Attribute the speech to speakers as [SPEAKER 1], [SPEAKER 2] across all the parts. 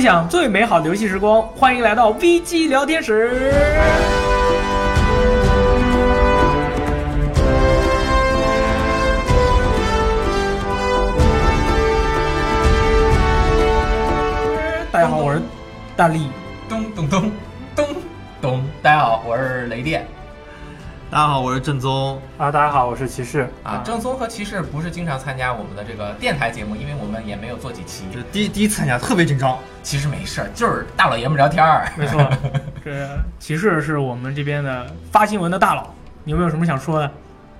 [SPEAKER 1] 享最美好的游戏时光，欢迎来到 VG 聊天室。大家好，我是大力。
[SPEAKER 2] 咚咚咚咚咚！大家好，我是啊雷电
[SPEAKER 3] 大家好，我是正宗。
[SPEAKER 4] 啊，大家好，我是骑士。
[SPEAKER 2] 啊。正宗和骑士不是经常参加我们的这个电台节目，因为我们也没有做几期。
[SPEAKER 3] 这第第一次参加，特别紧张。
[SPEAKER 2] 其实没事儿，就是大老爷们聊天儿。
[SPEAKER 1] 没错， 这骑士是我们这边的发新闻的大佬。你有没有什么想说的？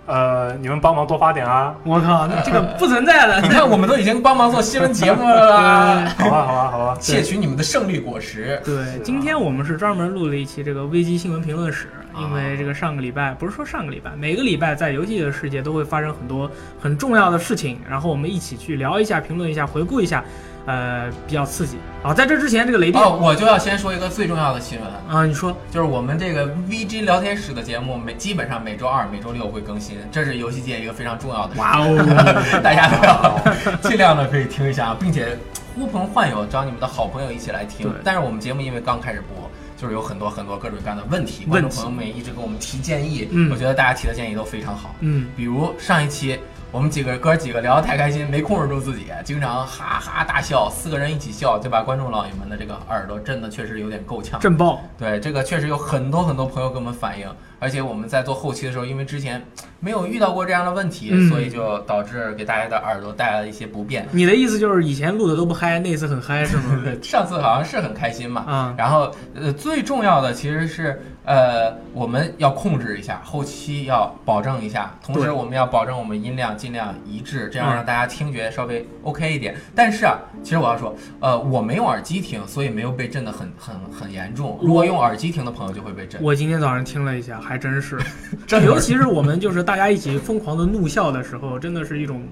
[SPEAKER 4] 呃，你们帮忙多发点啊！
[SPEAKER 1] 我靠，那这个不存在 的。
[SPEAKER 2] 你看，我们都已经帮忙做新闻节目了 啦，
[SPEAKER 4] 好啊，好啊，好啊！
[SPEAKER 2] 窃取你们的胜利果实。
[SPEAKER 1] 对，今天我们是专门录了一期这个危机新闻评论室，
[SPEAKER 2] 啊
[SPEAKER 1] 因为这个上个礼拜不是说上个礼拜，每个礼拜在游戏的世界都会发生很多很重要的事情，然后我们一起去聊一下、评论一下、回顾一下，呃，比较刺激。啊，在这之前，这个雷电，
[SPEAKER 2] 哦，我就要先说一个最重要的新闻，
[SPEAKER 1] 啊，你说，
[SPEAKER 2] 就是我们这个 VG 聊天室的节目每基本上每周二、每周六会更新，这是游戏界一个非常重要的事情。
[SPEAKER 1] 哇哦，
[SPEAKER 2] 大家都要尽量的可以听一下，并且呼朋唤友，找你们的好朋友一起来听
[SPEAKER 1] 对。
[SPEAKER 2] 但是我们节目因为刚开始播，就是有很多很多各种各样的问题，观
[SPEAKER 1] 问
[SPEAKER 2] 众
[SPEAKER 1] 题
[SPEAKER 2] 朋友们也一直给我们提建议，
[SPEAKER 1] 嗯
[SPEAKER 2] 我觉得大家提的建议都非常好。
[SPEAKER 1] 嗯，
[SPEAKER 2] 比如上一期我们几个哥几个聊得太开心，没控制住自己，经常哈哈大笑，四个人一起笑，就把观众老爷们的这个耳朵震得确实有点够呛。
[SPEAKER 1] 震爆，
[SPEAKER 2] 对，这个确实有很多很多朋友跟我们反映，而且我们在做后期的时候，因为之前没有遇到过这样的问题，
[SPEAKER 1] 嗯
[SPEAKER 2] 所以就导致给大家的耳朵带来了一些不便。
[SPEAKER 1] 你的意思就是以前录的都不嗨，那次很嗨是 吗？
[SPEAKER 2] 上次好像是很开心嘛，
[SPEAKER 1] 啊，
[SPEAKER 2] 然后呃，最重要的其实是呃，我们要控制一下，后期要保证一下，同时
[SPEAKER 1] 对
[SPEAKER 2] 我们要保证我们音量尽量一致，这样
[SPEAKER 1] 嗯
[SPEAKER 2] 让大家听觉稍微 OK 一点。但是啊，其实我要说，呃，我没用耳机听，所以没有被震得很很很严重。如果用耳机听的朋友就会被震。
[SPEAKER 1] 我今天早上听了一下，还真是，
[SPEAKER 2] 真的
[SPEAKER 1] 尤其是我们就是大家一起疯狂的怒笑的时候，真的是一种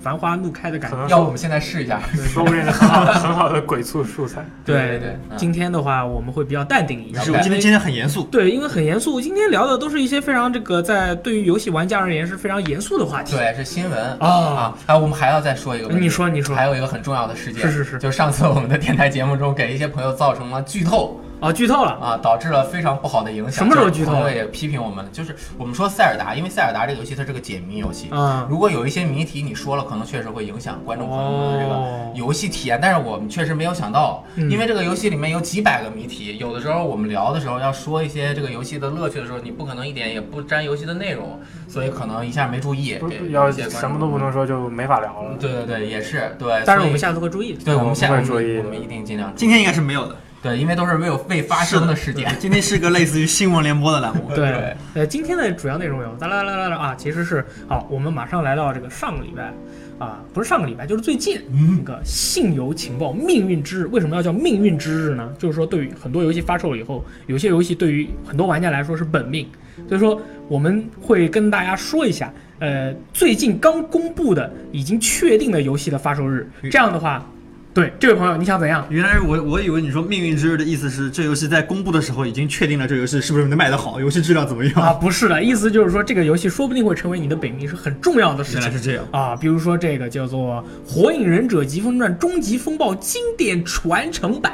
[SPEAKER 1] 繁花怒开的感
[SPEAKER 4] 可
[SPEAKER 1] 觉。
[SPEAKER 4] 能
[SPEAKER 2] 要
[SPEAKER 4] 说
[SPEAKER 2] 不我们现在试一下？
[SPEAKER 4] 说不定是很好很好的鬼畜素材。
[SPEAKER 1] 对
[SPEAKER 2] 对对嗯
[SPEAKER 1] 今天的话我们会比较淡定一些
[SPEAKER 2] 然后。
[SPEAKER 3] 是我们今天今天很严肃，
[SPEAKER 1] 对，因为很严肃，今天聊的都是一些非常这个在对于游戏玩家而言是非常严肃的话题。
[SPEAKER 2] 对，是新闻
[SPEAKER 1] 啊哎
[SPEAKER 2] 啊啊！我们还要再说一个问题，
[SPEAKER 1] 你说你说
[SPEAKER 2] 还有一个很重要的事件，
[SPEAKER 1] 是是是
[SPEAKER 2] 就上次我们的电台节目中给一些朋友造成了剧透
[SPEAKER 1] 啊，剧透了，
[SPEAKER 2] 啊，导致了非常不好的影响。
[SPEAKER 1] 什么时候剧透啊
[SPEAKER 2] 就是朋友也批评我们了，就是我们说塞尔达，因为塞尔达这个游戏它是个解谜游戏，
[SPEAKER 1] 啊，
[SPEAKER 2] 如果有一些谜题你说了，可能确实会影响观众朋友们的这个
[SPEAKER 1] 哦，
[SPEAKER 2] 游戏体验，但是我们确实没有想到，
[SPEAKER 1] 嗯
[SPEAKER 2] 因为这个游戏里面有几百个谜题，有的时候我们聊的时候要说一些这个游戏的乐趣的时候，你不可能一点也不沾游戏的内容，所以可能一下没注意，
[SPEAKER 4] 不
[SPEAKER 2] 给
[SPEAKER 4] 要
[SPEAKER 2] 一些哎观众嗯
[SPEAKER 4] 什么都不能说，就没法聊了。
[SPEAKER 2] 对对对，也是对，
[SPEAKER 1] 但是我们
[SPEAKER 2] 所
[SPEAKER 1] 下次会注意的
[SPEAKER 2] 以。对我们下
[SPEAKER 4] 我们会注意的
[SPEAKER 2] 我们一定尽量注意
[SPEAKER 3] 今天应该是没有的。
[SPEAKER 2] 对，因为都是未有未发生的事件
[SPEAKER 3] 对。今天是个类似于新闻联播的栏目。
[SPEAKER 1] 对
[SPEAKER 2] 对，
[SPEAKER 1] 呃，今天的主要内容有，哒啦啦啦啦啊，其实是好，我们马上来到这个上个礼拜啊，不是上个礼拜，就是最近那
[SPEAKER 2] 嗯，
[SPEAKER 1] 个性游情报命运之日，为什么要叫命运之日呢？就是说，对于很多游戏发售了以后，有些游戏对于很多玩家来说是本命，所以说我们会跟大家说一下，呃，最近刚公布的已经确定的游戏的发售日。这样的话，对这位朋友你想怎样？
[SPEAKER 3] 原来我我以为你说命运之日的意思是这游戏在公布的时候已经确定了这游戏是不是能卖得好，游戏质量怎么样。
[SPEAKER 1] 啊，不是的，意思就是说这个游戏说不定会成为你的本命，是很重要的事
[SPEAKER 3] 原来
[SPEAKER 1] 情
[SPEAKER 3] 是这样。
[SPEAKER 1] 啊。比如说这个叫做《火影忍者疾风传：终极风暴经典传承版》，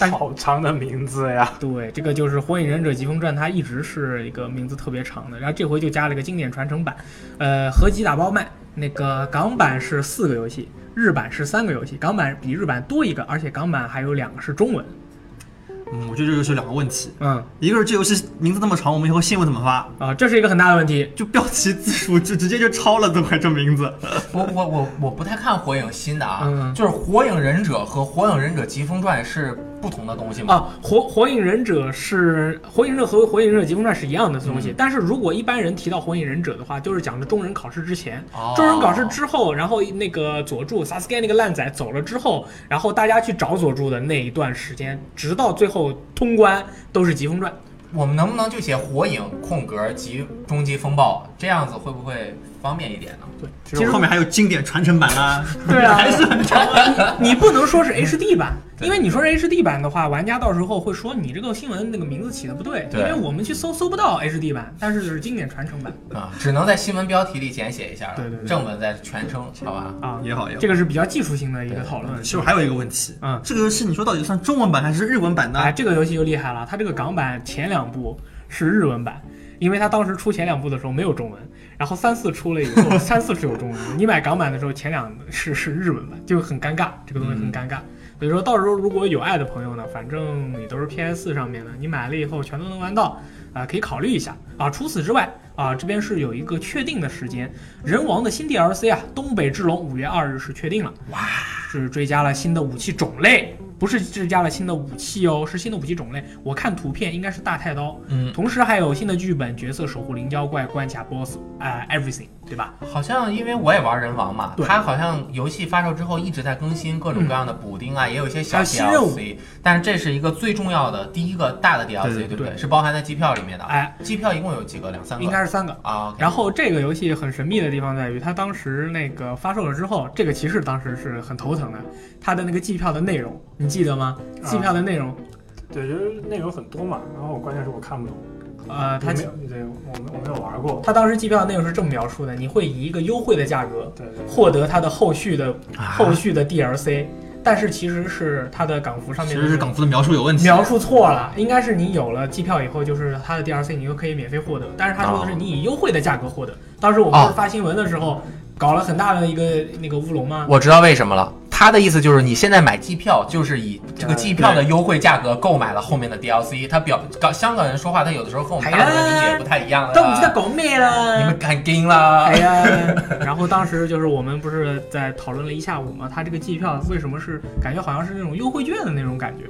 [SPEAKER 1] 但
[SPEAKER 4] 好长的名字呀！
[SPEAKER 1] 对，这个就是《火影忍者疾风传》，它一直是一个名字特别长的，然后这回就加了一个经典传承版，呃，合集打包卖。那个港版是四个游戏，日版是三个游戏，港版比日版多一个，而且港版还有两个是中文。
[SPEAKER 3] 嗯，我觉得这个游戏有两个问题，
[SPEAKER 1] 嗯，
[SPEAKER 3] 一个是这游戏名字那么长，我们以后新闻怎么发？
[SPEAKER 1] 啊，这是一个很大的问题。
[SPEAKER 3] 就标题字数就直接就抄了，怎么还这名字？
[SPEAKER 2] 我我我我不太看火影新的啊，
[SPEAKER 1] 嗯
[SPEAKER 2] 就是火影忍者和火影忍者疾风传是不同的东西吗？
[SPEAKER 1] 啊，火火影忍者是火影忍者和火影忍者疾风传是一样的东西，但是如果一般人提到火影忍者的话，就是讲的中忍考试之前，
[SPEAKER 2] 哦
[SPEAKER 1] 中忍考试之后，然后那个佐助 Sasuke 那个烂仔走了之后，然后大家去找佐助的那一段时间，直到最后通关都是疾风传。
[SPEAKER 2] 我们能不能就写火影空格及终极风暴这样子会不会方便一点呢？
[SPEAKER 1] 对，
[SPEAKER 3] 其
[SPEAKER 4] 其实
[SPEAKER 3] 实后面还有经典传承版啦，
[SPEAKER 1] 对啊
[SPEAKER 3] 还是很长啊。
[SPEAKER 1] 你不能说是 HD 版，
[SPEAKER 2] 对
[SPEAKER 1] 因为你说是 HD 版的话，玩家到时候会说你这个新闻那个名字起的不对，因
[SPEAKER 2] 对
[SPEAKER 1] 为我们去搜搜不到 HD 版，但是是经典传承版，
[SPEAKER 2] 啊，只能在新闻标题里简写一下了，
[SPEAKER 1] 对对对
[SPEAKER 2] 正文再全称，好吧？
[SPEAKER 1] 啊，
[SPEAKER 3] 也好也好嗯
[SPEAKER 1] 这。个是比较技术性的一个讨论。
[SPEAKER 3] 其实还有一个问题，
[SPEAKER 1] 嗯
[SPEAKER 3] 这个游戏你说到底算中文版还是日文版呢？
[SPEAKER 1] 哎，这个游戏就厉害了，它这个港版前两部是日文版，因为它当时出前两部的时候没有中文，然后三四出了以后，三四是有中文的。你买港版的时候，前两是是日文版，就很尴尬，这个东西很尴尬。所以说到时候如果有爱的朋友呢，反正你都是 PS 上面的，你买了以后全都能玩到，啊、可以考虑一下啊。除此之外啊，这边是有一个确定的时间，啊人王的新 DLC 啊，东北之龙五月二日是确定了，哇，是追加了新的武器种类，不是追加了新的武器哦，是新的武器种类。我看图片应该是大太刀，
[SPEAKER 2] 嗯，
[SPEAKER 1] 同时还有新的剧本、角色、守护灵妖怪、关卡、BOSS，啊、e v e r y t h i n g 对吧？
[SPEAKER 2] 好像因为我也玩人王嘛，
[SPEAKER 1] 对
[SPEAKER 2] 它好像游戏发售之后一直在更新各种各样的补丁啊，也有一些
[SPEAKER 1] 嗯
[SPEAKER 2] 小
[SPEAKER 1] 还有新任务
[SPEAKER 2] DLC，但是这是一个最重要的第一个大的 DLC，
[SPEAKER 3] 对
[SPEAKER 2] 不对？
[SPEAKER 1] 对
[SPEAKER 2] 是包含在机票里面的。
[SPEAKER 1] 哎，
[SPEAKER 2] 机票一共有几个？两啊三个？
[SPEAKER 1] 应该是三个。
[SPEAKER 2] 啊。OK
[SPEAKER 1] 然后这个游戏很神秘的地方在于，它当时那个发售了之后，这个骑士当时是很头疼的，它的那个计票的内容你记得吗？
[SPEAKER 4] 啊
[SPEAKER 1] 计票的内容，
[SPEAKER 4] 对，就是内容很多嘛，然后关键是我看不懂，
[SPEAKER 2] 啊
[SPEAKER 1] 呃，它
[SPEAKER 4] 没有，对我没我没有玩过，
[SPEAKER 1] 它当时计票的内容是这么描述的：你会以一个优惠的价格
[SPEAKER 4] 对对，
[SPEAKER 1] 获得它的后续的
[SPEAKER 3] 啊
[SPEAKER 1] 后续的 DLC，但是其实是它的港服上
[SPEAKER 3] 其
[SPEAKER 1] 面
[SPEAKER 3] 实是港服的描述有问题。
[SPEAKER 1] 描述错了，应该是你有了机票以后，就是它的 DLC 你就可以免费获得，但是他说的是你以优惠的价格获得。当时我们不是发新闻的时候搞了很大的一个那个乌龙吗？
[SPEAKER 2] 我知道为什么了，他的意思就是你现在买机票就是以这个机票的优惠价格购买了后面的 DLC。他表港香港人说话，他有的时候跟我们大陆人理解不太一样的。
[SPEAKER 1] 但我们在搞咩
[SPEAKER 2] 你
[SPEAKER 1] 了
[SPEAKER 2] 们？干盯了
[SPEAKER 1] 哎？呀，然后当时就是我们不是在讨论了一下午吗？它这个机票为什么是感觉好像是那种优惠券的那种感觉？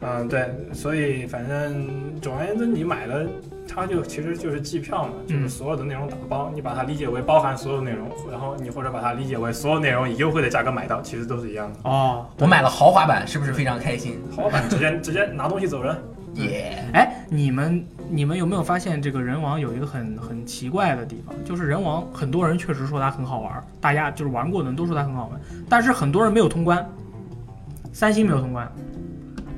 [SPEAKER 4] 嗯对，所以反正总而言之，你买了它就其实就是季票嘛，就是
[SPEAKER 1] 嗯
[SPEAKER 4] 所有的内容打包，你把它理解为包含所有内容，然后你或者把它理解为所有内容以优惠的价格买到，其实都是一样的。
[SPEAKER 1] 哦，
[SPEAKER 2] 我买了豪华版，是不是非常开心？
[SPEAKER 4] 好吧，直 接直接拿东西走人。
[SPEAKER 2] 耶、
[SPEAKER 1] 哎，你们你们有没有发现这个人王有一个很很奇怪的地方？就是人王很多人确实说它很好玩儿，大家就是玩过的人都说它很好玩，但是很多人没有通关，三星没有通关，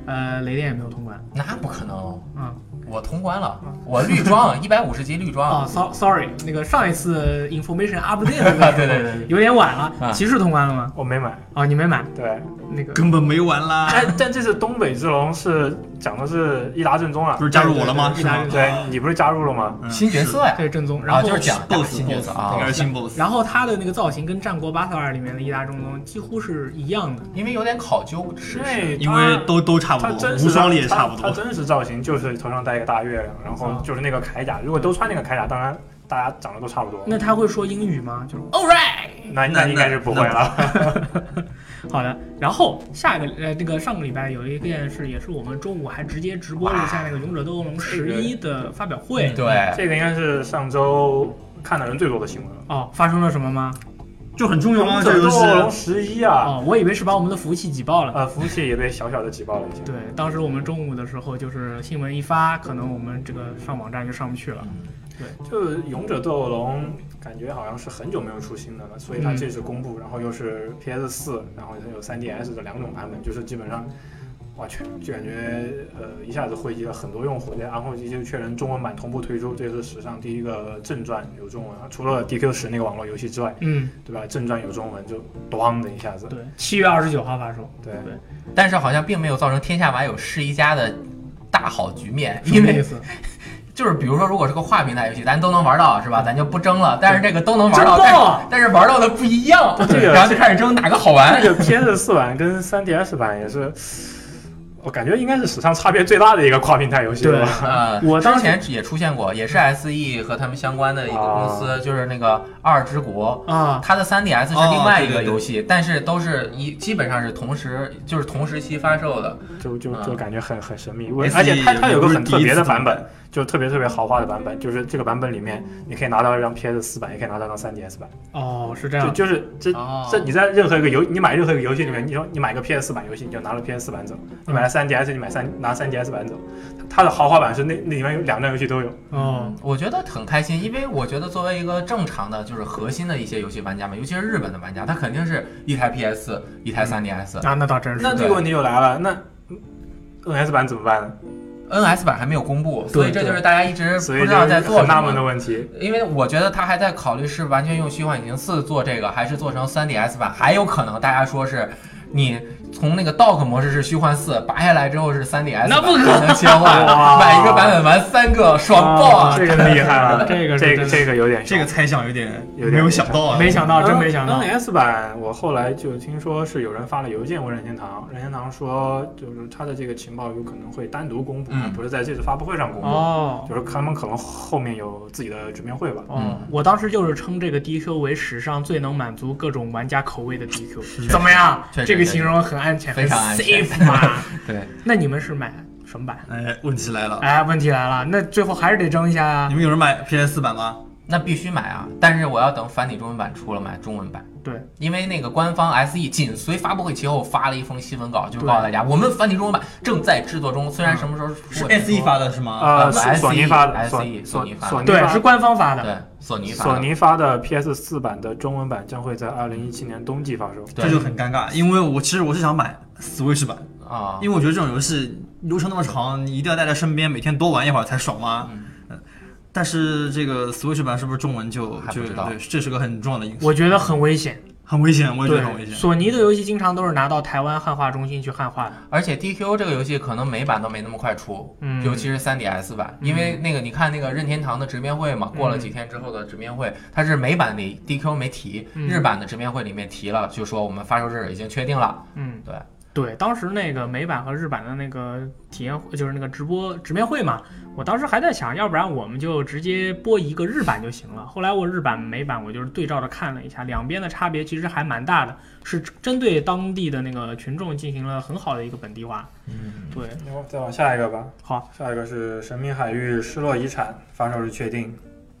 [SPEAKER 1] 呃，雷电也没有通关，
[SPEAKER 2] 那不可能，
[SPEAKER 1] 嗯，
[SPEAKER 2] 我通关了，我绿 装一百五十级绿装
[SPEAKER 1] 哦、s o sorry，那个上一次 information update 的时候
[SPEAKER 2] 啊对对对对
[SPEAKER 1] 有点晚了，
[SPEAKER 2] 啊
[SPEAKER 1] 骑士通关了吗？
[SPEAKER 4] 我没买，
[SPEAKER 1] 哦，你没买
[SPEAKER 4] 对，
[SPEAKER 1] 那个。
[SPEAKER 3] 根本没玩啦，
[SPEAKER 4] 但但这次东北之龙是讲的是伊达正宗啊
[SPEAKER 3] 不，是加入我了吗？
[SPEAKER 1] 对对
[SPEAKER 3] 是吗
[SPEAKER 1] 对？
[SPEAKER 4] 对你不是加入了吗？
[SPEAKER 3] 嗯
[SPEAKER 2] 新角色呀，
[SPEAKER 1] 对正宗，然
[SPEAKER 2] 然
[SPEAKER 1] 后、
[SPEAKER 2] 后啊就是讲打
[SPEAKER 3] boss
[SPEAKER 2] 新角色
[SPEAKER 3] boss
[SPEAKER 2] 啊
[SPEAKER 3] 应该，是新 boss。
[SPEAKER 1] 然后他的那个造型跟《战国巴塞尔》里面的伊达中宗几乎是一样的，
[SPEAKER 2] 因为有点考究是是
[SPEAKER 4] 对，
[SPEAKER 3] 因为都都差不
[SPEAKER 4] 他
[SPEAKER 3] 多，
[SPEAKER 4] 真
[SPEAKER 3] 无
[SPEAKER 4] 实
[SPEAKER 3] 双里也差不
[SPEAKER 4] 他
[SPEAKER 3] 多。嗯
[SPEAKER 4] 真实造型就是头上戴一个大月亮，然后
[SPEAKER 1] 啊
[SPEAKER 4] 就是那个铠甲，如果都穿那个铠甲，当然大家长得都差不多。
[SPEAKER 1] 那他会说英语吗？就是 All right，
[SPEAKER 4] 那
[SPEAKER 3] 那
[SPEAKER 4] 那应该是不会了。
[SPEAKER 1] 好的，然后下一个呃，这个上个礼拜有一件事，也是我们中午还直接直播了一下那个《勇者斗恶龙十一》的发表会。
[SPEAKER 2] 对，嗯
[SPEAKER 4] 这个应该是上周看的人最多的新闻了。
[SPEAKER 1] 哦，发生了什么吗？
[SPEAKER 3] 就嗯很重要吗？这
[SPEAKER 4] 这
[SPEAKER 3] 游戏
[SPEAKER 4] 斗龙十一啊，
[SPEAKER 1] 哦，我以为是把我们的服务器挤爆了。
[SPEAKER 4] 呃，服务器也被小小的挤爆了一下。
[SPEAKER 1] 对，当时我们中午的时候，就是新闻一发，可能我们这个上网站就上不去了。
[SPEAKER 4] 就是《勇者斗恶龙》，感觉好像是很久没有出新的了，所以它这次公布，然后又是 PS 四，然后它有 3DS 的两种版本，就是基本上，哇，全就感觉呃一下子汇集了很多用户，在安后机就确认中文版同步推出，这是史上第一个正传有中文啊，除了 DQ 十那个网络游戏之外，
[SPEAKER 1] 嗯，
[SPEAKER 4] 对吧？正传有中文就咣的一下子，
[SPEAKER 1] 对，七月二十九号发售。
[SPEAKER 4] 对，
[SPEAKER 2] 但是好像并没有造成天下马友是一家的大好局 面，
[SPEAKER 1] 什
[SPEAKER 2] 因
[SPEAKER 1] 么意
[SPEAKER 2] 为
[SPEAKER 1] 思？
[SPEAKER 2] 就是比如说，如果是个跨平台游戏，咱都能玩到，是吧？咱就不争了。但是这个都能玩
[SPEAKER 1] 争
[SPEAKER 2] 到，但
[SPEAKER 1] 爆
[SPEAKER 2] 是但是玩到的不一样，
[SPEAKER 4] 这个
[SPEAKER 2] 然后就开始争哪个好玩。
[SPEAKER 4] 这个 PS 四版跟 3DS 版也是，我感觉应该是史上差别最大的一个跨平台游戏了吧。
[SPEAKER 2] 呃，
[SPEAKER 1] 我当
[SPEAKER 2] 之
[SPEAKER 1] 时
[SPEAKER 2] 前也出现过，也是 SE 和他们相关的一个公司，就是那个二之国。
[SPEAKER 1] 啊，
[SPEAKER 2] 它的 3DS 是另外一
[SPEAKER 3] 哦
[SPEAKER 2] 个
[SPEAKER 3] 对对对
[SPEAKER 2] 游戏，但是都是一基本上是同时，就是同时期发售的。
[SPEAKER 4] 就就
[SPEAKER 2] 啊
[SPEAKER 4] 就感觉很很神秘，我
[SPEAKER 3] 也是
[SPEAKER 4] 嗯 E 而且它它有个
[SPEAKER 3] 不是
[SPEAKER 4] 很特别的版本，就特别特别豪华的版本，就是这个版本里面你可以拿到一张 PS 四版，也可以拿到一张 3DS 版，
[SPEAKER 1] 哦，是这
[SPEAKER 4] 就
[SPEAKER 1] 样，
[SPEAKER 4] 就是这
[SPEAKER 2] 哦
[SPEAKER 4] 这你在任何一个游你买任何一个游戏里面，你说你买个 PS 四版游戏，你就拿了 PS 四版走；你买了 3DS，你买三拿 3DS 版走。它的豪华版是那那里面有两张游戏都有，
[SPEAKER 1] 哦，
[SPEAKER 2] 嗯我觉得很开心，因为我觉得作为一个正常的，就是核心的一些游戏玩家们，尤其是日本的玩家，他肯定是一台 PS，一台 3DS，NS、
[SPEAKER 1] 啊那那倒真是，
[SPEAKER 4] 那这个问题就来了，那 NS 版怎么办呢？
[SPEAKER 2] NS 版还没有公布，所以
[SPEAKER 1] 对
[SPEAKER 2] 这就是大家一直不
[SPEAKER 4] 所以
[SPEAKER 2] 知
[SPEAKER 4] 这
[SPEAKER 2] 道在
[SPEAKER 4] 是
[SPEAKER 2] 做
[SPEAKER 4] 很
[SPEAKER 2] 什
[SPEAKER 4] 纳闷的
[SPEAKER 2] 么。
[SPEAKER 4] 问题。
[SPEAKER 2] 因为我觉得他还在考虑是完全用《虚幻引擎四》做这个，还是做成 3DS 版，还有可能大家说是你从那个 dock 模式是虚幻四，拔下来之后是 3DS，
[SPEAKER 1] 那不可
[SPEAKER 2] 能能切换，
[SPEAKER 4] 哇
[SPEAKER 2] 买一个版本玩三个，爽爆啊！
[SPEAKER 4] 这个厉害了，
[SPEAKER 1] 这个是
[SPEAKER 4] 这
[SPEAKER 1] 真
[SPEAKER 4] 个
[SPEAKER 1] 的
[SPEAKER 4] 这个有点
[SPEAKER 3] 这个猜想有点
[SPEAKER 4] 有点
[SPEAKER 3] 没有想到啊，
[SPEAKER 1] 没想到，真没想到，
[SPEAKER 4] NS 版我后来就听说是有人发了邮件问任天堂，任天堂说就是他的这个情报有可能会单独公布，
[SPEAKER 2] 嗯
[SPEAKER 4] 而不是在这次发布会上公布，
[SPEAKER 1] 哦。
[SPEAKER 4] 就是他们可能后面有自己的直面会吧。
[SPEAKER 1] 哦
[SPEAKER 2] 嗯，
[SPEAKER 1] 我当时就是称这个 DQ 为史上最能满足各种玩家口味的 DQ，怎么样
[SPEAKER 2] 确？实
[SPEAKER 1] 这个形容很安全，
[SPEAKER 2] 非常安全
[SPEAKER 1] safe 嘛。
[SPEAKER 4] 啊
[SPEAKER 2] 对，
[SPEAKER 1] 那你们是买什么版？
[SPEAKER 3] 哎，问题来了，
[SPEAKER 1] 哎，问题来了，那最后还是得争一下啊
[SPEAKER 3] 你
[SPEAKER 1] 呀。
[SPEAKER 3] 们有人买 PS 版吗？
[SPEAKER 2] 那必须买啊！但是我要等繁体中文版出了买中文版，
[SPEAKER 1] 对，
[SPEAKER 2] 因为那个官方 SE 紧随发布会其后发了一封新闻稿，就告诉大家我们繁体中文版正在制作中，虽然什么时候
[SPEAKER 3] 是
[SPEAKER 2] 出
[SPEAKER 3] SE 发的是吗？
[SPEAKER 4] 呃，
[SPEAKER 2] 不
[SPEAKER 4] 是索尼
[SPEAKER 2] SE
[SPEAKER 4] 发的，索
[SPEAKER 2] SE E，索
[SPEAKER 4] 索
[SPEAKER 2] 尼发的
[SPEAKER 4] 索尼
[SPEAKER 1] 对，
[SPEAKER 4] 发
[SPEAKER 1] 是官方发的。
[SPEAKER 2] 对索尼发的
[SPEAKER 4] 索尼发的 PS 四版的中文版将会在二零一七年冬季发售。
[SPEAKER 2] 对
[SPEAKER 3] 这就很尴尬，因为我其实我是想买 Switch 版，
[SPEAKER 2] 啊，
[SPEAKER 3] 因为我觉得这种游戏流程那么长，你一定要带在身边，每天多玩一会儿才爽吗？
[SPEAKER 2] 嗯
[SPEAKER 3] 但是这个 Switch 版是不是中文就
[SPEAKER 2] 还不
[SPEAKER 3] 就
[SPEAKER 2] 知道
[SPEAKER 3] 对，这是个很重要的因素，
[SPEAKER 1] 我觉得很危险，
[SPEAKER 3] 很危险，我也觉得很危
[SPEAKER 1] 对，
[SPEAKER 3] 险。
[SPEAKER 1] 索尼的游戏经常都是拿到台湾汉化中心去汉化的。
[SPEAKER 2] 而且 DQ 这个游戏可能美版都没那么快出，
[SPEAKER 1] 嗯
[SPEAKER 2] 尤其是 3DS 版，因为那个你看那个任天堂的直面会嘛，过了几天之后的直面会，它是美版里 DQ 没提，
[SPEAKER 1] 嗯
[SPEAKER 2] 日版的直面会里面提了，就说我们发售日已经确定了，
[SPEAKER 1] 嗯，
[SPEAKER 2] 对
[SPEAKER 1] 对，当时那个美版和日版的那个体验会，就是那个直播直面会嘛，我当时还在想，要不然我们就直接播一个日版就行了。后来我日版美版我就是对照着看了一下，两边的差别其实还蛮大的，是针对当地的那个群众进行了很好的一个本地化。
[SPEAKER 2] 嗯，
[SPEAKER 1] 对，
[SPEAKER 4] 然后再往下一个吧。
[SPEAKER 1] 好，
[SPEAKER 4] 下一个是《神秘海域：失落遗产》，发售日确定。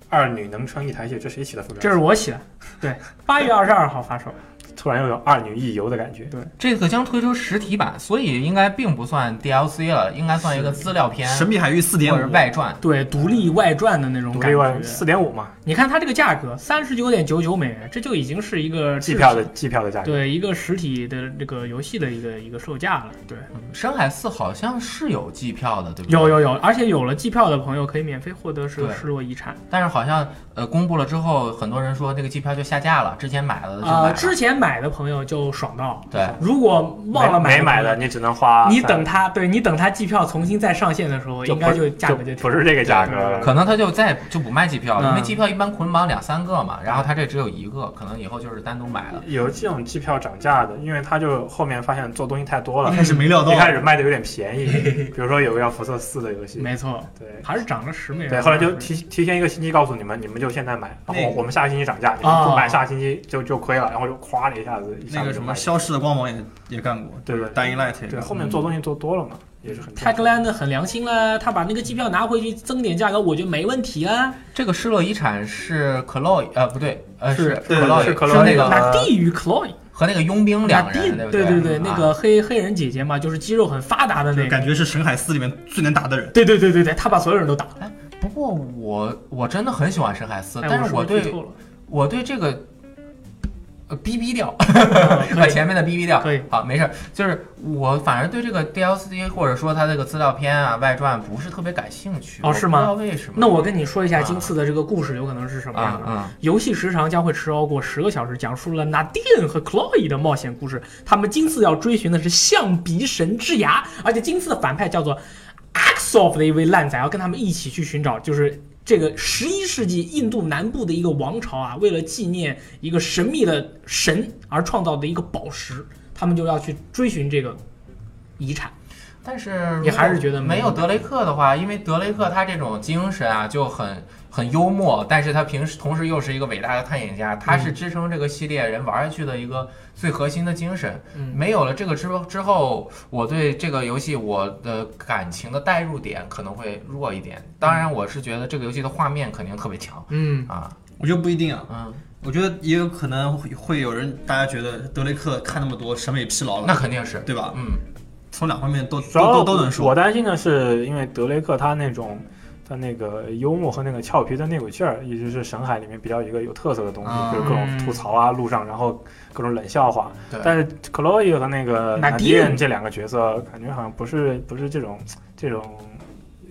[SPEAKER 4] 二女能撑一台戏，这谁起的副标题？
[SPEAKER 1] 这是我写的， 对，八月二十二号发售。
[SPEAKER 4] 突然又有二女一游的感觉。
[SPEAKER 2] 这个将推出实体版，所以应该并不算 DLC 了，应该算一个资料片
[SPEAKER 3] 神秘海域四点
[SPEAKER 2] 或者
[SPEAKER 3] 五，
[SPEAKER 2] 外传。
[SPEAKER 1] 对，独立外传的那种
[SPEAKER 4] 独
[SPEAKER 1] 感
[SPEAKER 4] 立外
[SPEAKER 1] 觉。
[SPEAKER 4] 四点五嘛，
[SPEAKER 1] 你看它这个价格，三十九点九九美元，这就已经是一个
[SPEAKER 4] 机票
[SPEAKER 1] 的。
[SPEAKER 4] 的机票的价格。
[SPEAKER 1] 对一个实体的这个游戏的一个一个售价了，对，
[SPEAKER 2] 嗯深海四好像是有季票的，对不对？
[SPEAKER 1] 有有有，而且有了机票的朋友可以免费获得是
[SPEAKER 2] 对
[SPEAKER 1] 失落遗产
[SPEAKER 2] 但是好像呃公布了之后，很多人说那个机票就下架了，之前买
[SPEAKER 4] 呃
[SPEAKER 2] 了的就买
[SPEAKER 1] 啊、
[SPEAKER 2] 了。
[SPEAKER 1] 之前买的朋友就爽到，
[SPEAKER 2] 对，
[SPEAKER 1] 如果忘了
[SPEAKER 4] 没没买
[SPEAKER 1] 买
[SPEAKER 4] 的，
[SPEAKER 1] 的
[SPEAKER 4] 你只能花
[SPEAKER 1] 朋友，
[SPEAKER 4] 三。
[SPEAKER 1] 你等它，对你等它机票重新再上线的时候，
[SPEAKER 4] 就
[SPEAKER 1] 应
[SPEAKER 4] 不
[SPEAKER 1] 该就价格
[SPEAKER 4] 就
[SPEAKER 1] 就
[SPEAKER 4] 不是这个价格了。
[SPEAKER 2] 可能他就再就不卖机票了，
[SPEAKER 1] 嗯
[SPEAKER 2] 因为机票一般捆绑两三个嘛，然后他这只有一个，可能以后就是单独买了。
[SPEAKER 4] 有这种机票涨价的，因为他就后面发现做东西太多了
[SPEAKER 3] 一，开始没料到
[SPEAKER 4] 一，开始卖的有点便宜，比如说有个叫《辐射四》的游戏，
[SPEAKER 1] 没错，
[SPEAKER 4] 对
[SPEAKER 1] 还是涨了十美元。
[SPEAKER 4] 对，后来就提提前一个星期告诉你们，你们就现在买，然
[SPEAKER 3] 那
[SPEAKER 4] 后
[SPEAKER 3] 个
[SPEAKER 4] 我们下个星期涨价，你们
[SPEAKER 1] 哦
[SPEAKER 4] 不买下个星期就就亏了，然后就咵的一下子一下
[SPEAKER 3] 那
[SPEAKER 4] 子
[SPEAKER 3] 个
[SPEAKER 4] 就
[SPEAKER 3] 什
[SPEAKER 4] 卖
[SPEAKER 3] 么消失的光芒也也干过，
[SPEAKER 4] 对对对
[SPEAKER 3] Dying Light 也
[SPEAKER 4] 对，
[SPEAKER 3] 干
[SPEAKER 4] 后
[SPEAKER 3] 过
[SPEAKER 4] 面做东西做多了嘛，也是很正常
[SPEAKER 1] t 格兰的很良心啦，他把那个机票拿回去增点价格，我觉得没问题啊啦。
[SPEAKER 2] 这个失落遗产是 Chloe，呃，不对，呃，
[SPEAKER 1] 是
[SPEAKER 2] 是
[SPEAKER 3] 对
[SPEAKER 2] Chloe，
[SPEAKER 4] 是
[SPEAKER 2] 是那
[SPEAKER 4] Chloe
[SPEAKER 2] 个
[SPEAKER 4] 的
[SPEAKER 1] 那地与 Chloe，
[SPEAKER 2] 和那个佣兵
[SPEAKER 1] 那
[SPEAKER 2] 两
[SPEAKER 1] 地
[SPEAKER 2] 人，，不
[SPEAKER 1] 对
[SPEAKER 2] 对
[SPEAKER 1] 对，那
[SPEAKER 2] 啊
[SPEAKER 1] 个黑黑人姐姐嘛，就是肌肉很发达的
[SPEAKER 3] 就
[SPEAKER 1] 那个
[SPEAKER 3] 是感。觉是神海四里面最能打的人。
[SPEAKER 1] 对对对对对，他把所有人都打了，
[SPEAKER 2] 不过我我真的很喜欢深海四，
[SPEAKER 1] 哎
[SPEAKER 2] 但
[SPEAKER 1] 我
[SPEAKER 2] 是
[SPEAKER 1] 是
[SPEAKER 2] 我
[SPEAKER 1] 不是
[SPEAKER 2] 对
[SPEAKER 1] 剧透了
[SPEAKER 2] 我对这个呃逼逼掉， 把
[SPEAKER 1] 可以
[SPEAKER 2] 前面的逼逼掉。
[SPEAKER 1] 可以，
[SPEAKER 2] 好，没事儿，就是我反而对这个 DLC 或者说它这个资料片啊、外传不是特别感兴趣。
[SPEAKER 1] 哦
[SPEAKER 2] 我
[SPEAKER 1] 是吗
[SPEAKER 2] 不知道为什么。
[SPEAKER 1] 那我跟你说一下今次的这个故事有可能是什么样
[SPEAKER 2] 啊
[SPEAKER 1] 的。
[SPEAKER 2] 啊，
[SPEAKER 1] 游戏时长将会超过十个小时，讲述了 Nadine 和 Chloe 的冒险故事。他们今次要追寻的是象鼻神之牙，而且今次的反派叫做 Axoff 的一位烂仔，要跟他们一起去寻找，就是。这个十一世纪印度南部的一个王朝啊，为了纪念一个神秘的神而创造的一个宝石，他们就要去追寻这个遗产。
[SPEAKER 2] 但是
[SPEAKER 1] 你还是觉得没
[SPEAKER 2] 没有德雷克的话，因为德雷克他这种精神啊就很很幽默，但是他平时同时又是一个伟大的探险家，他
[SPEAKER 1] 嗯
[SPEAKER 2] 是支撑这个系列人玩下去的一个最核心的精神。
[SPEAKER 1] 嗯
[SPEAKER 2] 没有了这个之后之后，我对这个游戏我的感情的代入点可能会弱一点。当然，我是觉得这个游戏的画面肯定特别强
[SPEAKER 1] 嗯
[SPEAKER 2] 啊，
[SPEAKER 3] 我觉得不一定啊，
[SPEAKER 2] 嗯，
[SPEAKER 3] 我觉得也有可能会会有人大家觉得德雷克看那么多审美疲劳
[SPEAKER 2] 哦那
[SPEAKER 3] 了，
[SPEAKER 2] 肯定是，
[SPEAKER 3] 对吧？
[SPEAKER 2] 嗯，
[SPEAKER 3] 从两方面都
[SPEAKER 4] 主要
[SPEAKER 3] 都都都能
[SPEAKER 4] 我
[SPEAKER 3] 说。
[SPEAKER 4] 担心的是，因为德雷克他那种他那个幽默和那个俏皮的内鬼气儿，一直是神海里面比较一个有特色的东西，
[SPEAKER 2] 嗯
[SPEAKER 4] 就是各种吐槽啊，路上然后各种冷笑话。
[SPEAKER 2] 对。
[SPEAKER 4] 但是 Chloe 和那个
[SPEAKER 1] 纳
[SPEAKER 4] 纳
[SPEAKER 1] 迪
[SPEAKER 4] 迪
[SPEAKER 1] 恩
[SPEAKER 4] 恩这两个角色，感觉好像不是不是这种这种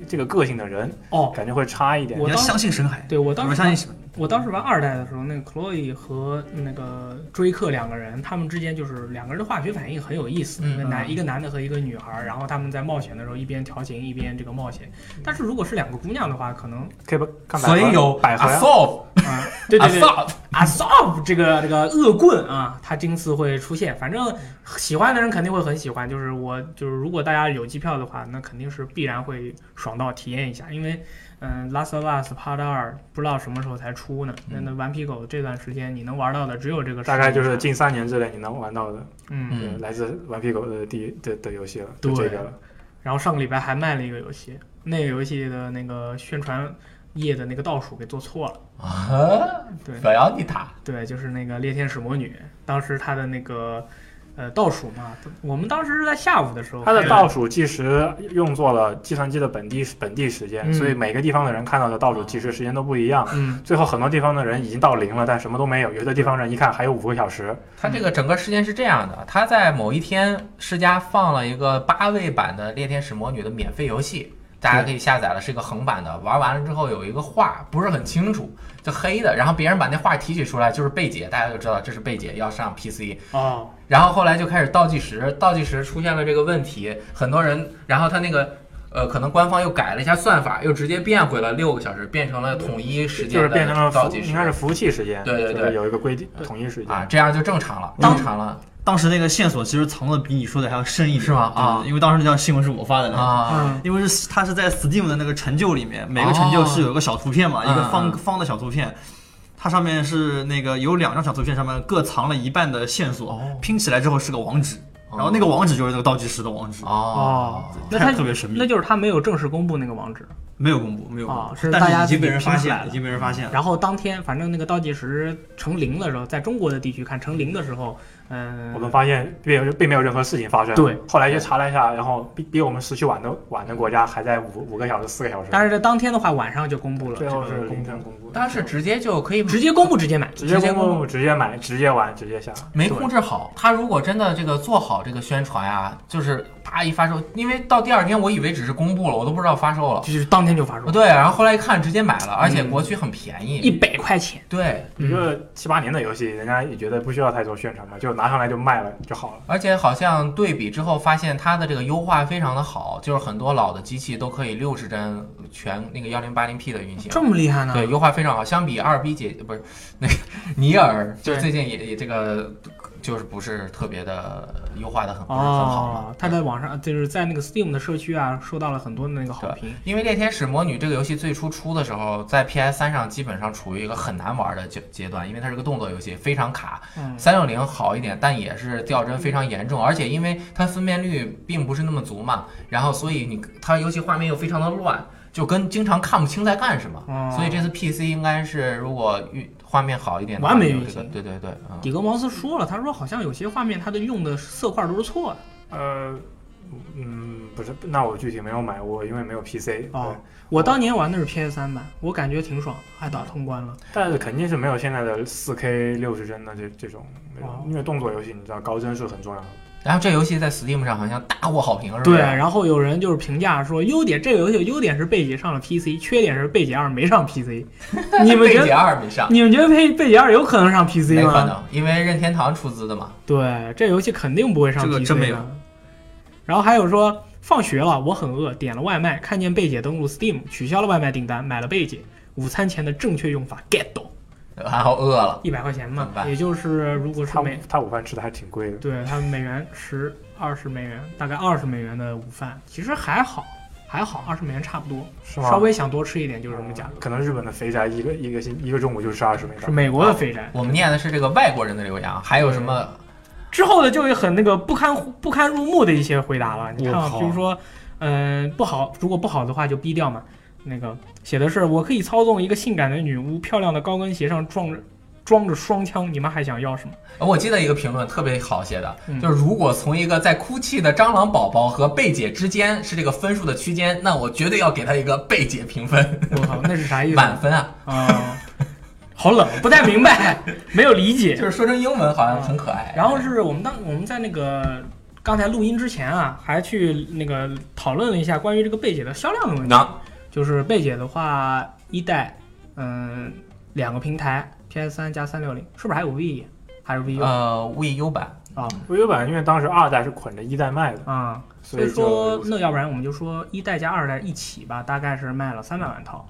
[SPEAKER 4] 这个个性的人，
[SPEAKER 1] 哦，
[SPEAKER 4] 感觉会差一点
[SPEAKER 1] 我。
[SPEAKER 3] 你要
[SPEAKER 1] 当
[SPEAKER 3] 相信深海，
[SPEAKER 1] 对我
[SPEAKER 3] 你
[SPEAKER 1] 当
[SPEAKER 3] 们
[SPEAKER 1] 时
[SPEAKER 3] 相信什么？
[SPEAKER 1] 我当时玩二代的时候，那个 Chloe 和那个追客两个人，他们之间就是两个人的化学反应很有意思。
[SPEAKER 2] 嗯
[SPEAKER 1] 一个男、
[SPEAKER 3] 嗯
[SPEAKER 1] 一个男的和一个女孩，然后他们在冒险的时候一边调情一边这个冒险。但是如果是两个姑娘的话，可能
[SPEAKER 4] 可以不看百合
[SPEAKER 2] 所
[SPEAKER 4] 呀，
[SPEAKER 2] 以有
[SPEAKER 4] 哦百合
[SPEAKER 2] 哦
[SPEAKER 4] 呀
[SPEAKER 2] assault，
[SPEAKER 1] 啊，对对对
[SPEAKER 2] assault，
[SPEAKER 1] a s o p 这个这个恶棍啊，他今次会出现。反正喜欢的人肯定会很喜欢，就是我就是如果大家有机票的话，那肯定是必然会爽到体验一下，因为。嗯，《Last of Us Part 二》不知道什么时候才出呢。那那顽皮狗这段时间你能玩到的只有这个，
[SPEAKER 4] 嗯大概就是近三年之内你能玩到的，
[SPEAKER 1] 嗯。
[SPEAKER 2] 嗯
[SPEAKER 4] 呃来自顽皮狗的第一的的游戏了，
[SPEAKER 1] 对
[SPEAKER 4] 就这个了。
[SPEAKER 1] 然后上个礼拜还卖了一个游戏，那个游戏的那个宣传页的那个倒数给做错了。
[SPEAKER 2] 啊，
[SPEAKER 1] 对
[SPEAKER 2] 表扬你他，
[SPEAKER 1] 对，就是那个《猎天使魔女》，当时它的那个呃倒数嘛，我们当时是在下午的时候
[SPEAKER 4] 它
[SPEAKER 1] 看到，
[SPEAKER 4] 的倒数计时用作了计算机的本地本地时间，
[SPEAKER 1] 嗯
[SPEAKER 4] 所以每个地方的人看到的倒数计时时间都不一样。
[SPEAKER 1] 嗯，
[SPEAKER 4] 最后很多地方的人已经到零了，但什么都没有。有的地方人一看还有五个小时，
[SPEAKER 2] 他这
[SPEAKER 4] 嗯
[SPEAKER 2] 个整个事件是这样的，他在某一天世嘉放了一个八位版的《猎天使魔女》的免费游戏，大家可以下载了，是一个横版的。玩完了之后有一个画不是很清楚，就黑的，然后别人把那画提取出来就是贝姐，大家就知道这是贝姐要上 PC。
[SPEAKER 1] 哦，
[SPEAKER 2] 然后后来就开始倒计时，倒计时出现了这个问题，很多人，然后他那个。呃，可能官方又改了一下算法，又直接变回了六个小时，变成了统一时
[SPEAKER 4] 就
[SPEAKER 2] 间
[SPEAKER 4] 是
[SPEAKER 2] 的
[SPEAKER 4] 变成了
[SPEAKER 2] 倒
[SPEAKER 4] 服
[SPEAKER 2] 计时，
[SPEAKER 4] 应该是服务器时间，
[SPEAKER 2] 对对对
[SPEAKER 4] 就是有一个规定统一时间。
[SPEAKER 2] 啊，这样就正常了，
[SPEAKER 3] 嗯
[SPEAKER 2] 正常了
[SPEAKER 3] 当时那个线索其实藏的比你说的还要深一点，
[SPEAKER 2] 是吗啊
[SPEAKER 3] 对因为当时那条新闻是我发的
[SPEAKER 4] 嗯
[SPEAKER 2] 啊，
[SPEAKER 3] 因为是它是在 Steam 的那个成就里面，每个成就
[SPEAKER 2] 哦
[SPEAKER 3] 是有一个小图片嘛，
[SPEAKER 2] 嗯
[SPEAKER 3] 一个方
[SPEAKER 2] 嗯
[SPEAKER 3] 方的小图片，它上面是那个有两张小图片，上面各藏了一半的线索，
[SPEAKER 2] 哦
[SPEAKER 3] 拼起来之后是个网址，
[SPEAKER 2] 哦
[SPEAKER 3] 然后那个网址就是那个倒计时的网址，
[SPEAKER 2] 哦，
[SPEAKER 1] 那
[SPEAKER 3] 太
[SPEAKER 1] 他
[SPEAKER 3] 特别神
[SPEAKER 1] 那
[SPEAKER 3] 秘，
[SPEAKER 1] 就是他没有正式公布那个网址，
[SPEAKER 3] 没有公布，没有公
[SPEAKER 1] 哦
[SPEAKER 3] 布，
[SPEAKER 1] 是大
[SPEAKER 3] 但
[SPEAKER 1] 家
[SPEAKER 3] 是已经
[SPEAKER 1] 自己
[SPEAKER 3] 被人发
[SPEAKER 1] 拼起
[SPEAKER 3] 现
[SPEAKER 1] 来
[SPEAKER 3] 了，
[SPEAKER 1] 的
[SPEAKER 3] 已经被人发现了。
[SPEAKER 1] 然后当天反正那个倒计时成零的时候，在中国的地区看成零的时候，嗯、
[SPEAKER 4] 我们发现并没有并没有任何事情发生。
[SPEAKER 1] 对，
[SPEAKER 4] 后来就查了一下，然后比比我们时区晚的晚的国家还在五五个小时、四个小时。
[SPEAKER 1] 但是这当天的话晚上就公布了，
[SPEAKER 4] 最后
[SPEAKER 1] 这
[SPEAKER 4] 是
[SPEAKER 1] 个
[SPEAKER 4] 凌
[SPEAKER 1] 公
[SPEAKER 4] 晨公布的，
[SPEAKER 2] 但是直接就可以
[SPEAKER 1] 直接公布直接买，
[SPEAKER 4] 直接
[SPEAKER 2] 公
[SPEAKER 4] 公布、直接买、直接玩、直接下。
[SPEAKER 2] 没控制好。他如果真的这个做好这个宣传啊，就是啪一发售，因为到第二天我以为只是公布了，我都不知道发售了。哦
[SPEAKER 1] 就是当天就发售
[SPEAKER 2] 不，对，然后后来一看直接买了，而且国区很便
[SPEAKER 1] 一
[SPEAKER 2] 宜。
[SPEAKER 1] 百块钱，嗯
[SPEAKER 2] 对，
[SPEAKER 4] 一个七八年的游戏，人家也觉得不需要太多宣传嘛，就拿上来就卖了就好了。
[SPEAKER 2] 而且好像对比之后发现它的这个优化非常的好，就是很多老的机器都可以六十帧全那个幺零八零 P 的运行。
[SPEAKER 1] 这么厉害呢？
[SPEAKER 2] 对，优化非常好。相比二 B 姐不是那个尼尔，就
[SPEAKER 1] 对
[SPEAKER 2] 最近也也这个就是不是特别的优化的很不是很好嘛
[SPEAKER 1] 哦，。他在网上就是在那个 Steam 的社区啊，受到了很多的那个好评。
[SPEAKER 2] 因为《猎天使魔女》这个游戏最初出的时候，在 PS 三上基本上处于一个很难玩的阶阶段，因为它是个动作游戏，非常卡。
[SPEAKER 1] 嗯
[SPEAKER 2] 三六零好一点，但也是掉帧非常严重，而且因为它分辨率并不是那么足嘛，然后所以你它游戏画面又非常的乱，就跟经常看不清在干什么。
[SPEAKER 1] 哦
[SPEAKER 2] 所以这次 PC 应该是如果运画面好一点的话，
[SPEAKER 1] 完美
[SPEAKER 2] 有
[SPEAKER 1] 运
[SPEAKER 2] 这个
[SPEAKER 1] 行
[SPEAKER 2] 对对对，嗯。
[SPEAKER 1] 底格茅斯说了，他说好像有些画面它的用的色块都是错的。
[SPEAKER 4] 呃，嗯，不是，那我具体没有买，我因为没有 PC
[SPEAKER 1] 哦
[SPEAKER 4] 对
[SPEAKER 1] 我当年玩的是 PS 三版，我感觉挺爽，还打通关了。
[SPEAKER 4] 但是肯定是没有现在的四 K 六十帧的这这种那种
[SPEAKER 1] 哦，
[SPEAKER 4] 因为动作游戏你知道高帧是很重要的。
[SPEAKER 2] 然后这游戏在 Steam 上好像大获好评，是吧？啊
[SPEAKER 1] 对，然后有人就是评价说，优点这个游戏的优点是贝姐上了 PC，缺点是贝姐二没上 PC。你们 觉
[SPEAKER 2] 贝姐
[SPEAKER 1] 得啊
[SPEAKER 2] 二没上，
[SPEAKER 1] 你们觉得贝贝姐二有可能上 PC
[SPEAKER 2] 啊没可
[SPEAKER 1] 吗？
[SPEAKER 2] 能，因为任天堂出资的嘛。
[SPEAKER 1] 对，这游戏肯定不会上
[SPEAKER 3] 这
[SPEAKER 1] PC
[SPEAKER 3] 个真没有
[SPEAKER 1] 的然后还有说，放学了，我很饿，点了外卖，看见贝姐登录 Steam，取消了外卖订单，买了贝姐。午餐前的正确用法 get 到。
[SPEAKER 2] 然后饿了，
[SPEAKER 1] 一百块钱
[SPEAKER 2] 怎
[SPEAKER 1] 嘛
[SPEAKER 2] 么，办
[SPEAKER 1] 也就是如果是
[SPEAKER 4] 他
[SPEAKER 1] 美，
[SPEAKER 4] 他午饭吃的还挺贵的，
[SPEAKER 1] 对他每元十二十美元，大概二十美元的午饭，其实还好，还好，二十美元差不多，
[SPEAKER 4] 是吗？
[SPEAKER 1] 稍微想多吃一点就是这么价格。
[SPEAKER 4] 嗯可能日本的肥宅一个一个星一个中午就吃二十美
[SPEAKER 1] 是
[SPEAKER 4] 刀，
[SPEAKER 1] 美国的肥宅，
[SPEAKER 2] 我们念的是这个外国人的留言啊，还有什么？
[SPEAKER 1] 之后的就有很那个不堪不堪入目的一些回答了。你看
[SPEAKER 4] 我
[SPEAKER 1] 啊，
[SPEAKER 4] 靠
[SPEAKER 1] 比如说，嗯、不好，如果不好的话就逼掉嘛。那个写的是我可以操纵一个性感的女巫，漂亮的高跟鞋上装着装着双枪，你们还想要什么？
[SPEAKER 2] 呃我记得一个评论特别好写的，
[SPEAKER 1] 嗯
[SPEAKER 2] 就是如果从一个在哭泣的蟑螂宝宝和贝姐之间是这个分数的区间，那我绝对要给他一个贝姐评分，
[SPEAKER 1] 我靠，那是啥意 思
[SPEAKER 2] 满
[SPEAKER 1] 啊、
[SPEAKER 2] 分啊！
[SPEAKER 1] 好冷，不太明白，没有理 解
[SPEAKER 2] 就。是说成英文好像很可爱。
[SPEAKER 1] 哎然后是我们当我们在那个 刚才录音之前啊，还去那个讨论了一下关于这个贝姐的销量的问题。
[SPEAKER 2] 能
[SPEAKER 1] 就是贝姐的话，一代，嗯，两个平台，PS 三加三六零，是不是还有 V 还是 VU
[SPEAKER 2] 呃 VU 版，
[SPEAKER 1] 啊？
[SPEAKER 4] 我有版因为当时二代是捆着一代卖的，
[SPEAKER 1] 啊、所
[SPEAKER 4] 所
[SPEAKER 1] 以
[SPEAKER 4] 以就
[SPEAKER 1] 说那要不然我们就说一代加二代一起吧，大概是卖了三百万套，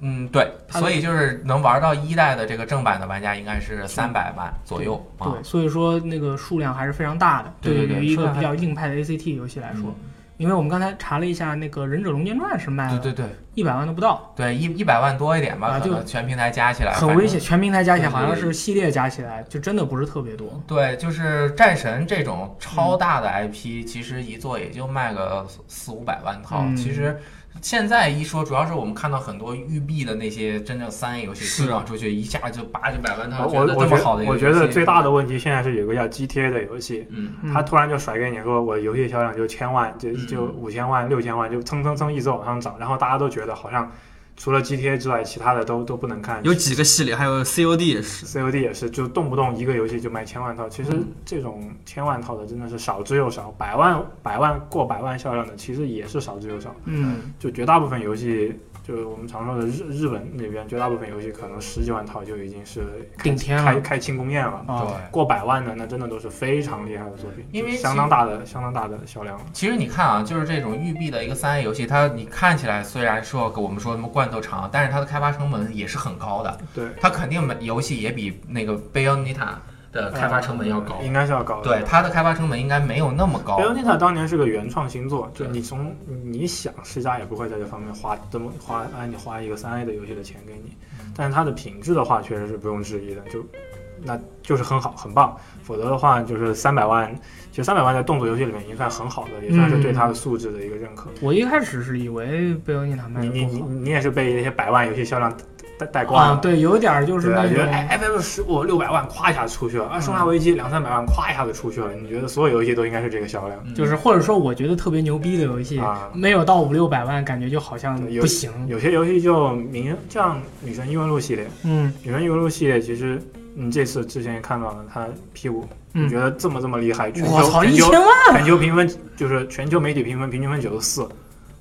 [SPEAKER 2] 嗯对，
[SPEAKER 1] 它的
[SPEAKER 2] 所以就是能玩到一代的这个正版的玩家应该是三百万左右啊。
[SPEAKER 1] 对，所以说那个数量还是非常大的，
[SPEAKER 2] 对对对
[SPEAKER 1] 于一
[SPEAKER 2] 数
[SPEAKER 1] 个
[SPEAKER 2] 量
[SPEAKER 1] 比
[SPEAKER 2] 还
[SPEAKER 1] 较硬派的 ACT 游戏来说，
[SPEAKER 2] 嗯
[SPEAKER 1] 因为我们刚才查了一下，那个《忍者龙剑传》是卖
[SPEAKER 2] 对
[SPEAKER 1] 了
[SPEAKER 2] 对对
[SPEAKER 1] 一百万都不到，
[SPEAKER 2] 对，一一百万多一点吧，
[SPEAKER 1] 啊
[SPEAKER 2] 可
[SPEAKER 1] 就
[SPEAKER 2] 能全平台加起来
[SPEAKER 1] 很
[SPEAKER 2] 反
[SPEAKER 1] 危
[SPEAKER 2] 正
[SPEAKER 1] 险，全平台加起来
[SPEAKER 2] 对
[SPEAKER 1] 好像
[SPEAKER 2] 对
[SPEAKER 1] 是系列加起来就真的不是特别多，
[SPEAKER 2] 对，就是战神这种
[SPEAKER 4] 嗯
[SPEAKER 2] 超大的 IP，、其实一做也就卖个四五百万套。
[SPEAKER 1] 嗯
[SPEAKER 2] 其实现在一说，主要是我们看到很多育碧的那些真正三 A 游戏
[SPEAKER 3] 是
[SPEAKER 2] 推广出去，一下就八九百万套，
[SPEAKER 4] 我
[SPEAKER 2] 觉
[SPEAKER 4] 我
[SPEAKER 2] 得这
[SPEAKER 4] 我
[SPEAKER 2] 么好的
[SPEAKER 4] 觉
[SPEAKER 2] 一个游
[SPEAKER 4] 得我
[SPEAKER 2] 戏
[SPEAKER 4] 觉得最大的问题现在是有个叫 GTA 的游戏，
[SPEAKER 2] 嗯，
[SPEAKER 1] 嗯
[SPEAKER 4] 他突然就甩给你说，我游戏销量就千万，就
[SPEAKER 2] 嗯
[SPEAKER 4] 就五千万、六千万，就蹭蹭蹭一直往上涨，然后大家都觉得好像除了 GTA 之外，其他的都都不能
[SPEAKER 1] 嗯
[SPEAKER 4] 看。
[SPEAKER 3] 有几个系列，还有 COD 也是，
[SPEAKER 4] COD 也是，就动不动一个游戏就卖千万套。其实这种千万套的真的是少之又少，百万百万过百万销量的其实也是少之又少。
[SPEAKER 1] 嗯，
[SPEAKER 4] 就绝大部分游戏，就是我们常说的日日本那边绝大部分游戏可能十几万套就已经是开
[SPEAKER 1] 顶天啊
[SPEAKER 4] 开
[SPEAKER 1] 了
[SPEAKER 4] 开庆功宴了。
[SPEAKER 1] 啊。
[SPEAKER 2] 对。
[SPEAKER 4] 过百万的那真的都是非常厉害的作品，
[SPEAKER 2] 因为
[SPEAKER 4] 就相当大的相当大的销量了。
[SPEAKER 2] 其实你看啊，就是这种育碧的一个三 A 游戏，它你看起来虽然说我们说什么罐头厂，但是它的开发成本也是很高的，
[SPEAKER 4] 对，
[SPEAKER 2] 它肯定每游戏也比那个贝欧尼塔的开发成本要高。
[SPEAKER 4] 呃应该是要高的。
[SPEAKER 2] 对，它的开发成本应该没有那么高。
[SPEAKER 4] ，Bayonetta 当年是个原创新作，就
[SPEAKER 2] 对
[SPEAKER 4] 你从你想，世嘉也不会在这方面花这么花按你花一个三 A 的游戏的钱给你，
[SPEAKER 2] 嗯
[SPEAKER 4] 但是它的品质的话，确实是不用质疑的，就那就是很好很棒，否则的话就是三百万，其实三百万在动作游戏里面已经算很好的，也算是对它的素质的一个认可。
[SPEAKER 1] 我一开始是以为贝欧涅塔卖
[SPEAKER 4] 你
[SPEAKER 1] 的
[SPEAKER 4] 你
[SPEAKER 1] 不
[SPEAKER 4] 你
[SPEAKER 1] 好
[SPEAKER 4] 你也是被那些百万游戏销量带带光了。
[SPEAKER 1] 啊，对，有点儿就是
[SPEAKER 4] 对啊，
[SPEAKER 1] 那
[SPEAKER 4] 觉
[SPEAKER 1] 种
[SPEAKER 4] 得哎，FF 十五六百万，咵一下出去了；啊，生化危机两三百万，咵一下子出去了。你觉得所有游戏都应该是这个销量？
[SPEAKER 2] 嗯
[SPEAKER 1] 就是或者说我觉得特别牛逼的游戏，
[SPEAKER 4] 啊
[SPEAKER 1] 没有到五六百万，感觉就好像
[SPEAKER 4] 对有
[SPEAKER 1] 不行。
[SPEAKER 4] 有些游戏就明像《女神异闻录》系列，《
[SPEAKER 1] 嗯
[SPEAKER 4] 女神异闻录》系列其实你这次之前也看到了，它 P 五，你觉
[SPEAKER 1] 嗯，
[SPEAKER 4] 得这么这么厉害？全
[SPEAKER 1] 我
[SPEAKER 4] 球
[SPEAKER 1] 操，
[SPEAKER 4] 全
[SPEAKER 1] 一
[SPEAKER 4] 球
[SPEAKER 1] 千万！
[SPEAKER 4] 全球评分就是全球媒体评分平均分九十四，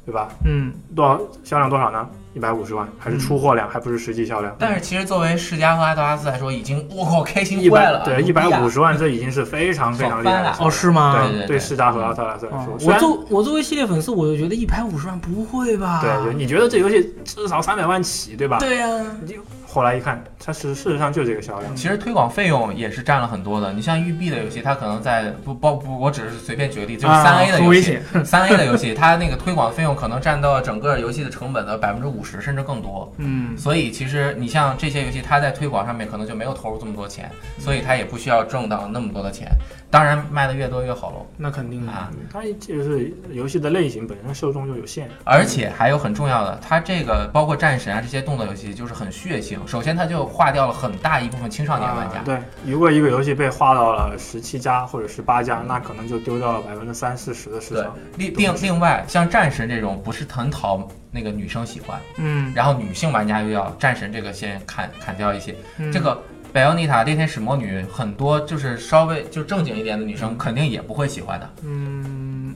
[SPEAKER 4] 对吧？
[SPEAKER 1] 嗯，
[SPEAKER 4] 多少销量多少呢？一百五十万，还是出货量，还不是实际销量。
[SPEAKER 2] 但是其实作为世嘉和阿特拉斯来说，已经我靠开
[SPEAKER 4] 一
[SPEAKER 2] 心坏
[SPEAKER 4] 百
[SPEAKER 2] 了，啊
[SPEAKER 4] 对一百五十万，这已经是非常非常厉害
[SPEAKER 2] 爽
[SPEAKER 4] 的。
[SPEAKER 1] 哦，是吗？
[SPEAKER 2] 对对
[SPEAKER 4] 对
[SPEAKER 2] 对
[SPEAKER 4] 世嘉和阿特拉斯来
[SPEAKER 1] 哦
[SPEAKER 4] 说，虽
[SPEAKER 1] 我
[SPEAKER 4] 然
[SPEAKER 1] 作我作为系列粉丝，我就觉得一百五十万不会吧？
[SPEAKER 4] 对对，你觉得这游戏至少三百万起，对吧？
[SPEAKER 1] 啊对呀，
[SPEAKER 4] 你后来一看，它是事实上就这个销量。
[SPEAKER 2] 其实推广费用也是占了很多的。你像育碧的游戏，它可能在不包不，我只是随便举个例，就是
[SPEAKER 1] 啊
[SPEAKER 2] 三 A 的
[SPEAKER 1] 很
[SPEAKER 2] 游
[SPEAKER 1] 危
[SPEAKER 2] 戏
[SPEAKER 1] 险，
[SPEAKER 2] 三 A 的游戏，它那个推广费用可能占到整个游戏的成本的百分之五十甚至更多。
[SPEAKER 1] 嗯，
[SPEAKER 2] 所以其实你像这些游戏，它在推广上面可能就没有投入这么多钱，所以它也不需要挣到那么多的钱。当然卖的越多越好喽
[SPEAKER 1] 那肯
[SPEAKER 4] 嗯
[SPEAKER 1] 定的。
[SPEAKER 2] 啊！
[SPEAKER 4] 它就是游戏的类型本身受众就有限，
[SPEAKER 2] 而且还有很重要的，它这个包括战神啊这些动作游戏就是很血腥。首先，它就划掉了很大一部分青少年玩家
[SPEAKER 4] 啊。对，如果一个游戏被划到了十七加或者十八加，那可能就丢掉了百分之三四十的市
[SPEAKER 2] 对
[SPEAKER 4] 场。，
[SPEAKER 2] 另另另外，像战神这种不是很讨那个女生喜欢，
[SPEAKER 1] 嗯，
[SPEAKER 2] 然后女性玩家又要战神这个先砍砍掉一些。
[SPEAKER 1] 嗯
[SPEAKER 2] 这个贝奥妮塔猎天使魔女很多就是稍微就正经一点的女生肯定也不会喜欢的。
[SPEAKER 1] 嗯，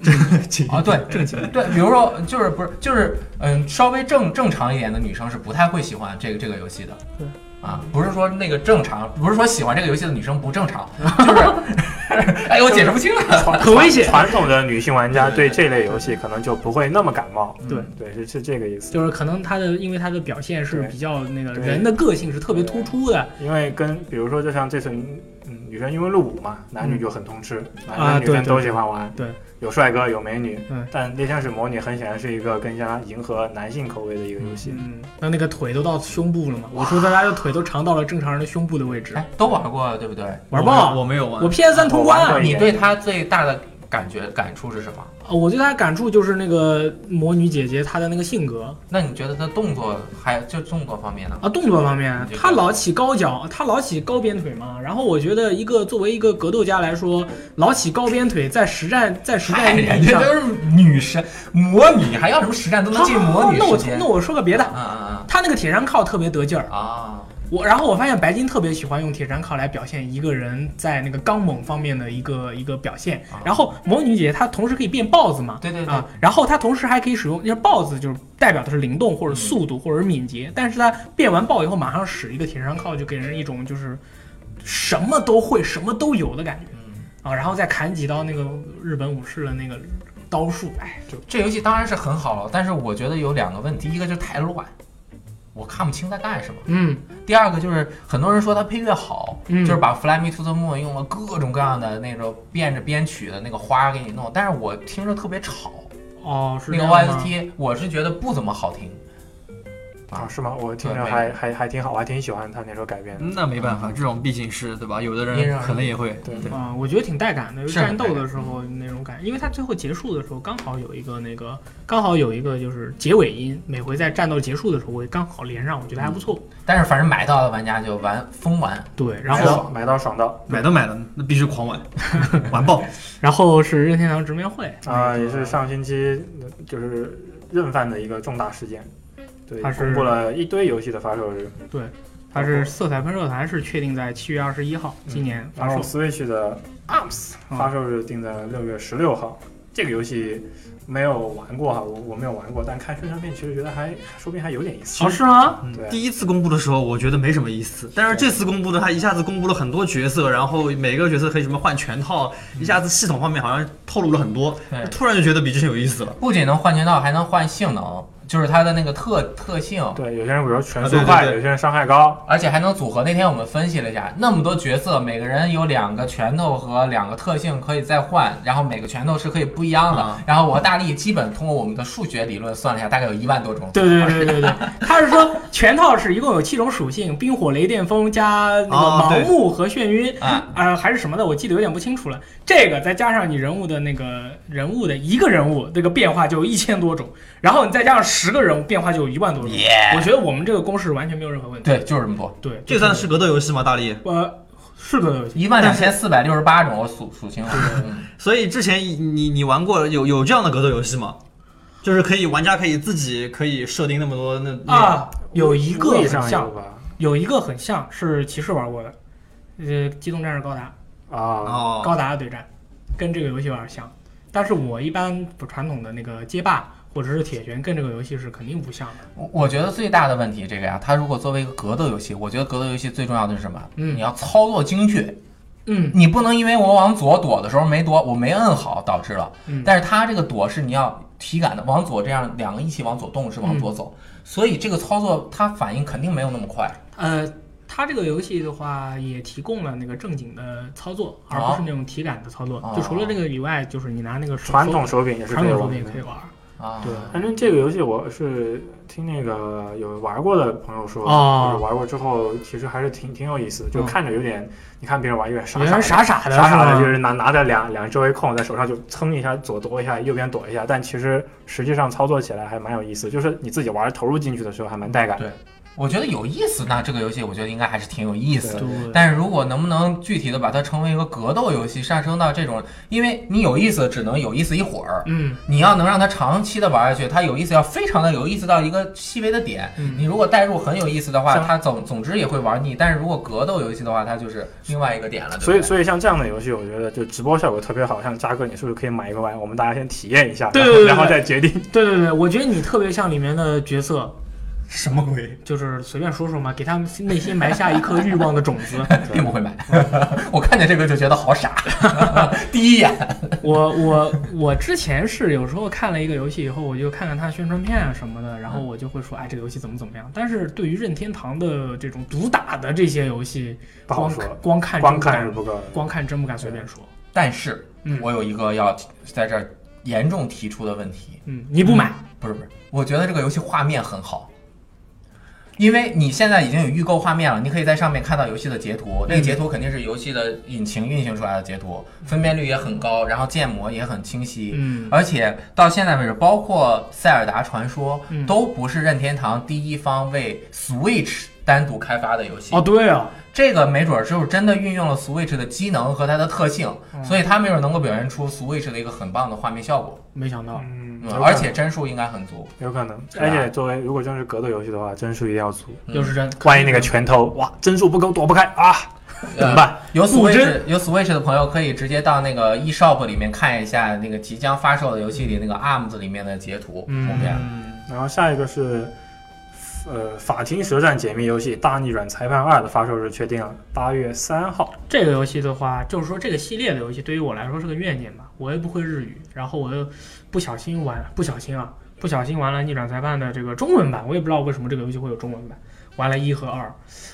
[SPEAKER 2] 啊，对，对，比如说就是不是就是嗯，稍微正正常一点的女生是不太会喜欢这个这个游戏的。啊，不是说那个正常，不是说喜欢这个游戏的女生不 正常，就是，哎，我解释不清了。
[SPEAKER 1] 很危险
[SPEAKER 4] 传统的女性玩家对这类游戏可能就不会那么感冒。嗯
[SPEAKER 1] 对
[SPEAKER 4] 对，是是这个意 思。
[SPEAKER 1] 就是可能他的，因为他的表现是比较那个
[SPEAKER 4] 对
[SPEAKER 1] 人的个性是特别突出的，
[SPEAKER 4] 因为跟比如说，就像这次，嗯，女生因为入伍嘛，男女就很通吃，
[SPEAKER 1] 啊
[SPEAKER 4] 男生女生
[SPEAKER 1] 对
[SPEAKER 4] 都
[SPEAKER 1] 对
[SPEAKER 4] 喜欢玩，
[SPEAKER 1] 对，
[SPEAKER 4] 有帅哥有美女
[SPEAKER 1] 嗯。
[SPEAKER 4] 但《猎天使模拟》很显然是一个更加迎合男性口味的一个游戏。
[SPEAKER 1] 嗯，那那个腿都到胸部了嘛？我说大家的腿都长到了正常人的胸部的位置，
[SPEAKER 2] 哎，都玩过对不对？
[SPEAKER 1] 玩爆
[SPEAKER 3] 我没有玩
[SPEAKER 1] 我，PS 三通关
[SPEAKER 4] 我玩过
[SPEAKER 1] 啊！
[SPEAKER 4] 对
[SPEAKER 2] 你对他最大的感觉感触是什么？
[SPEAKER 1] 啊我对他的感触就是那个魔女姐姐她的那个性格
[SPEAKER 2] 那你觉得他动作还就动作方面呢？
[SPEAKER 1] 啊，动作方面
[SPEAKER 2] 嗯这，个
[SPEAKER 1] 她老起高脚，她老起高鞭腿嘛。然后我觉得一个作为一个格斗家来说，老起高鞭腿在实战在实战意
[SPEAKER 2] 哎人
[SPEAKER 1] 义
[SPEAKER 2] 家
[SPEAKER 1] 上，
[SPEAKER 2] 都是女神魔女，还要什么实战都能进魔
[SPEAKER 1] 好
[SPEAKER 2] 女
[SPEAKER 1] 啊那我
[SPEAKER 2] 时间
[SPEAKER 1] 那？我说个别的，
[SPEAKER 2] 嗯嗯
[SPEAKER 1] 她那个铁山靠特别得劲儿
[SPEAKER 2] 嗯。啊，
[SPEAKER 1] 我然后我发现白金特别喜欢用铁山靠来表现一个人在那个刚猛方面的一个一个表现
[SPEAKER 2] 啊。
[SPEAKER 1] 然后魔女姐姐她同时可以变豹子嘛，
[SPEAKER 2] 对对对
[SPEAKER 1] 啊，然后她同时还可以使用，就是豹子就是代表的是灵动或者速
[SPEAKER 2] 嗯
[SPEAKER 1] 度或者是敏捷，但是她变完豹以后马上使一个铁山靠，就给人一种就是什么都会什么都有的感觉
[SPEAKER 2] 嗯，
[SPEAKER 1] 啊。然后再砍几刀那个日本武士的那个刀术，哎，就
[SPEAKER 2] 这游戏当然是很好了，但是我觉得有两个问题，一个就是太乱，我看不清在干什么。
[SPEAKER 1] 嗯
[SPEAKER 2] 第二个就是很多人说它配乐好，
[SPEAKER 1] 嗯
[SPEAKER 2] 就是把《Fly Me to the Moon》用了各种各样的那种变着编曲的那个花给你弄，但是我听着特别吵，
[SPEAKER 1] 哦是
[SPEAKER 2] 那个
[SPEAKER 1] 这样吗
[SPEAKER 2] OST 我是觉得不怎么好听。啊
[SPEAKER 4] 啊，是吗？我听
[SPEAKER 2] 对
[SPEAKER 4] 着
[SPEAKER 2] 没
[SPEAKER 4] 还
[SPEAKER 2] 有
[SPEAKER 4] 还还挺好，我还挺喜欢他那首改编的。
[SPEAKER 3] 那没办法，这种毕竟是对吧？有的
[SPEAKER 2] 因人
[SPEAKER 3] 人
[SPEAKER 2] 而异
[SPEAKER 3] 可能也会
[SPEAKER 4] 对
[SPEAKER 3] 对
[SPEAKER 1] 啊、我觉得挺带感的，就是
[SPEAKER 2] 是
[SPEAKER 1] 战
[SPEAKER 2] 很
[SPEAKER 1] 斗的时候那种感，因为它最后结束的时候刚好有一个那个，刚好有一个就是结尾音，每回在战斗结束的时候，我也刚好连上，我觉得还不错。
[SPEAKER 2] 但是反正买到的玩家就玩疯玩，
[SPEAKER 1] 对，然
[SPEAKER 4] 买到
[SPEAKER 1] 后
[SPEAKER 4] 爽买到爽到
[SPEAKER 3] 买都买了，那必须狂 玩，玩爆。
[SPEAKER 1] 然后是任天堂直面会，
[SPEAKER 2] 嗯
[SPEAKER 4] 啊，也是上星期呃就是任范的一个重大事件，对，
[SPEAKER 1] 它是
[SPEAKER 4] 公布了一堆游戏的发售日，
[SPEAKER 1] 它是色彩喷射台是确定在七月二十一号今年
[SPEAKER 4] 嗯然
[SPEAKER 1] 发售
[SPEAKER 4] 后。Switch 的 ARMS
[SPEAKER 1] 嗯
[SPEAKER 4] 发售日定在六月十六号。这个游戏没有玩过哈，我我没有玩过，但看宣传片其实觉得还说不定还有点意思啊
[SPEAKER 1] 哦，。是吗？
[SPEAKER 3] 嗯
[SPEAKER 4] 对
[SPEAKER 3] 第一次公布的时候，我觉得没什么意思，但是这次公布的，他一下子公布了很多角色，然后每个角色可以什么换全套，一下子系统方面好像透露了很多
[SPEAKER 2] 对，
[SPEAKER 3] 嗯突然就觉得比之前有意思了。
[SPEAKER 2] 不仅能换拳道，还能换性能，就是它的那个特特性，
[SPEAKER 4] 对，有些人比如全
[SPEAKER 3] 啊
[SPEAKER 4] 速
[SPEAKER 3] 对对
[SPEAKER 4] 快，
[SPEAKER 3] 对
[SPEAKER 4] 有些人伤害高，
[SPEAKER 2] 而且还能组合。那天我们分析了一下，那么多角色，每个人有两个拳头和两个特性可以再换，然后每个拳头是可以不一样的。
[SPEAKER 1] 嗯
[SPEAKER 3] 啊
[SPEAKER 2] 然后我和大力基本通过我们的数学理论算了一下，大概有一万多种。
[SPEAKER 1] 对对对 对对，它是说全套是一共有七种属性：冰火雷电风加那个
[SPEAKER 3] 哦
[SPEAKER 1] 盲
[SPEAKER 3] 对
[SPEAKER 1] 目和眩晕，
[SPEAKER 2] 啊，
[SPEAKER 1] 啊、还是什么的，我记得有点不清楚了。这个再加上你人物的那个人物的一个人物这个变化就有一千多种，然后你再加上十个人物变化就有一万多种。
[SPEAKER 2] 耶
[SPEAKER 1] 我觉得我们这个公式完全没有任何问题。
[SPEAKER 2] 对，就是这么多，
[SPEAKER 1] 对，
[SPEAKER 3] 这算是格斗游戏吗，大力？
[SPEAKER 1] 呃是格斗游戏，
[SPEAKER 2] 一万两千四百六十八种，我数数清了。嗯
[SPEAKER 3] 所以之前你你玩过有有这样的格斗游戏吗？就是可以玩家可以自己可以设定那么多那那
[SPEAKER 1] 啊，有一个
[SPEAKER 4] 位
[SPEAKER 1] 很
[SPEAKER 4] 上有
[SPEAKER 1] 像，
[SPEAKER 4] 吧？
[SPEAKER 1] 有一个很像是骑士玩过的，呃，机动战士高达，
[SPEAKER 4] 啊，
[SPEAKER 3] 哦
[SPEAKER 1] 高达的对战，跟这个游戏有点像。但是我一般不传统的那个街霸或者是铁拳跟这个游戏是肯定不像的。
[SPEAKER 2] 我我觉得最大的问题，这个呀，它如果作为一个格斗游戏，我觉得格斗游戏最重要的是什么？
[SPEAKER 1] 嗯
[SPEAKER 2] 你要操作精确。
[SPEAKER 1] 嗯
[SPEAKER 2] 你不能因为我往左躲的时候没躲，我没摁好导致了。
[SPEAKER 1] 嗯
[SPEAKER 2] 但是它这个躲是你要体感的，往左这样两个一起往左动是往
[SPEAKER 1] 嗯
[SPEAKER 2] 左走，所以这个操作它反应肯定没有那么快。
[SPEAKER 1] 呃，它这个游戏的话也提供了那个正经的操作，而不是那种体感的操作。
[SPEAKER 2] 哦
[SPEAKER 1] 就除了这个以外，就是你拿那个手
[SPEAKER 4] 传统手柄也是
[SPEAKER 1] 传
[SPEAKER 4] 可以
[SPEAKER 1] 统手
[SPEAKER 4] 玩
[SPEAKER 1] 柄也
[SPEAKER 4] 的
[SPEAKER 1] 可以玩。
[SPEAKER 2] 啊，
[SPEAKER 4] 对，反正这个游戏我是听那个有玩过的朋友说，
[SPEAKER 1] 哦
[SPEAKER 4] 就是玩过之后其实还是挺挺有意思的，就
[SPEAKER 1] 嗯
[SPEAKER 4] 看着有点，你看别人玩有点傻
[SPEAKER 1] 有
[SPEAKER 4] 傻
[SPEAKER 1] 人
[SPEAKER 4] 的
[SPEAKER 1] 傻傻的，
[SPEAKER 4] 傻傻的，
[SPEAKER 1] 是
[SPEAKER 4] 就
[SPEAKER 1] 吗
[SPEAKER 4] 是拿拿着两两周围控在手上就蹭一下，左躲一下，右边躲一下，但其实实际上操作起来还蛮有意思，就是你自己玩儿投入进去的时候还蛮带感的。
[SPEAKER 2] 我觉得有意思，那这个游戏我觉得应该还是挺有意思的。
[SPEAKER 1] 对
[SPEAKER 2] 但是如果能不能具体的把它成为一个格斗游戏，上升到这种，因为你有意思只能有意思一会儿，
[SPEAKER 1] 嗯
[SPEAKER 2] 你要能让它长期的玩下去，它有意思要非常的有意思到一个细微的点。
[SPEAKER 1] 嗯，
[SPEAKER 2] 你如果代入很有意思的话，
[SPEAKER 4] 像
[SPEAKER 2] 它总总之也会玩腻。但是如果格斗游戏的话，它就是另外一个点了。对不
[SPEAKER 4] 所以，
[SPEAKER 2] 对
[SPEAKER 4] 所以像这样的游戏，我觉得就直播效果特别好。像扎哥，你是不是可以买一个玩？我们大家先体验一下，
[SPEAKER 1] 对对对对
[SPEAKER 4] 然后然后再决定。
[SPEAKER 1] 对对对，我觉得你特别像里面的角色，
[SPEAKER 3] 什么鬼？
[SPEAKER 1] 就是随便说说嘛，给他们内心埋下一颗欲望的种子。
[SPEAKER 2] 并不会买。 我看见这个就觉得好傻， 第一眼
[SPEAKER 1] 我我我之前是有时候看了一个游戏以后，我就看看它宣传片啊什么的，然
[SPEAKER 4] 嗯
[SPEAKER 1] 后我就会说，哎，这个游戏怎么怎么样。但是对于任天堂的这种主打的这些游戏，
[SPEAKER 4] 不好
[SPEAKER 1] 光
[SPEAKER 4] 说
[SPEAKER 1] 光看
[SPEAKER 4] 光
[SPEAKER 1] 真不
[SPEAKER 4] 看
[SPEAKER 1] 敢
[SPEAKER 4] 是不够的。
[SPEAKER 1] 光看真不敢随便说。
[SPEAKER 2] 但是
[SPEAKER 1] 嗯
[SPEAKER 2] 我有一个要在这儿严重提出的问题，
[SPEAKER 1] 嗯，你不买，
[SPEAKER 2] 不是不是，我觉得这个游戏画面很好，因为你现在已经有预购画面了，你可以在上面看到游戏的截图，那个截图肯定是游戏的引擎运行出来的截图，分辨率也很高，然后建模也很清晰，
[SPEAKER 1] 嗯
[SPEAKER 2] 而且到现在为止，包括《塞尔达传说》
[SPEAKER 1] 嗯
[SPEAKER 2] 都不是任天堂第一方为 Switch 单独开发的游戏。
[SPEAKER 1] 哦，对啊，
[SPEAKER 2] 这个没准儿就是真的运用了 Switch 的机能和它的特性，所以它没准儿能够表现出 Switch 的一个很棒的画面效果，
[SPEAKER 1] 没想到，
[SPEAKER 4] 嗯
[SPEAKER 2] 嗯，
[SPEAKER 4] 有可能
[SPEAKER 2] 而且帧数应该很足。
[SPEAKER 4] 有可能，
[SPEAKER 2] 对吧
[SPEAKER 4] 而且作为如果真是格斗游戏的话，帧数一定要足，
[SPEAKER 2] 嗯
[SPEAKER 1] 又是真，
[SPEAKER 4] 万一那个拳头哇帧数不够躲不开啊，怎么办？
[SPEAKER 2] 有
[SPEAKER 1] 素
[SPEAKER 2] Switch
[SPEAKER 1] 贞
[SPEAKER 2] 有 Switch 的朋友可以直接到那个 eShop 里面看一下那个即将发售的游戏里那个 ARMS 里面的截图图片。
[SPEAKER 1] 嗯，
[SPEAKER 4] 然后下一个是，呃，法庭舌战解密游戏《大逆转裁判二》的发售日确定了，八月三号。
[SPEAKER 1] 这个游戏的话，就是说这个系列的游戏对于我来说是个怨念吧，我又不会日语，然后我又不小心玩，不小心啊，不小心玩了《逆转裁判》的这个中文版，我也不知道为什么这个游戏会有中文版，玩了一和二，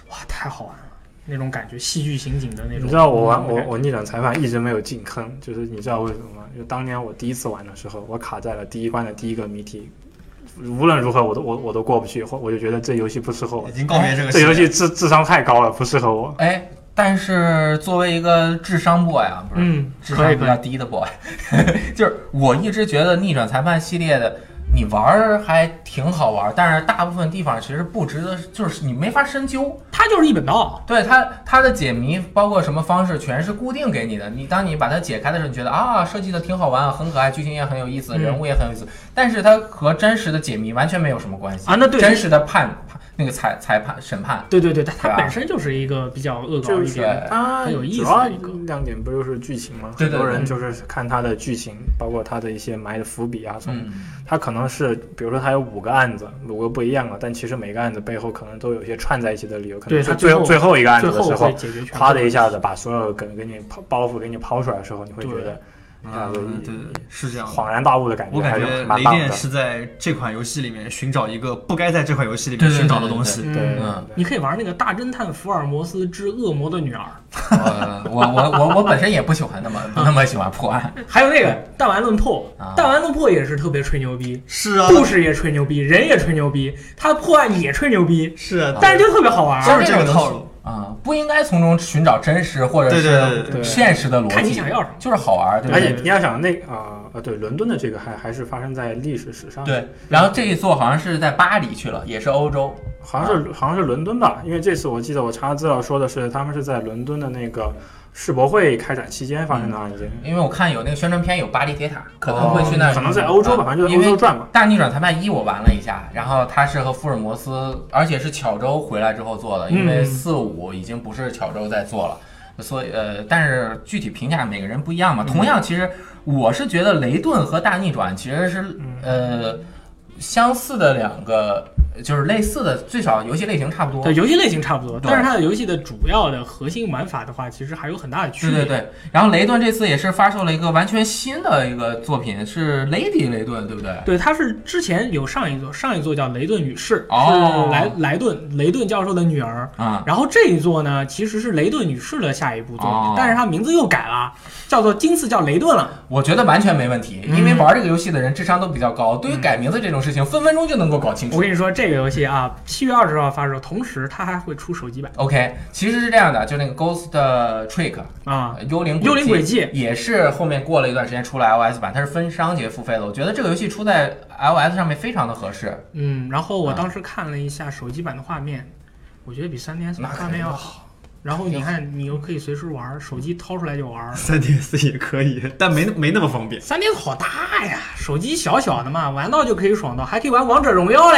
[SPEAKER 1] 哇，太好玩了，那种感觉，戏剧刑警的那种。嗯
[SPEAKER 4] 你知道我玩
[SPEAKER 1] 那种
[SPEAKER 4] 我
[SPEAKER 1] 感觉
[SPEAKER 4] 我逆转裁判一直没有进坑，就是你知道为什么吗？就当年我第一次玩的时候，我卡在了第一关的第一个谜题，无论如何我都我我都过不去，或我就觉得这游戏不适合我
[SPEAKER 3] 已，经告别这个
[SPEAKER 4] 哎这游
[SPEAKER 3] 系列
[SPEAKER 4] 戏智智商太高了，不适合我。
[SPEAKER 2] 哎，但是作为一个智商 boy 啊，不是、
[SPEAKER 1] 嗯，
[SPEAKER 2] 智
[SPEAKER 1] 可以
[SPEAKER 2] 商
[SPEAKER 1] 可
[SPEAKER 2] 比
[SPEAKER 1] 以
[SPEAKER 2] 较，低的 boy，就是我一直觉得逆转裁判系列的。你玩儿还挺好玩儿，但是大部分地方其实不值得，就是你没法深究。
[SPEAKER 1] 它就是一本道，
[SPEAKER 2] 对它，它的解谜包括什么方式，全是固定给你的。你当你把它解开的时候，你觉得啊，设计的挺好玩啊，很可爱，剧情也很有意思，
[SPEAKER 1] 嗯
[SPEAKER 2] 人物也很有意思。但是它和真实的解谜完全没有什么关系
[SPEAKER 1] 啊那对
[SPEAKER 2] 真实的判判那个裁裁判审判，
[SPEAKER 1] 对对对，它
[SPEAKER 2] 对
[SPEAKER 1] 它
[SPEAKER 2] 啊
[SPEAKER 1] 本身就是一个比较恶搞
[SPEAKER 4] 就
[SPEAKER 1] 一
[SPEAKER 4] 是
[SPEAKER 1] 点的。
[SPEAKER 4] 它
[SPEAKER 1] 很有意思
[SPEAKER 4] 主要
[SPEAKER 1] 的一个
[SPEAKER 4] 亮点不就是剧情吗？
[SPEAKER 2] 对
[SPEAKER 4] 很
[SPEAKER 2] 对
[SPEAKER 4] 多人
[SPEAKER 1] 对
[SPEAKER 4] 就是看它的剧情，包括它的一些埋的伏笔啊什么。
[SPEAKER 2] 嗯，
[SPEAKER 4] 它可能是，比如说它有五个案子，五个不一样的，但其实每个案子背后可能都有一些串在一起的理由。可能
[SPEAKER 1] 对
[SPEAKER 4] 是
[SPEAKER 1] 它
[SPEAKER 4] 最
[SPEAKER 1] 最后
[SPEAKER 4] 最后一个案
[SPEAKER 1] 最
[SPEAKER 4] 子的
[SPEAKER 1] 后
[SPEAKER 4] 时
[SPEAKER 1] 会
[SPEAKER 4] 候，
[SPEAKER 1] 解决全部。
[SPEAKER 4] 啪的一下子把所有梗给你抛包袱给你抛出来的时候，你会觉得哎
[SPEAKER 3] 啊，对对对，是这样的
[SPEAKER 4] 恍。然大悟的感
[SPEAKER 3] 我
[SPEAKER 4] 还
[SPEAKER 3] 感
[SPEAKER 4] 是
[SPEAKER 3] 觉
[SPEAKER 4] 蛮
[SPEAKER 3] 雷
[SPEAKER 4] 棒
[SPEAKER 3] 电
[SPEAKER 4] 的。
[SPEAKER 3] 是在这款游戏里面寻找一个不该在这款游戏里
[SPEAKER 2] 对对
[SPEAKER 3] 面
[SPEAKER 2] 对
[SPEAKER 3] 寻找
[SPEAKER 2] 对
[SPEAKER 3] 的
[SPEAKER 2] 对
[SPEAKER 3] 东西。
[SPEAKER 4] 对对
[SPEAKER 2] 嗯
[SPEAKER 1] 你可以玩那个《大侦探福尔摩斯之恶魔的女儿
[SPEAKER 2] 我
[SPEAKER 3] 嗯
[SPEAKER 2] 我我我我本身也不喜欢那么那么喜欢破案，》，
[SPEAKER 1] 还有那个《弹丸论破
[SPEAKER 2] 啊》。
[SPEAKER 1] 弹丸论破也是特别吹牛逼，
[SPEAKER 3] 是啊，
[SPEAKER 1] 故事也吹牛逼，人也吹牛逼，他的破案也吹牛逼，
[SPEAKER 3] 是啊，
[SPEAKER 1] 但是就特别好玩
[SPEAKER 3] 就
[SPEAKER 1] 儿。
[SPEAKER 2] 像
[SPEAKER 3] 是这
[SPEAKER 2] 这
[SPEAKER 3] 个
[SPEAKER 2] 种
[SPEAKER 3] 套路。
[SPEAKER 2] 啊，不应该从中寻找真实或者
[SPEAKER 3] 对对
[SPEAKER 2] 是
[SPEAKER 3] 对
[SPEAKER 4] 对
[SPEAKER 2] 现实的逻辑，
[SPEAKER 1] 看你想要什么
[SPEAKER 2] 就是好玩儿，对不
[SPEAKER 4] 而
[SPEAKER 2] 对？
[SPEAKER 4] 哎且你要想那啊呃对，伦敦的这个还还是发生在历史史上的，
[SPEAKER 2] 对，然后这一座好像是在巴黎去了，也是欧洲，
[SPEAKER 4] 好像是好像是伦敦吧，因为这次我记得我查资料说的是他们是在伦敦的那个世博会开展期间发生的案件，
[SPEAKER 2] 因为我看有那个宣传片有巴黎铁塔，可能会去那儿、
[SPEAKER 4] 哦可能在欧洲吧，
[SPEAKER 2] 啊
[SPEAKER 4] 反正就在
[SPEAKER 2] 因
[SPEAKER 4] 欧
[SPEAKER 2] 为
[SPEAKER 4] 洲转嘛。
[SPEAKER 2] 大逆转裁判一我玩了一下，然后他是和福尔摩斯，而且是巧周回来之后做的，因为
[SPEAKER 1] 嗯
[SPEAKER 2] 四五已经不是巧周在做了，所以呃，但是具体评价每个人不一样嘛。
[SPEAKER 4] 嗯
[SPEAKER 2] 同样，其实我是觉得雷顿和大逆转其实是
[SPEAKER 4] 嗯
[SPEAKER 2] 呃相似的两个，就是类似的，最少游戏类型差不多。
[SPEAKER 1] 对，游戏类型差不多，
[SPEAKER 2] 对
[SPEAKER 1] 但是它的游戏的主要的核心玩法的话，其实还有很大的区
[SPEAKER 2] 对
[SPEAKER 1] 别。
[SPEAKER 2] 对对，然后雷顿这次也是发售了一个完全新的一个作品，是 Lady 雷顿，对不对？
[SPEAKER 1] 对，它是之前有上一座，上一座叫雷顿女士，
[SPEAKER 2] 哦
[SPEAKER 1] 是莱莱顿雷顿教授的女儿。
[SPEAKER 2] 啊、
[SPEAKER 1] 然后这一座呢，其实是雷顿女士的下一部作品，
[SPEAKER 2] 哦
[SPEAKER 1] 但是它名字又改了，叫做今次叫雷顿了。
[SPEAKER 2] 我觉得完全没问题，
[SPEAKER 1] 嗯
[SPEAKER 2] 因为玩这个游戏的人智商都比较高，对于改名字这种事情，分分钟就能够搞清
[SPEAKER 1] 我
[SPEAKER 2] 楚
[SPEAKER 1] 跟。你说，这个游戏啊，七月二十号发售，同时它还会出手机版
[SPEAKER 2] OK，其实是这样的，就那个 Ghost Trick 呃
[SPEAKER 1] 啊。
[SPEAKER 2] 幽灵
[SPEAKER 1] 幽灵轨迹
[SPEAKER 2] 也是后面过了一段时间出了 iOS 版，它是分商节付费的。我觉得这个游戏出在 iOS 上面非常的合适，
[SPEAKER 1] 嗯，然后我
[SPEAKER 2] 啊
[SPEAKER 1] 当时看了一下手机版的画面，我觉得比3 DS
[SPEAKER 2] 那
[SPEAKER 1] 版
[SPEAKER 2] 肯
[SPEAKER 1] 画
[SPEAKER 2] 定
[SPEAKER 1] 面要
[SPEAKER 2] 要
[SPEAKER 1] 好。然后你看，
[SPEAKER 2] 嗯
[SPEAKER 1] 你又可以随时玩，手机掏出来就玩。
[SPEAKER 3] 三 DS 也可以，但没没那么方便。
[SPEAKER 1] 3 DS 好大呀，手机小小的嘛，玩到就可以爽到，还可以玩王者荣耀嘞。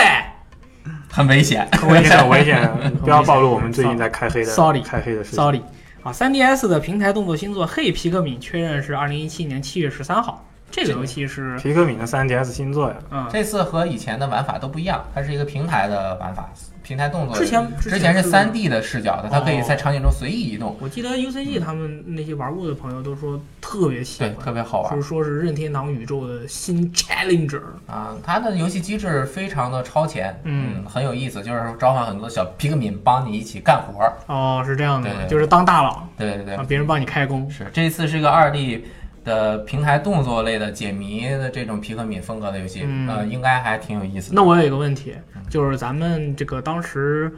[SPEAKER 2] 很危险。
[SPEAKER 4] 很危险，很危险！不要暴露我们最近在开黑的
[SPEAKER 1] Sorry
[SPEAKER 4] 开黑的事情。
[SPEAKER 1] Sorry，啊，3DS 的平台动作新作《嘿皮克敏》确认是2017年7月13号这个游戏是
[SPEAKER 4] 皮克敏的 3DS 新作呀，
[SPEAKER 1] 嗯，
[SPEAKER 2] 这次和以前的玩法都不一样，它是一个平台的玩法，平台动作。
[SPEAKER 1] 之前
[SPEAKER 2] 之前是
[SPEAKER 1] 是嗯
[SPEAKER 2] 三 D 的视角的，它可以
[SPEAKER 1] 哦
[SPEAKER 2] 在场景中随意移动，
[SPEAKER 1] 我记得 UCG 他们那些玩过的朋友都说特别喜
[SPEAKER 2] 嗯对，
[SPEAKER 1] 欢，
[SPEAKER 2] 特别好玩
[SPEAKER 1] 就是说是任天堂宇宙的新 challenger，
[SPEAKER 2] 啊！它的游戏机制非常的超前，
[SPEAKER 1] 嗯
[SPEAKER 2] 嗯，很有意思，就是召唤很多小皮克敏帮你一起干活儿。
[SPEAKER 1] 哦，是这样
[SPEAKER 2] 对
[SPEAKER 1] 的，
[SPEAKER 2] 对
[SPEAKER 1] 就是当大佬，
[SPEAKER 2] 对对对
[SPEAKER 1] 让，别人帮你开工，
[SPEAKER 2] 是这次是一个二 D 的平台动作类的解谜的这种皮克敏风格的游戏，
[SPEAKER 1] 嗯
[SPEAKER 2] 呃，应该还挺有意思的。
[SPEAKER 1] 那我有一个问题，就是咱们这个当时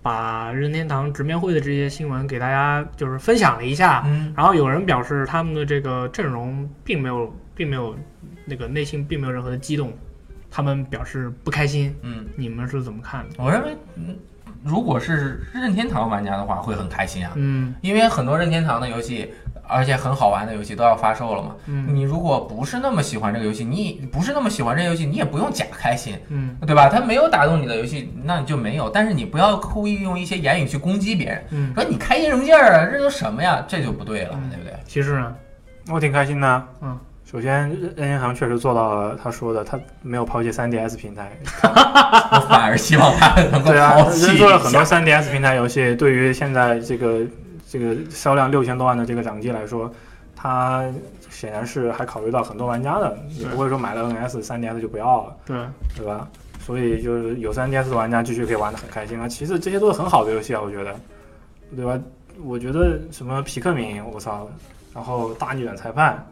[SPEAKER 1] 把任天堂直面会的这些新闻给大家就是分享了一下，
[SPEAKER 2] 嗯，
[SPEAKER 1] 然后有人表示他们的这个阵容并没有，并没有那个内心并没有任何的激动，他们表示不开心。
[SPEAKER 2] 嗯，
[SPEAKER 1] 你们是怎么看的？
[SPEAKER 2] 我认为，嗯，如果是任天堂玩家的话，会很开心啊，
[SPEAKER 1] 嗯
[SPEAKER 2] 因为很多任天堂的游戏，而且很好玩的游戏都要发售了嘛。
[SPEAKER 1] 嗯
[SPEAKER 2] 你如果不是那么喜欢这个游戏，你不是那么喜欢这个游戏，你也不用假开心，
[SPEAKER 1] 嗯
[SPEAKER 2] 对吧？它没有打动你的游戏，那你就没有。但是你不要故意用一些言语去攻击别人，
[SPEAKER 1] 嗯，
[SPEAKER 2] 说你开心什么劲儿啊？这都什么呀？这就不对了
[SPEAKER 1] 嗯，
[SPEAKER 2] 对不对？
[SPEAKER 1] 其实呢，
[SPEAKER 4] 我挺开心的。啊
[SPEAKER 1] 嗯，
[SPEAKER 4] 首先任任天堂确实做到了他说的，他没有抛弃 3DS 平台，
[SPEAKER 2] 我反而希望他能够
[SPEAKER 4] 对啊，
[SPEAKER 2] 抛
[SPEAKER 4] 认
[SPEAKER 2] 弃
[SPEAKER 4] 真
[SPEAKER 2] 一
[SPEAKER 4] 做了很多
[SPEAKER 2] 下。
[SPEAKER 4] 3DS 平台游戏，对于现在这个这个销量六千多万的这个掌机来说，它显然是还考虑到很多玩家的，也
[SPEAKER 1] 对
[SPEAKER 4] 不会说买了 NS 3DS 就不要了，
[SPEAKER 1] 对，
[SPEAKER 4] 对吧？所以就是有 3DS 的玩家继续可以玩得很开心啊。其实这些都是很好的游戏啊，我觉得，对吧？我觉得什么皮克敏，我操，然后大逆转裁判。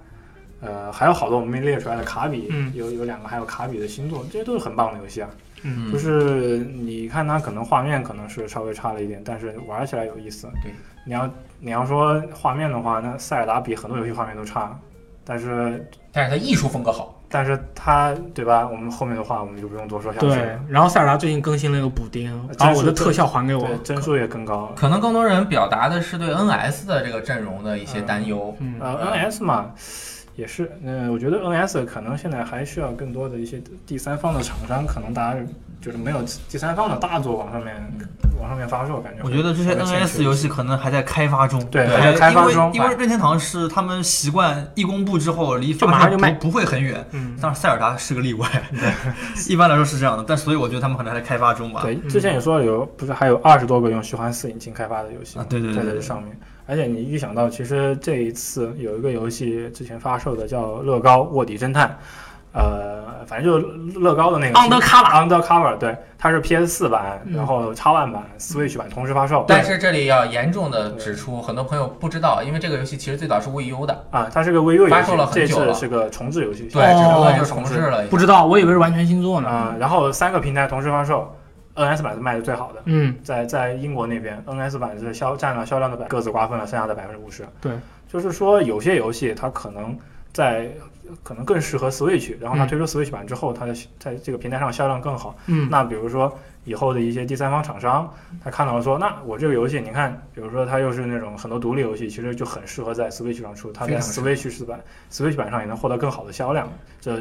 [SPEAKER 4] 呃，还有好多我们没列出来的卡比，
[SPEAKER 1] 嗯
[SPEAKER 4] 有有两个还有卡比的星座，这些都是很棒的游戏啊。
[SPEAKER 2] 嗯
[SPEAKER 4] 就是你看它可能画面可能是稍微差了一点，但是玩起来有意思。
[SPEAKER 2] 对，
[SPEAKER 4] 你要你要说画面的话，那塞尔达比很多游戏画面都差，但是
[SPEAKER 2] 但是他艺术风格好，
[SPEAKER 4] 但是它对吧？我们后面的话我们就不用多说下去
[SPEAKER 1] 对
[SPEAKER 4] 了。。
[SPEAKER 1] 然后塞尔达最近更新了一个补丁，
[SPEAKER 4] 真
[SPEAKER 1] 把我
[SPEAKER 4] 是
[SPEAKER 1] 的
[SPEAKER 4] 这
[SPEAKER 1] 特效还给我
[SPEAKER 4] 对，。帧数也更高。
[SPEAKER 2] 可能更多人表达的是对 NS 的这个阵容的一些担忧。
[SPEAKER 1] 嗯
[SPEAKER 4] 呃，NS 嘛，也是，呃，我觉得 NS 可能现在还需要更多的一些第三方的厂商，可能大家就是没有第三方的大作往上面
[SPEAKER 1] 嗯
[SPEAKER 4] 往上面发售，感觉
[SPEAKER 3] 我觉得这些
[SPEAKER 4] 稍微欠缺
[SPEAKER 3] NS 游戏可能还在开发中，哎
[SPEAKER 4] 对
[SPEAKER 2] 还
[SPEAKER 4] 在开发中
[SPEAKER 3] 因为因为任天堂是他们习惯一公布之后离
[SPEAKER 1] 就马上就卖
[SPEAKER 3] 卖不不会很远，
[SPEAKER 1] 嗯
[SPEAKER 3] 但是塞尔达是个例外， 一般来说是这样的，但所以我觉得他们可能还在开发中吧。
[SPEAKER 4] 对，
[SPEAKER 2] 嗯
[SPEAKER 4] 之前也说了有，不是还有二十多个用虚幻四引擎开发的游戏
[SPEAKER 3] 啊对对对
[SPEAKER 4] 在
[SPEAKER 3] 对
[SPEAKER 4] 这
[SPEAKER 3] 对
[SPEAKER 4] 上面。而且你预想到，其实这一次有一个游戏之前发售的叫《乐高卧底侦探》，呃，反正就是乐高的那个
[SPEAKER 1] Undercover
[SPEAKER 4] Undercover，对，它是 PS 四版，
[SPEAKER 1] 嗯
[SPEAKER 4] 然后 X One 版、Switch 版同时发售。
[SPEAKER 2] 但是这里要严重的指出，很多朋友不知道，因为这个游戏其实最早是 Wii U 的，
[SPEAKER 4] 啊，它是个 VU 游戏，
[SPEAKER 2] 发售了很
[SPEAKER 4] 这
[SPEAKER 2] 久了
[SPEAKER 4] 次是个重置游戏，
[SPEAKER 2] 对，
[SPEAKER 1] 哦
[SPEAKER 2] 只不过就
[SPEAKER 4] 就是
[SPEAKER 2] 重置了。
[SPEAKER 1] 不知道，我以为是完全新作呢。
[SPEAKER 4] 啊、然后三个平台同时发售，NS 版是卖的最好的。
[SPEAKER 1] 嗯，
[SPEAKER 4] 在在英国那边，NS 版是销占了销量的百，各自瓜分了剩下的百分之五十。
[SPEAKER 1] 对，
[SPEAKER 4] 就是说有些游戏它可能在可能更适合 Switch，然后它
[SPEAKER 1] 嗯
[SPEAKER 4] 推出 Switch 版之后，它的在这个平台上销量更好。
[SPEAKER 1] 嗯，
[SPEAKER 4] 那比如说以后的一些第三方厂商，他看到了说，那我这个游戏，你看，比如说它又是那种很多独立游戏，其实就很适合在 Switch 上出，它
[SPEAKER 2] 非
[SPEAKER 4] 在
[SPEAKER 2] 常适
[SPEAKER 4] Switch 四版 Switch 版上也能获得更好的销量。这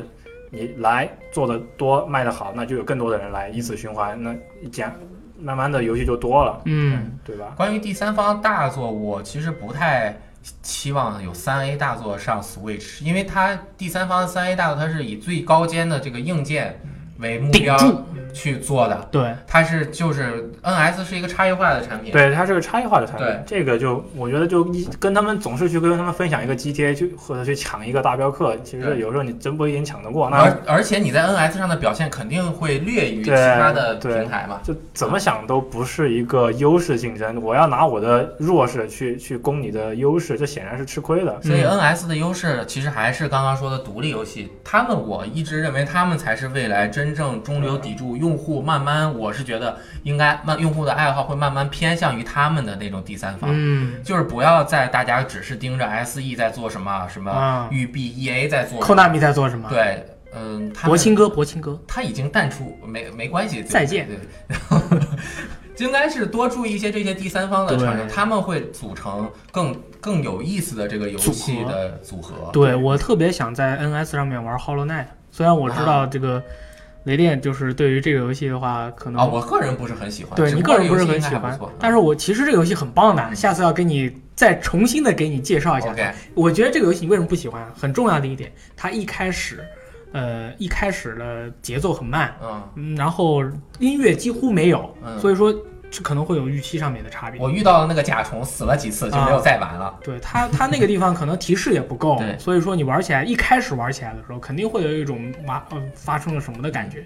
[SPEAKER 4] 你来做的多，卖的好，那就有更多的人来，以此循环，那一减，慢慢的游戏就多了，
[SPEAKER 1] 嗯，
[SPEAKER 4] 对吧？
[SPEAKER 2] 关于第三方大作，我其实不太期望有三 A 大作上 Switch，因为它第三方三 A 大作它是以最高阶的这个硬件为目标
[SPEAKER 1] 顶住
[SPEAKER 2] 去做的，
[SPEAKER 1] 对，啊
[SPEAKER 2] 它是就是 NS 是一个差异化的产品，
[SPEAKER 4] 对，它是个差异化的产品
[SPEAKER 2] 对，
[SPEAKER 4] 这个就我觉得就一跟他们总是去跟他们分享一个 GTA 去或者去抢一个大镖客，其实
[SPEAKER 2] 对
[SPEAKER 4] 有时候你真不一定抢得过。那
[SPEAKER 2] 而而且你在 NS 上的表现肯定会略于其
[SPEAKER 4] 对
[SPEAKER 2] 他的
[SPEAKER 4] 对
[SPEAKER 2] 平台嘛，
[SPEAKER 4] 就怎么想都不是一个优势竞争，我要拿我的弱势去去攻你的优势，这显然是吃亏的。
[SPEAKER 2] 所以
[SPEAKER 1] 嗯
[SPEAKER 2] NS 的优势其实还是刚刚说的独立游戏，他们我一直认为他们才是未来真正中流砥柱，用户慢慢我是觉得应该慢用户的爱好会慢慢偏向于他们的那种第三方，
[SPEAKER 1] 嗯，
[SPEAKER 2] 就是不要再大家只是盯着 SE 在做什么什么，
[SPEAKER 1] 啊，
[SPEAKER 2] 育碧 EA 在做什
[SPEAKER 1] 寇
[SPEAKER 2] 么，
[SPEAKER 1] 纳米在做什么？
[SPEAKER 2] 对，嗯，他
[SPEAKER 1] 博
[SPEAKER 2] 们
[SPEAKER 1] 青哥，博青哥，
[SPEAKER 2] 他已经淡出，没没关系，对
[SPEAKER 1] 再见
[SPEAKER 2] 对， 就应该是多注意一些这些第三方的厂商，
[SPEAKER 1] 对
[SPEAKER 2] 他们会组成更更有意思的这个游戏
[SPEAKER 1] 组合
[SPEAKER 2] 的组合。
[SPEAKER 1] 对我特别想在 NS 上面玩 Hollow Knight，虽然我知
[SPEAKER 2] 啊
[SPEAKER 1] 道这个雷电就是对于这个游戏的话，可
[SPEAKER 2] 啊，
[SPEAKER 1] 能
[SPEAKER 2] 我个人不是很喜欢，
[SPEAKER 1] 对
[SPEAKER 2] 只
[SPEAKER 1] 你
[SPEAKER 2] 过
[SPEAKER 1] 个人不是
[SPEAKER 2] 游戏
[SPEAKER 1] 很
[SPEAKER 2] 应该
[SPEAKER 1] 喜
[SPEAKER 2] 还不
[SPEAKER 1] 欢
[SPEAKER 2] 错，嗯
[SPEAKER 1] 但是我其实这个游戏很棒的，下次要跟你再重新的给你介绍一下。啊
[SPEAKER 2] OK
[SPEAKER 1] 我觉得这个游戏你为什么不喜欢？很重要的一点，它一开始，呃，一开始的节奏很慢，
[SPEAKER 2] 嗯，
[SPEAKER 1] 嗯，然后音乐几乎没有，
[SPEAKER 2] 嗯
[SPEAKER 1] 所以说这可能会有预期上面的差别。
[SPEAKER 2] 我遇到了那个甲虫，死了几次就
[SPEAKER 1] 啊
[SPEAKER 2] 没有再玩了。
[SPEAKER 1] 对它，它那个地方可能提示也不够
[SPEAKER 2] 对，
[SPEAKER 1] 所以说你玩起来一开始玩起来的时候，肯定会有一种麻呃发生了什么的感觉。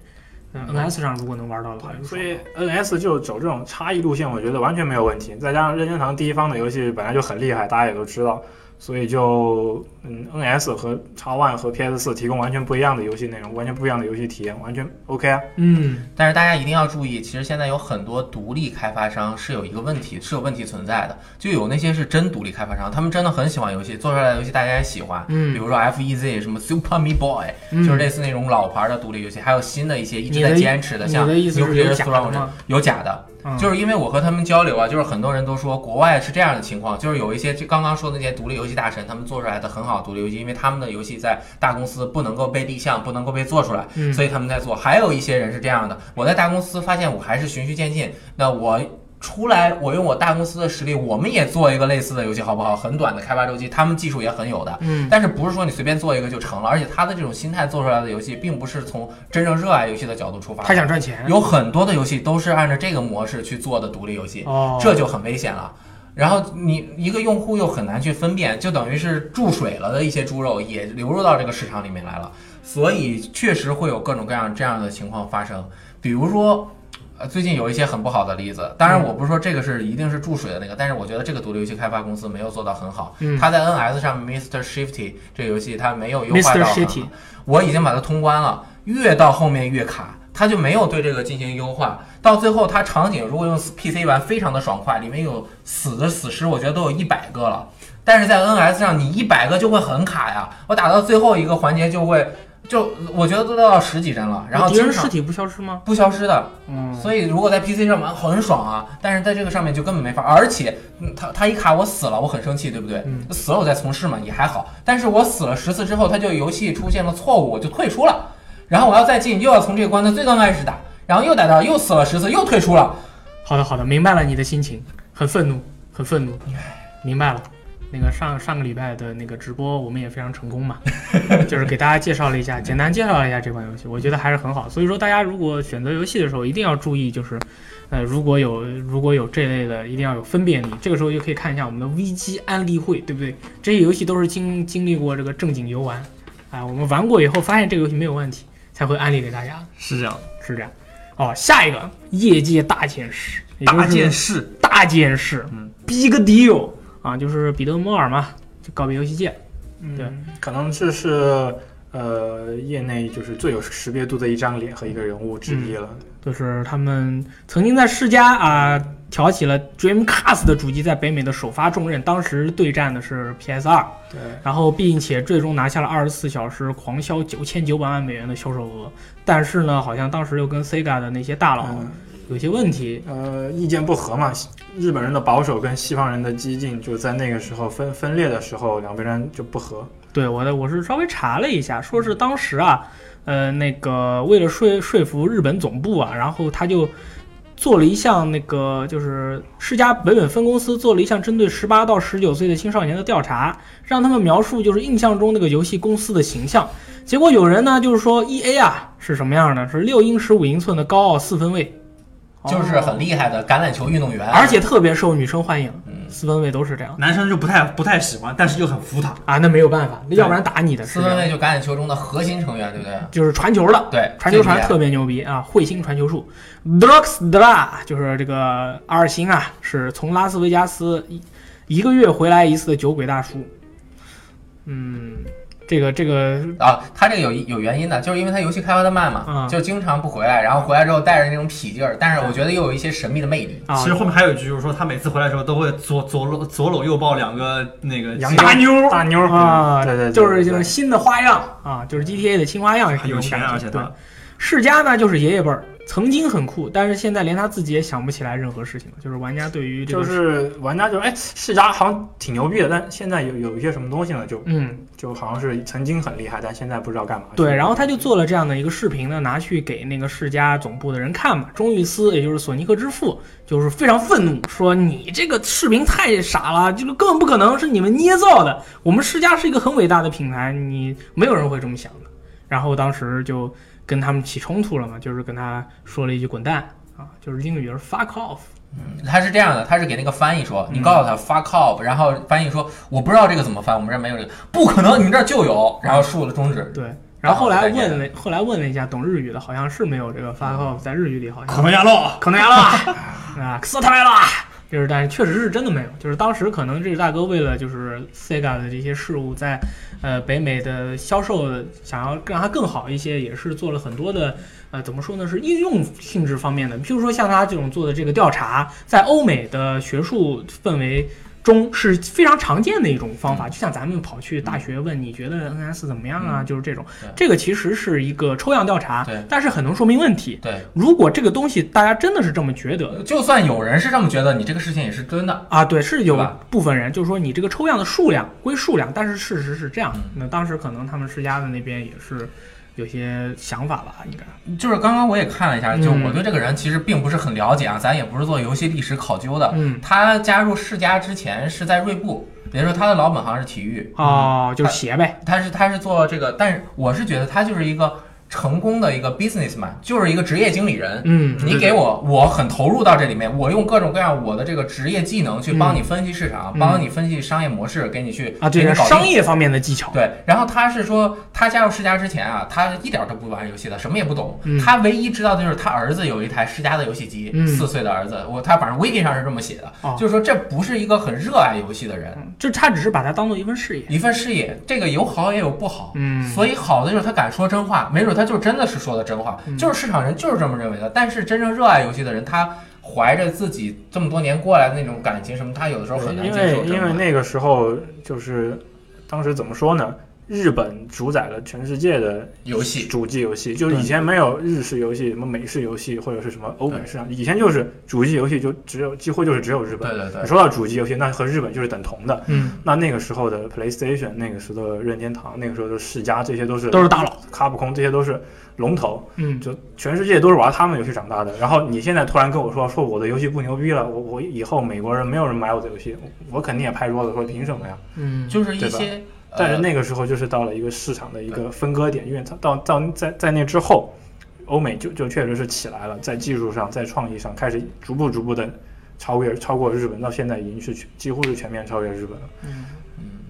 [SPEAKER 1] 嗯，NS 上如果能玩到的话，就
[SPEAKER 4] 所
[SPEAKER 1] 是
[SPEAKER 4] 以 NS 就走这种差异路线，我觉得完全没有问题。再加上任天堂第一方的游戏本来就很厉害，大家也都知道，所以就嗯，NS 和 X One 和 PS 四提供完全不一样的游戏内容，完全不一样的游戏体验，完全 OK 啊。
[SPEAKER 1] 嗯，
[SPEAKER 2] 但是大家一定要注意，其实现在有很多独立开发商是有一个问题，是有问题存在的。就有那些是真独立开发商，他们真的很喜欢游戏，做出来的游戏大家也喜欢。
[SPEAKER 1] 嗯
[SPEAKER 2] 比如说 FEZ 什么 Super Me Boy，、
[SPEAKER 1] 嗯
[SPEAKER 2] 就是类似那种老牌的独立游戏，还有新的一些一直
[SPEAKER 1] 你
[SPEAKER 2] 在
[SPEAKER 1] 的
[SPEAKER 2] 坚持的，
[SPEAKER 1] 你
[SPEAKER 2] 像
[SPEAKER 1] 的意思
[SPEAKER 2] Nuclear
[SPEAKER 1] 是有假的
[SPEAKER 2] Throne
[SPEAKER 1] 吗
[SPEAKER 2] 有假的，
[SPEAKER 1] 嗯
[SPEAKER 2] 就是因为我和他们交流啊，就是很多人都说国外是这样的情况，就是有一些就刚刚说的那些独立游戏大神，他们做出来的很好的独立游戏，因为他们的游戏在大公司不能够被立项，不能够被做出来，
[SPEAKER 1] 嗯
[SPEAKER 2] 所以他们在做。还有一些人是这样的，我在大公司发现我还是循序渐进，那我。出来，我用我大公司的实力，我们也做一个类似的游戏，好不好？很短的开发周期，他们技术也很有的，
[SPEAKER 1] 嗯
[SPEAKER 2] 但是不是说你随便做一个就成了，而且他的这种心态做出来的游戏，并不是从真正热爱游戏的角度出发
[SPEAKER 1] 他。想赚钱，
[SPEAKER 2] 有很多的游戏都是按照这个模式去做的独立游戏，
[SPEAKER 1] 哦，
[SPEAKER 2] 这就很危险了。然后你一个用户又很难去分辨，就等于是注水了的一些猪肉也流入到这个市场里面来了，所以确实会有各种各样这样的情况发生。比如说，呃，最近有一些很不好的例子，当然我不是说这个是一定是注水的那个，但是我觉得这个独立游戏开发公司没有做到很好。
[SPEAKER 1] 嗯
[SPEAKER 2] 它在 NS 上面 Mr. Shifty 这个游戏它没有优化
[SPEAKER 1] Mr.
[SPEAKER 2] 到很
[SPEAKER 1] Shitty
[SPEAKER 2] 我已经把它通关了，越到后面越卡，它就没有对这个进行优化。到最后，它场景如果用 PC 玩，非常的爽快，里面有死的死尸，我觉得都有一百个了。但是在 NS 上，你一百个就会很卡呀。我打到最后一个环节就会，就我觉得都到十几帧了，然后
[SPEAKER 1] 敌人
[SPEAKER 2] 经常
[SPEAKER 1] 尸体不消失吗？
[SPEAKER 2] 不消失的，
[SPEAKER 1] 嗯，
[SPEAKER 2] 所以如果在 PC 上玩很爽啊，但是在这个上面就根本没法。而且嗯他他一卡我死了，我很生气，对不对？
[SPEAKER 1] 嗯
[SPEAKER 2] 死了我再从事嘛也还好，但是我死了十次之后，他就游戏出现了错误，我就退出了。然后我要再进，又要从这个关的最刚开始打，然后又打到又死了十次，又退出了。
[SPEAKER 1] 好的好的，明白了你的心情，很愤怒，很愤怒，明白了。那个上上个礼拜的那个直播，我们也非常成功嘛， 就是给大家介绍了一下，简单介绍了一下这款游戏，我觉得还是很好。所以说，大家如果选择游戏的时候，一定要注意，就是，呃，如果有如果有这类的，一定要有分辨力。这个时候就可以看一下我们的危机安利会，对不对？这些游戏都是经经历过这个正经游玩，啊，我们玩过以后发现这个游戏没有问题，才会安利给大家。
[SPEAKER 3] 是这样，
[SPEAKER 1] 是这样。哦，下一个业界大剑士，也就是
[SPEAKER 3] 大剑士
[SPEAKER 1] 大剑士，
[SPEAKER 3] 嗯
[SPEAKER 1] ，Big Deal 啊，就是彼得摩尔嘛，就告别游戏界。对
[SPEAKER 4] 嗯，可能这是呃业内就是最有识别度的一张脸和一个人物之一了。
[SPEAKER 1] 就是他们曾经在世嘉啊挑起了 Dreamcast 的主机在北美的首发重任，当时对战的是 PS 2
[SPEAKER 4] 对，
[SPEAKER 1] 然后并且最终拿下了二十四小时狂销九千九百万美元的销售额。但是呢，好像当时又跟 Sega 的那些大佬
[SPEAKER 4] 嗯
[SPEAKER 1] 有些问题，
[SPEAKER 4] 呃，意见不合嘛，日本人的保守跟西方人的激进，就在那个时候分分裂的时候，两边人就不和。
[SPEAKER 1] 对，我的我是稍微查了一下，说是当时啊，呃，那个为了说说服日本总部啊，然后他就做了一项那个就是世嘉北本分公司做了一项针对十八到十九岁的青少年的调查，让他们描述就是印象中那个游戏公司的形象。结果有人呢就是说 E A 啊是什么样呢？是六英十五英寸的高啊傲四分卫，
[SPEAKER 2] 就是
[SPEAKER 1] 哦
[SPEAKER 2] 很厉害的橄榄球运动员，
[SPEAKER 1] 而且特别受女生欢迎，
[SPEAKER 2] 嗯
[SPEAKER 1] 四分卫都是这样
[SPEAKER 3] 男生就不太不太喜欢，但是又很服他。
[SPEAKER 1] 啊，那没有办法，要不然打你的是
[SPEAKER 2] 四
[SPEAKER 1] 这
[SPEAKER 2] 分
[SPEAKER 1] 样，
[SPEAKER 2] 卫就橄榄球中的核心成员，对不对？
[SPEAKER 1] 就是传球的。
[SPEAKER 2] 对，
[SPEAKER 1] 传球
[SPEAKER 2] 最厉
[SPEAKER 1] 传
[SPEAKER 2] 害
[SPEAKER 1] 特别牛逼啊！彗星传球术 d r o x d r a 就是这个阿尔星啊，是从拉斯维加斯一一个月回来一次的酒鬼大叔。嗯，这个这个
[SPEAKER 2] 啊，他这个有一有原因的，就是因为他游戏开发的慢嘛，
[SPEAKER 1] 嗯
[SPEAKER 2] 就经常不回来，然后回来之后带着那种痞劲儿，但是我觉得又有一些神秘的魅力。
[SPEAKER 1] 啊，
[SPEAKER 3] 其实后面还有一句，就是说他每次回来的时候都会左左搂左搂右抱两个那个
[SPEAKER 4] 洋
[SPEAKER 3] 大妞，
[SPEAKER 4] 大呃妞嗯
[SPEAKER 1] 啊，
[SPEAKER 4] 对对，对
[SPEAKER 1] 就是
[SPEAKER 4] 对
[SPEAKER 1] 就是新的花样啊，就是 GTA 的新花样，
[SPEAKER 3] 有钱，而且
[SPEAKER 1] 对
[SPEAKER 3] 他
[SPEAKER 1] 世嘉呢就是爷爷辈儿，曾经很酷，但是现在连他自己也想不起来任何事情了。就是玩家对于这
[SPEAKER 4] 就
[SPEAKER 1] 个，
[SPEAKER 4] 是玩家就哎，世嘉好像挺牛逼的，但现在有有一些什么东西呢，就
[SPEAKER 1] 嗯，
[SPEAKER 4] 就好像是曾经很厉害，但现在不知道干嘛。
[SPEAKER 1] 对，然后他就做了这样的一个视频呢，拿去给那个世嘉总部的人看嘛。钟玉思，也就是索尼克之父，就是非常愤怒，说你这个视频太傻了，这个根本不可能是你们捏造的。我们世嘉是一个很伟大的品牌，你没有人会这么想的。然后当时就跟他们起冲突了嘛，就是跟他说了一句“滚蛋”啊，就是英语是 “fuck off”。
[SPEAKER 2] 他是这样的，他是给那个翻译说，
[SPEAKER 1] 嗯
[SPEAKER 2] 你告诉他 fuck off，然后翻译说我不知道这个怎么翻，我们这儿没有这个，不可能，你们这儿就
[SPEAKER 1] 嗯
[SPEAKER 2] 有，然后竖了中指。
[SPEAKER 1] 对，然后后来
[SPEAKER 2] 再见
[SPEAKER 1] 问了，后来问了一下懂日语的，好像是没有这个 “fuck off” 在日语里好像
[SPEAKER 3] 可能亚洛，
[SPEAKER 1] 可能牙了 啊，克他来了。就是，但是确实是真的没有。就是当时可能这个大哥为了就是 Sega 的这些事物在，呃北美的销售想要让它更好一些，也是做了很多的呃怎么说呢，是应用性质方面的。譬如说像他这种做的这个调查，在欧美的学术氛围中是非常常见的一种方法。就像咱们跑去大学问你觉得 NS 怎么样啊，就是这种
[SPEAKER 2] 对。
[SPEAKER 1] 这个其实是一个抽样调查
[SPEAKER 2] 对，
[SPEAKER 1] 但是很能说明问题。
[SPEAKER 2] 对，
[SPEAKER 1] 如果这个东西大家真的是这么觉得
[SPEAKER 2] 就算有人是这么觉得，你这个事情也是真的。
[SPEAKER 1] 啊，对，是
[SPEAKER 2] 对
[SPEAKER 1] 有
[SPEAKER 2] 吧
[SPEAKER 1] 部分人就是说你这个抽样的数量归数量，但是事实是这样。那当时可能他们世家的那边也是有些想法吧，应该。
[SPEAKER 2] 就是刚刚我也看了一下，就
[SPEAKER 1] 嗯
[SPEAKER 2] 我对这个人其实并不是很了解啊，咱也不是做游戏历史考究的。
[SPEAKER 1] 嗯，
[SPEAKER 2] 他加入世嘉之前是在锐步，也就是说他的老本行是体育，
[SPEAKER 1] 哦，就是鞋呗。
[SPEAKER 2] 他是他是做这个，但是我是觉得他就是一个成功的一个 businessman，就是一个职业经理人。
[SPEAKER 1] 嗯，
[SPEAKER 2] 你给我，我很投入到这里面，我用各种各样我的这个职业技能去帮你分析市场，
[SPEAKER 1] 嗯
[SPEAKER 2] 帮你分析商业模式，给你去
[SPEAKER 1] 啊，
[SPEAKER 2] 给
[SPEAKER 1] 对
[SPEAKER 2] 你，搞定
[SPEAKER 1] 商业方面的技巧。
[SPEAKER 2] 对，然后他是说，他加入世嘉之前啊，他一点儿都不玩游戏的，什么也不懂。
[SPEAKER 1] 嗯
[SPEAKER 2] 他唯一知道的就是他儿子有一台世嘉的游戏机，
[SPEAKER 1] 嗯
[SPEAKER 2] 四、岁的儿子，我他反正 wiki 上是这么写的，
[SPEAKER 1] 哦
[SPEAKER 2] 就是说这不是一个很热爱游戏的人，
[SPEAKER 1] 嗯，就他只是把它当做一份事业。
[SPEAKER 2] 一份事业，这个有好也有不好。
[SPEAKER 1] 嗯
[SPEAKER 2] 所以好的就是他敢说真话，没准他就真的是说的真话，
[SPEAKER 4] 嗯
[SPEAKER 2] 就是市场人就是这么认为的。但是真正热爱游戏的人，他怀着自己这么多年过来的那种感情什么，他有的时候很难
[SPEAKER 4] 因
[SPEAKER 2] 接
[SPEAKER 4] 为
[SPEAKER 2] 受真
[SPEAKER 4] 因为
[SPEAKER 2] 话。
[SPEAKER 4] 那个时候就是当时怎么说呢？日本主宰了全世界的
[SPEAKER 2] 游戏
[SPEAKER 4] 主机游戏，就是以前没有日式游戏、什么美式游戏或者是什么欧美市场，以前就是主机游戏就只有几乎就是只有日本。
[SPEAKER 2] 对对对
[SPEAKER 4] 你，说到主机游戏，那和日本就是等同的。
[SPEAKER 1] 嗯，
[SPEAKER 4] 那那个时候的 PlayStation，那个时候的任天堂，那个时候的世嘉，这些都是
[SPEAKER 1] 都是大佬。
[SPEAKER 4] 卡普空，这些都是龙头，
[SPEAKER 1] 嗯，
[SPEAKER 4] 就全世界都是玩他们游戏长大的。然后你现在突然跟我说说我的游戏不牛逼了，我我以后美国人没有人买我的游戏，我我肯定也拍桌子说凭什么呀？
[SPEAKER 1] 嗯，
[SPEAKER 2] 就是一
[SPEAKER 4] 对吧
[SPEAKER 2] 些。呃
[SPEAKER 4] 但是那个时候就是到了一个市场的一个分割点，因为它到到在在那之后，欧美就就确实是起来了，在技术上，在创意上开始逐步逐步的超越超过日本，到现在已经是全几乎是全面超越日本了。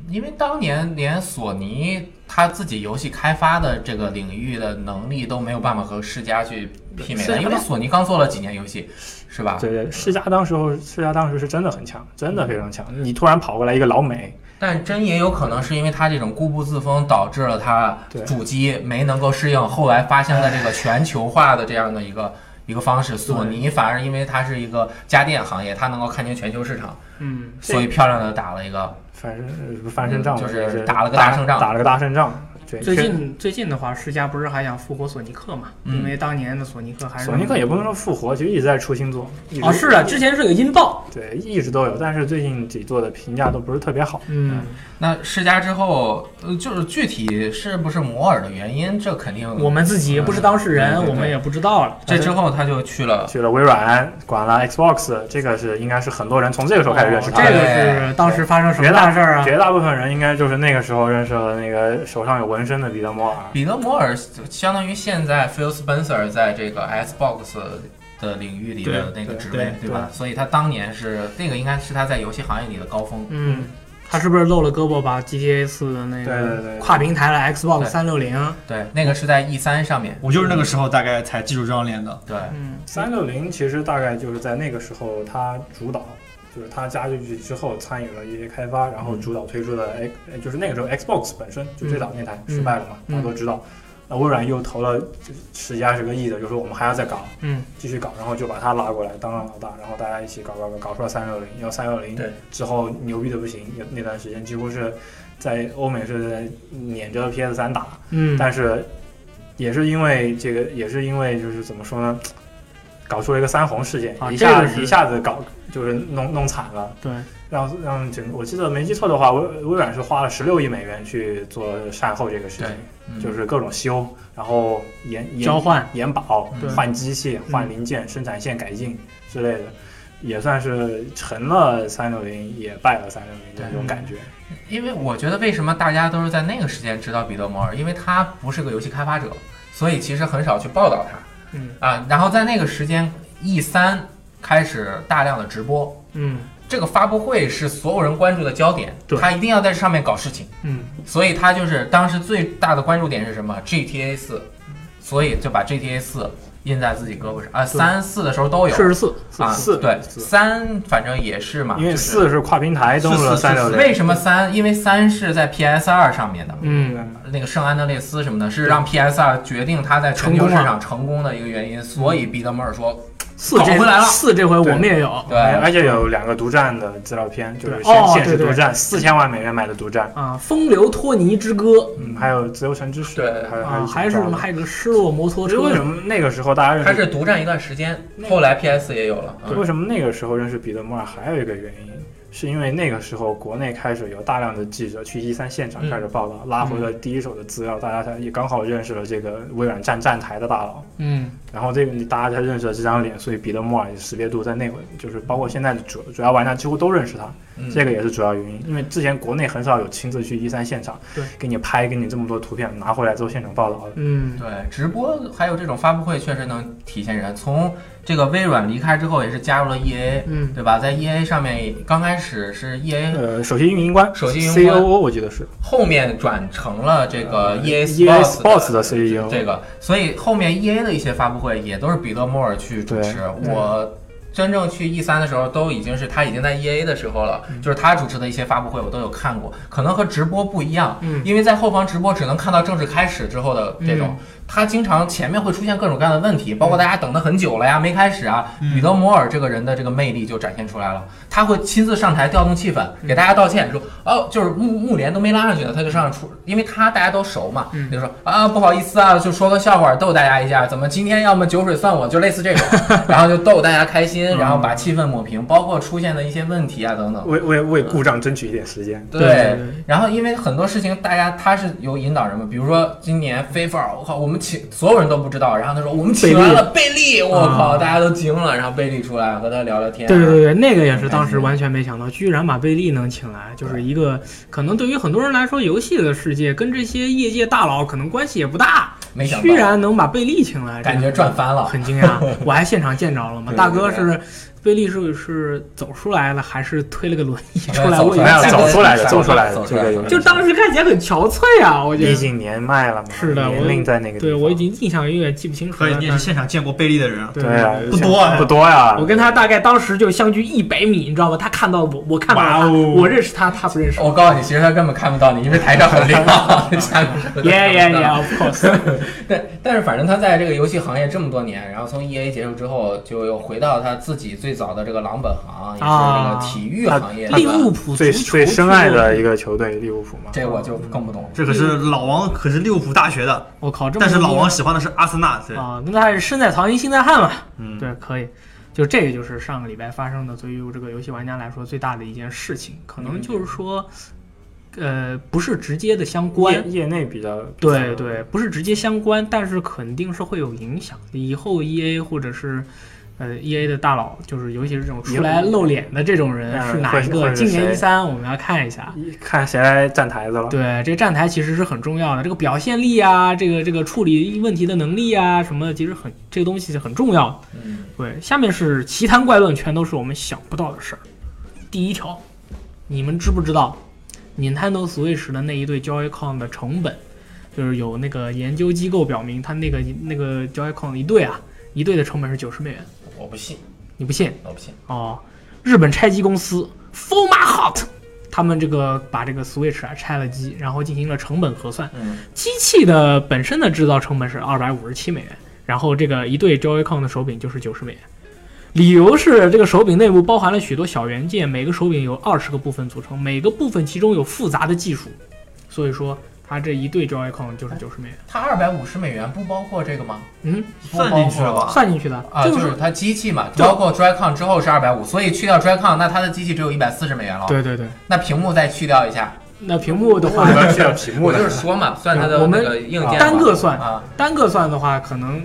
[SPEAKER 2] 因为当年连索尼他自己游戏开发的这个领域的能力都没有办法和世嘉去媲美
[SPEAKER 4] 世
[SPEAKER 2] 的，
[SPEAKER 4] 嘉
[SPEAKER 2] 因为索尼刚做了几年游戏，是吧？
[SPEAKER 4] 对对，世嘉当时候世嘉当时是真的很强，真
[SPEAKER 2] 嗯
[SPEAKER 4] 的非常强。你突然跑过来一个老美，
[SPEAKER 2] 但真也有可能是因为他这种固步自封，导致了他
[SPEAKER 4] 对
[SPEAKER 2] 主机没能够适应后来发现的这个全球化的这样的一个一个方式。索尼反而因为它是一个家电行业，它能够看清全球市场，
[SPEAKER 1] 嗯，
[SPEAKER 2] 所以漂亮的打了一个
[SPEAKER 4] 反正呃翻身仗
[SPEAKER 2] 嗯就
[SPEAKER 4] 嘛，
[SPEAKER 2] 是
[SPEAKER 4] 是
[SPEAKER 2] 打了个大
[SPEAKER 4] 大
[SPEAKER 2] 胜仗
[SPEAKER 4] 打了个大胜仗。对，
[SPEAKER 1] 最
[SPEAKER 4] 确
[SPEAKER 1] 近最近的话，世嘉不是还想复活索尼克嘛？
[SPEAKER 2] 嗯
[SPEAKER 1] 因为当年的索尼克还是
[SPEAKER 4] 索尼克也不能说复活，其实一直在出新作。一直
[SPEAKER 1] 哦，
[SPEAKER 2] 啊
[SPEAKER 1] 是的，之前是有音爆。
[SPEAKER 4] 对，一直都有，但是最近几作的评价都不是特别好。
[SPEAKER 1] 嗯，
[SPEAKER 2] 那世嘉之后，呃，就是具体是不是摩尔的原因，这肯定
[SPEAKER 1] 我们自己也不是当事人，
[SPEAKER 2] 嗯对对对
[SPEAKER 1] 我们也不知道了。
[SPEAKER 2] 这之后他就去了，
[SPEAKER 4] 去了微软，管了 Xbox，这个是应该是很多人从这个时候开始认识
[SPEAKER 1] 哦
[SPEAKER 4] 他
[SPEAKER 1] 这
[SPEAKER 4] 的。
[SPEAKER 1] 个
[SPEAKER 2] 哎
[SPEAKER 1] 是当时发生什么大事儿啊？
[SPEAKER 4] 绝大部分人应该就是那个时候认识了那个手上有纹身的彼得摩尔。
[SPEAKER 2] 彼得摩尔，相当于现在 Phil Spencer 在这个 Xbox 的领域里的那个职位，
[SPEAKER 4] 对
[SPEAKER 2] 吧？所以他当年是那个应该是他在游戏行业里的高峰。
[SPEAKER 1] 嗯，他是不是露了胳膊把 GTA 四的那
[SPEAKER 4] 对对
[SPEAKER 1] 个
[SPEAKER 4] 对
[SPEAKER 1] 跨平台了 Xbox 三六零？
[SPEAKER 2] 对，那个是在 E 3上面。
[SPEAKER 3] 我就是那个时候大概才记住这张脸的。
[SPEAKER 2] 对，
[SPEAKER 1] 嗯
[SPEAKER 4] 三六零其实大概就是在那个时候他主导，就是他加进去之后参与了一些开发，然后主导推出的，哎、就是那个时候 Xbox 本身就最早那台
[SPEAKER 1] 嗯
[SPEAKER 4] 失败了嘛，
[SPEAKER 1] 嗯
[SPEAKER 4] 大家都知道。那微软又投了十几二十个亿的，就说我们还要再搞，
[SPEAKER 1] 嗯
[SPEAKER 4] 继续搞，然后就把他拉过来当了老大，然后大家一起搞搞搞，搞出了三六零。要三六零
[SPEAKER 2] 对
[SPEAKER 4] 之后牛逼的不行，那那段时间几乎是在欧美是在撵着 PS 三打，
[SPEAKER 1] 嗯，
[SPEAKER 4] 但是也是因为这个，也是因为就是怎么说呢，搞出了一个三红事件，
[SPEAKER 1] 啊
[SPEAKER 4] 一
[SPEAKER 1] 这个
[SPEAKER 4] 下
[SPEAKER 1] 是
[SPEAKER 4] 一下子搞就是弄弄惨了。
[SPEAKER 1] 对，
[SPEAKER 4] 让让整个，我记得没记错的话，微微软是花了十六亿美元去做善后这个事情，
[SPEAKER 2] 嗯
[SPEAKER 4] 就是各种修，然后延延
[SPEAKER 1] 交换
[SPEAKER 4] 延保
[SPEAKER 1] 对、嗯
[SPEAKER 4] 换机器、换零件、生产线改进之类的，也算是成了三六零，也败了三六零的那种感觉。
[SPEAKER 2] 因为我觉得为什么大家都是在那个时间知道彼得摩尔，因为他不是个游戏开发者，所以其实很少去报道他
[SPEAKER 1] 嗯
[SPEAKER 2] 啊。然后在那个时间，E 三开始大量的直播，
[SPEAKER 1] 嗯
[SPEAKER 2] 这个发布会是所有人关注的焦点，
[SPEAKER 1] 对
[SPEAKER 2] 他一定要在这上面搞事情，
[SPEAKER 1] 嗯，
[SPEAKER 2] 所以他就是当时最大的关注点是什么？GTA 四，所以就把 GTA 四印在自己胳膊上啊。三四的时候都有
[SPEAKER 1] 四十四，
[SPEAKER 2] 啊，
[SPEAKER 4] 四
[SPEAKER 2] 对
[SPEAKER 4] 四
[SPEAKER 2] 三反正也是嘛，
[SPEAKER 4] 因为
[SPEAKER 2] 嗯就是
[SPEAKER 4] 四是跨平台登陆了
[SPEAKER 3] 是是
[SPEAKER 4] 三六
[SPEAKER 3] 是
[SPEAKER 4] 零，
[SPEAKER 2] 为什么三？因为三是在 PS 二上面的，
[SPEAKER 1] 嗯
[SPEAKER 2] 那个圣安德烈斯什么的，是让 PS 二决定它在全球市场成功的一个原因，所以彼得摩尔说，
[SPEAKER 1] 四
[SPEAKER 2] 搞
[SPEAKER 1] 这
[SPEAKER 2] 回来了
[SPEAKER 1] 四这回我们也有
[SPEAKER 4] 而
[SPEAKER 2] 对，
[SPEAKER 4] 而且有两个独占的资料片，就是
[SPEAKER 1] 对
[SPEAKER 4] 现
[SPEAKER 1] 哦
[SPEAKER 4] 现实
[SPEAKER 1] 对对
[SPEAKER 4] 独占，四千万美元买的独占，
[SPEAKER 1] 啊，《风流托尼之歌》
[SPEAKER 4] 嗯，还有自由城之水
[SPEAKER 2] 对，
[SPEAKER 4] 还有
[SPEAKER 1] 啊，还
[SPEAKER 4] 有
[SPEAKER 1] 是
[SPEAKER 4] 几个
[SPEAKER 1] 什么，还有个失落摩托
[SPEAKER 4] 我觉得
[SPEAKER 1] 车
[SPEAKER 4] 为，什么那个时候大家认识
[SPEAKER 2] 它是独占一段时间，后来 PS 也有了，嗯
[SPEAKER 4] 为什么那个时候认识彼得摩尔？还有一个原因，是因为那个时候国内开始有大量的记者去一三现场
[SPEAKER 2] 嗯
[SPEAKER 4] 开始报道，拉回了第一手的资料，大家才也刚好认识了这个微软站站台的大佬，
[SPEAKER 1] 嗯
[SPEAKER 4] 然后这个大家才认识了这张脸，所以彼得摩尔识别度在那会，就是包括现在的主主要玩家几乎都认识他，
[SPEAKER 2] 嗯
[SPEAKER 4] 这个也是主要原因。因为之前国内很少有亲自去一三现场，
[SPEAKER 1] 对，
[SPEAKER 4] 给你拍，给你这么多图片，拿回来之后现场报道的。
[SPEAKER 1] 嗯，
[SPEAKER 2] 对，直播还有这种发布会确实能体现人。从这个微软离开之后，也是加入了 EA，
[SPEAKER 1] 嗯
[SPEAKER 2] 对吧？在 EA 上面刚开始是 EA，
[SPEAKER 4] 呃，首席运营官，
[SPEAKER 2] 嗯首席运营官
[SPEAKER 4] COO，我记得是 E
[SPEAKER 2] 后面转成了这个 EA
[SPEAKER 4] EA Sports
[SPEAKER 2] 的
[SPEAKER 4] 的 E CEO，
[SPEAKER 2] 这个，所以后面 EA 的一些发布会也都是彼得摩尔去主持。
[SPEAKER 4] 对
[SPEAKER 2] 我真正去 E 三的时候，都已经是他已经在 EA 的时候了，就是他主持的一些发布会我都有看过，可能和直播不一样，
[SPEAKER 1] 嗯
[SPEAKER 2] 因为在后方直播只能看到正式开始之后的这种，他经常前面会出现各种各样的问题，包括大家等的很久了
[SPEAKER 1] 嗯
[SPEAKER 2] 呀，没开始啊，彼得摩尔这个人的这个魅力就展现出来了，他会亲自上台调动气氛，
[SPEAKER 1] 嗯
[SPEAKER 2] 给大家道歉说，哦，就是幕幕帘都没拉上去呢，他就上去出，因为他大家都熟嘛，
[SPEAKER 1] 嗯
[SPEAKER 2] 就说啊不好意思啊，就说个笑话逗大家一下，怎么今天要么酒水算我，就类似这种，然后就逗大家开心，
[SPEAKER 1] 嗯
[SPEAKER 2] 然后把气氛抹平，包括出现的一些问题啊等等。
[SPEAKER 4] 为为为故障争取一点时间。
[SPEAKER 1] 对对
[SPEAKER 2] 对，然后因为很多事情大家他是有引导人嘛，比如说今年 FIFA，我靠，我们请所有人都不知道，然后他说我们请来了贝利，我靠，大家都惊了，然后贝利出来和他聊聊天、
[SPEAKER 1] 啊
[SPEAKER 2] 啊
[SPEAKER 1] 对对对对，那个也是
[SPEAKER 2] 很开
[SPEAKER 1] 当时
[SPEAKER 2] 心
[SPEAKER 1] 完全没想到，居然把贝利能请来，就是一个可能对于很多人来说，游戏的世界跟这些业界大佬可能关系也不大，
[SPEAKER 2] 没想到
[SPEAKER 1] 居然能把贝利请来，
[SPEAKER 2] 感觉
[SPEAKER 1] 这
[SPEAKER 2] 赚翻了。
[SPEAKER 1] 很惊讶，我还现场见着了嘛，
[SPEAKER 2] 对对
[SPEAKER 1] 大哥
[SPEAKER 2] 对
[SPEAKER 1] 是。贝利是是走出来了，还是推了个轮椅出
[SPEAKER 2] 对
[SPEAKER 1] 来？
[SPEAKER 2] 呃走
[SPEAKER 1] 我以
[SPEAKER 2] 出
[SPEAKER 1] 为
[SPEAKER 2] 来了
[SPEAKER 1] 在
[SPEAKER 2] 走出来了
[SPEAKER 4] 走出来
[SPEAKER 2] 走
[SPEAKER 4] 了，
[SPEAKER 2] 出来了走
[SPEAKER 4] 这个
[SPEAKER 2] 出来了
[SPEAKER 4] 有，
[SPEAKER 1] 就当时看起来很憔悴啊，我觉
[SPEAKER 4] 毕
[SPEAKER 1] 得。
[SPEAKER 4] 竟年迈了嘛，
[SPEAKER 1] 是的
[SPEAKER 4] 年龄在那个地方
[SPEAKER 1] 对我已经印象有点记不清楚
[SPEAKER 3] 可以
[SPEAKER 1] 了。，
[SPEAKER 3] 你也
[SPEAKER 1] 但
[SPEAKER 3] 是现场见过贝利的人啊，
[SPEAKER 1] 对
[SPEAKER 4] 对啊，
[SPEAKER 3] 不多啊
[SPEAKER 4] 不多呀，
[SPEAKER 1] 我跟他大概当时就相距一百米，你知道吗？他看到我，我看到
[SPEAKER 4] 哇
[SPEAKER 1] 他，
[SPEAKER 4] 哦
[SPEAKER 1] 我认识他，他不认识我。
[SPEAKER 2] 我告诉你，其实他根本看不到你，因为台上 很亮，下面是
[SPEAKER 1] Yeah, yeah, yeah, of course。
[SPEAKER 2] 但但是反正他在这个游戏行业这么多年，然后从 E A 结束之后，就又回到他自己最早的这个狼本行，也是这个体育行业。
[SPEAKER 1] 利物浦
[SPEAKER 4] 最
[SPEAKER 1] 足球
[SPEAKER 4] 最深爱
[SPEAKER 1] 俱乐部，
[SPEAKER 4] 的一个球队利物浦嘛，
[SPEAKER 2] 这我就更不懂了。
[SPEAKER 3] 这可是老王，可是利物浦大学的，
[SPEAKER 1] 我靠，这么
[SPEAKER 3] 但是
[SPEAKER 1] 牛逼
[SPEAKER 3] 老王喜欢的是阿森纳，对，
[SPEAKER 1] 啊，那他还是身在曹营心在汉嘛。
[SPEAKER 3] 嗯，
[SPEAKER 1] 对，可以。就这个就是上个礼拜发生的，对于这个游戏玩家来说最大的一件事情，可
[SPEAKER 3] 嗯
[SPEAKER 1] 能就是说，呃，不是直接的相关
[SPEAKER 4] 业，业内比较
[SPEAKER 3] 嗯
[SPEAKER 1] 对，对，不是直接相关，但是肯定是会有影响的。以后 E A 或者是呃 E A 的大佬，就是尤其是这种
[SPEAKER 4] 以
[SPEAKER 1] 出
[SPEAKER 4] 后
[SPEAKER 1] 来露脸的这种人
[SPEAKER 4] 嗯
[SPEAKER 1] 是哪
[SPEAKER 4] 会
[SPEAKER 1] 一
[SPEAKER 4] 会
[SPEAKER 1] 个？
[SPEAKER 4] 是
[SPEAKER 1] 今年
[SPEAKER 4] 谁
[SPEAKER 1] 一三我们要看一下。
[SPEAKER 4] 一看谁来站台子 了，
[SPEAKER 1] 对，这个站台其实是很重要的，这个表现力啊，这个这个处理问题的能力啊，什么的，其实很这个东西是很重要的。
[SPEAKER 2] 嗯，
[SPEAKER 1] 对，下面是奇谈怪论，全都是我们想不到的事儿。第一条，你们知不知道，Nintendo Switch 的那一对 Joy-Con 的成本，就是有那个研究机构表明，它那个那个 Joy-Con 一对啊，一对的成本是九十美元，
[SPEAKER 2] 我不信，
[SPEAKER 1] 你不信
[SPEAKER 2] 我不信。
[SPEAKER 1] 哦？日本拆机公司 Forma Hot，他们这个把这个 Switch 啊拆了机，然后进行了成本核算，
[SPEAKER 2] 嗯，
[SPEAKER 1] 机器的本身的制造成本是二百五十七美元，然后这个一对 Joy-Con 的手柄就是九十美元。理由是这个手柄内部包含了许多小元件，每个手柄由二十个部分组成，每个部分其中有复杂的技术，所以说它这一对 Joy-Con 就是九十美元，
[SPEAKER 2] 它二百五十美元不包括这个吗？
[SPEAKER 1] 嗯，
[SPEAKER 2] 不包括
[SPEAKER 3] 算进去了吧
[SPEAKER 1] 算进去的。
[SPEAKER 2] 啊，
[SPEAKER 1] 这
[SPEAKER 2] 就
[SPEAKER 1] 个
[SPEAKER 2] 是它机器嘛，
[SPEAKER 1] 对
[SPEAKER 2] 包括 DryCon 之后是二百五，所以去掉 DryCon，那它的机器只有一百四十美元了。
[SPEAKER 1] 对对对。
[SPEAKER 2] 那屏幕再去掉一下，
[SPEAKER 1] 那屏幕的
[SPEAKER 4] 我
[SPEAKER 1] 话，
[SPEAKER 4] 里边去了屏幕
[SPEAKER 2] 我
[SPEAKER 4] 的，
[SPEAKER 2] 就是说嘛，算它的
[SPEAKER 1] 我
[SPEAKER 2] 那
[SPEAKER 1] 们
[SPEAKER 2] 个硬件嘛
[SPEAKER 1] 单个算
[SPEAKER 2] 啊，
[SPEAKER 1] 单个算的话，可能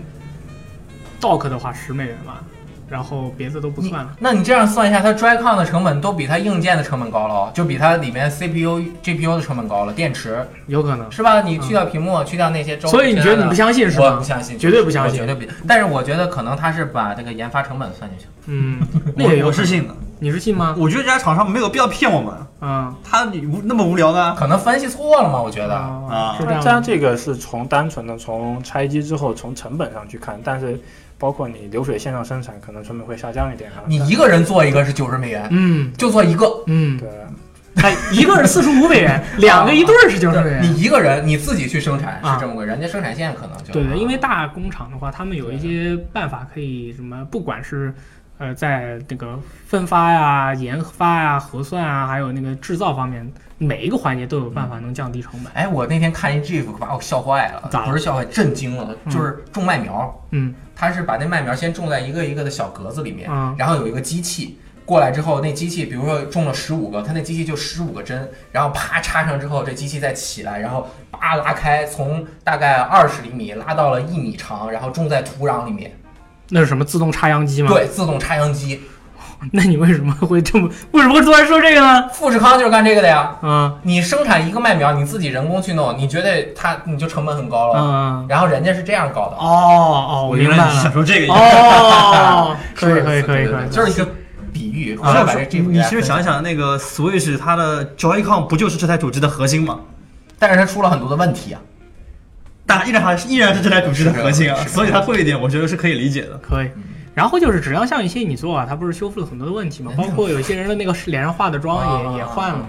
[SPEAKER 1] Dock 的话十美元吧，然后别的都不
[SPEAKER 2] 你
[SPEAKER 1] 算了。
[SPEAKER 2] 那你这样算一下，它 DryCon 的成本都比它硬件的成本高了哦，就比它里面 CPU、GPU 的成本高了，电池
[SPEAKER 1] 有可能。
[SPEAKER 2] 是吧？你去掉屏幕，去掉那些周，
[SPEAKER 1] 所以你觉得你不相信是
[SPEAKER 2] 我不
[SPEAKER 1] 吗？
[SPEAKER 2] 相信，
[SPEAKER 1] 绝对不相信
[SPEAKER 2] 我绝对不。但是我觉得可能他是把这个研发成本算进去了。
[SPEAKER 1] 嗯，那也
[SPEAKER 3] 我
[SPEAKER 1] 有
[SPEAKER 3] 我
[SPEAKER 1] 可
[SPEAKER 3] 是
[SPEAKER 1] 能。
[SPEAKER 3] 信的，
[SPEAKER 1] 你是信吗？
[SPEAKER 3] 我觉得这家厂商没有必要骗我们，
[SPEAKER 1] 嗯，
[SPEAKER 3] 他无那么无聊啊呢。
[SPEAKER 2] 可能分析错了嘛？我觉得，
[SPEAKER 1] 啊
[SPEAKER 3] 啊
[SPEAKER 1] 是这
[SPEAKER 4] 它
[SPEAKER 1] 样
[SPEAKER 4] 它
[SPEAKER 1] 吗。
[SPEAKER 4] 这个是从单纯的从拆机之后从成本上去看，但是包括你流水线上生产，可能成本会下降一点啊。
[SPEAKER 2] 你一个人做一个是九十美元，
[SPEAKER 1] 嗯
[SPEAKER 2] 就做一个。
[SPEAKER 1] 嗯，哦
[SPEAKER 4] 对，
[SPEAKER 1] 哎，一个是四十五美 元，两个一对儿是九十美元。
[SPEAKER 2] 你一个人你自己去生产
[SPEAKER 1] 啊
[SPEAKER 2] 是这么个，人家生产线可能就啊
[SPEAKER 1] 对哦对，因为大工厂的话，他们有一些办法可以什么，不管是呃在那个分发呀、研发呀、核算啊，还有那个制造方面，每一个环节都有办法能降低成本。
[SPEAKER 2] 哎，我那天看一 GIF 把我笑坏了，
[SPEAKER 1] 咋了
[SPEAKER 2] 不是笑坏，震惊了，
[SPEAKER 1] 嗯
[SPEAKER 2] 就是种麦苗，
[SPEAKER 1] 嗯，
[SPEAKER 2] 他是把那麦苗先种在一个一个的小格子里面，
[SPEAKER 1] 嗯
[SPEAKER 2] 然后有一个机器。过来之后，那机器比如说种了十五个，它那机器就十五个针，然后啪插上之后，这机器再起来，然后叭拉开，从大概二十厘米拉到了一米长，然后种在土壤里面。
[SPEAKER 1] 那是什么自动插秧机吗？，
[SPEAKER 2] 对，自动插秧机。
[SPEAKER 1] 那你为什么会这么为什么会突然说这个呢？
[SPEAKER 2] 富士康就是干这个的呀。
[SPEAKER 1] 啊
[SPEAKER 2] 你生产一个麦苗，你自己人工去弄，你觉得它你就成本很高了。
[SPEAKER 1] 啊
[SPEAKER 2] 然后人家是这样搞的
[SPEAKER 1] 哦，哦，我明白
[SPEAKER 3] 原来你
[SPEAKER 1] 了
[SPEAKER 3] 想。说这个意 思，
[SPEAKER 1] 哦，可以可以
[SPEAKER 2] 是
[SPEAKER 1] 可以
[SPEAKER 2] 对对
[SPEAKER 1] 可
[SPEAKER 2] 对
[SPEAKER 1] 以，
[SPEAKER 2] 就是一个比喻。
[SPEAKER 1] 啊
[SPEAKER 3] 我
[SPEAKER 2] 我
[SPEAKER 3] 想
[SPEAKER 2] 把
[SPEAKER 3] 说
[SPEAKER 2] 这
[SPEAKER 3] 你是不是想一？想那个 Switch 它的 Joy-Con 不就是这台主机的核心吗？
[SPEAKER 2] 但是它出了很多的问题啊。
[SPEAKER 3] 但依然还是依然是这台主机的核心啊
[SPEAKER 2] 是，的
[SPEAKER 3] 所以它会一点，我觉得是可以理解的。
[SPEAKER 1] 可以。
[SPEAKER 2] 嗯
[SPEAKER 1] 然后就是质量效应器，你做啊，它不是修复了很多的问题嘛，包括有些人的那个脸上化的妆
[SPEAKER 2] 啊
[SPEAKER 1] 也也换了嘛。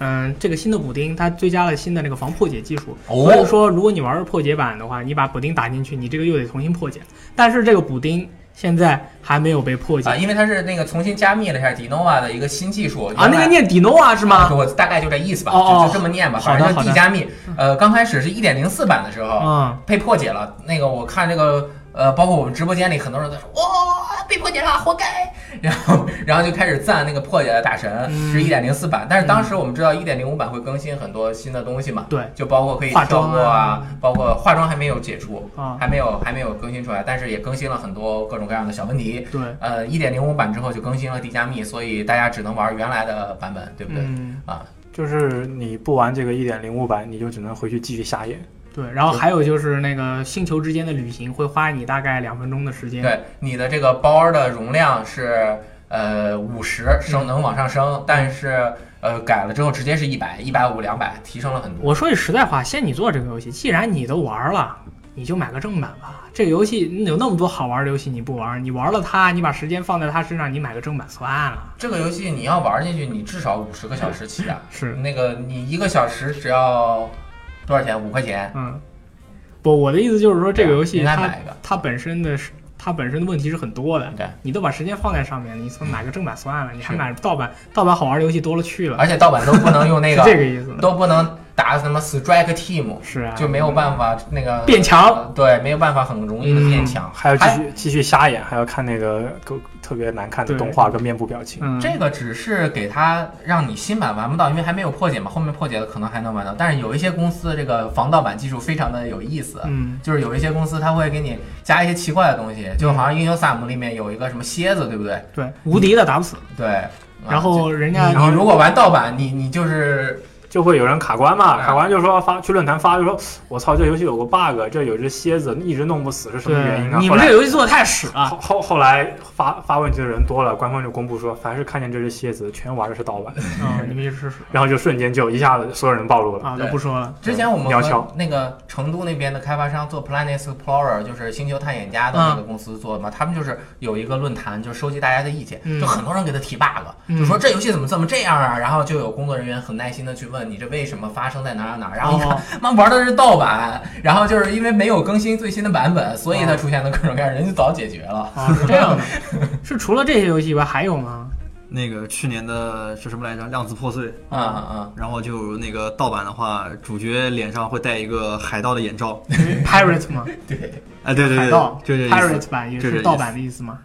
[SPEAKER 1] 嗯，这个新的补丁它追加了新的那个防破解技术，
[SPEAKER 2] 哦
[SPEAKER 1] 所以说如果你玩破解版的话，你把补丁打进去，你这个又得重新破解。但是这个补丁现在还没有被破解
[SPEAKER 2] 啊，因为它是那个重新加密了一下 DINOVA 的一个新技术
[SPEAKER 1] 啊，那个念
[SPEAKER 2] 念
[SPEAKER 1] Dinoa 是 吗？
[SPEAKER 2] 我大概就这意思吧，
[SPEAKER 1] 哦哦
[SPEAKER 2] 就就这么念吧，
[SPEAKER 1] 好
[SPEAKER 2] 反
[SPEAKER 1] 的
[SPEAKER 2] 正就
[SPEAKER 1] 好的
[SPEAKER 2] D 加密。呃，刚开始是一点零四版的时候，
[SPEAKER 1] 嗯，
[SPEAKER 2] 被破解了。那个我看这个呃，包括我们直播间里很多人都说哇、被破解了，活该。然后 然后就开始赞那个破解的大神、
[SPEAKER 1] 嗯
[SPEAKER 2] 是一点零四版，但是当时我们知道一点零五版会更新很多新的东西嘛，
[SPEAKER 1] 对，
[SPEAKER 2] 就包括可以
[SPEAKER 1] 化
[SPEAKER 2] 跳
[SPEAKER 1] 妆啊
[SPEAKER 2] 过啊，包括化妆还没有解除，
[SPEAKER 1] 啊
[SPEAKER 2] 还没有还没有更新出来，但是也更新了很多各种各样的小问题。
[SPEAKER 1] 对，
[SPEAKER 2] 呃，一点零五版之后就更新了 D 加密，所以大家只能玩原来的版本，对不对？
[SPEAKER 1] 嗯，
[SPEAKER 2] 啊，
[SPEAKER 4] 就是你不玩这个一点零五版，你就只能回去继续瞎演。
[SPEAKER 1] 对。然后还有就是那个星球之间的旅行会花你大概两分钟的时间。
[SPEAKER 2] 对，你的这个包的容量是呃五十
[SPEAKER 1] 嗯
[SPEAKER 2] 升，能往上升，但是呃改了之后直接是一百、一百五、两百，提升了很多。
[SPEAKER 1] 我说句实在话，仙女座这个游戏，既然你都玩了，你就买个正版吧。这个游戏你有那么多好玩的游戏你不玩，你玩了它，你把时间放在它身上，你买个正版算了。
[SPEAKER 2] 这个游戏你要玩进去，你至少五十个小时起啊。
[SPEAKER 1] 是，
[SPEAKER 2] 那个你一个小时只要多少钱？五块钱。
[SPEAKER 1] 嗯，不，我的意思就是说，这个游戏
[SPEAKER 2] 啊应该
[SPEAKER 1] 它
[SPEAKER 2] 买一个。
[SPEAKER 1] 它本身的是它本身的问题是很多的。
[SPEAKER 2] 对，
[SPEAKER 1] 你都把时间放在上面，你从买个正版算了，你还
[SPEAKER 2] 是
[SPEAKER 1] 买盗版？盗版好玩的游戏多了去了，
[SPEAKER 2] 而且盗版都不能用那
[SPEAKER 1] 是这
[SPEAKER 2] 个，
[SPEAKER 1] 个意思。
[SPEAKER 2] 都不能打什么 Strike Team，
[SPEAKER 1] 是啊，
[SPEAKER 2] 就没有办法那个
[SPEAKER 1] 变强。嗯
[SPEAKER 2] 呃对，没有办法很容易的变强。
[SPEAKER 4] 啊还要继续继续瞎演，还要看那个狗特别难看的
[SPEAKER 1] 对
[SPEAKER 4] 动画跟面部表情。
[SPEAKER 1] 嗯，
[SPEAKER 2] 这个只是给他让你新版玩不到，因为还没有破解嘛，后面破解了可能还能玩到。但是有一些公司这个防盗版技术非常的有意思，
[SPEAKER 1] 嗯
[SPEAKER 2] 就是有一些公司它会给你加一些奇怪的东西，就好像英雄萨姆里面有一个什么蝎子，对不对？
[SPEAKER 1] 对，无敌的打不死。
[SPEAKER 2] 对。嗯啊
[SPEAKER 1] 然后人家
[SPEAKER 2] 你你如果玩盗版，你你就是
[SPEAKER 4] 就会有人卡关嘛，
[SPEAKER 2] 对
[SPEAKER 1] 哎
[SPEAKER 4] 卡关就说发去论坛发就说，我操，这游戏有个 bug，这有只蝎子一直弄不死，是什么原因啊？
[SPEAKER 1] 对，你
[SPEAKER 4] 后
[SPEAKER 1] 们
[SPEAKER 4] 来
[SPEAKER 1] 这游戏做的太屎了。
[SPEAKER 4] 后后后来发发问题的人多了，官方就公布说，凡是看见这只蝎子，全玩的是盗版，
[SPEAKER 1] 啊，你们去试试
[SPEAKER 4] 然后就瞬间就一下子所有人暴露了。
[SPEAKER 1] 啊，
[SPEAKER 2] 对
[SPEAKER 1] 都不说了。
[SPEAKER 2] 之前我们
[SPEAKER 4] 鸟巢
[SPEAKER 2] 和那个成都那边的开发商做 Planet Explorer，就是星球探险家的那个公司做的嘛，他们就是有一个论坛，就收集大家的意见，
[SPEAKER 1] 嗯
[SPEAKER 2] 就很多人给他提 bug，、
[SPEAKER 1] 嗯
[SPEAKER 2] 就说这游戏怎么怎么这样啊，然后就有工作人员很耐心的去问你这为什么发生在哪儿哪儿哪儿，然后一看
[SPEAKER 1] 哦
[SPEAKER 2] 妈玩的是盗版，然后就是因为没有更新最新的版
[SPEAKER 1] 哦
[SPEAKER 2] 本，所以它出现的各种各样，人就早解决了。
[SPEAKER 1] 啊，是这样的。是除了这些游戏以外还有吗？
[SPEAKER 3] 那个去年的是什么来着？量子破碎。
[SPEAKER 2] 嗯嗯
[SPEAKER 3] 然后就那个盗版的话，主角脸上会戴一个海盗的眼罩。
[SPEAKER 1] pirate 嘛，
[SPEAKER 2] 嗯，对，
[SPEAKER 3] 哎，对对
[SPEAKER 1] 海
[SPEAKER 3] 对，
[SPEAKER 1] 盗
[SPEAKER 3] 就这意思。
[SPEAKER 1] pirate 版也
[SPEAKER 3] 就这
[SPEAKER 1] 是
[SPEAKER 3] 意思
[SPEAKER 1] 盗版的意思嘛。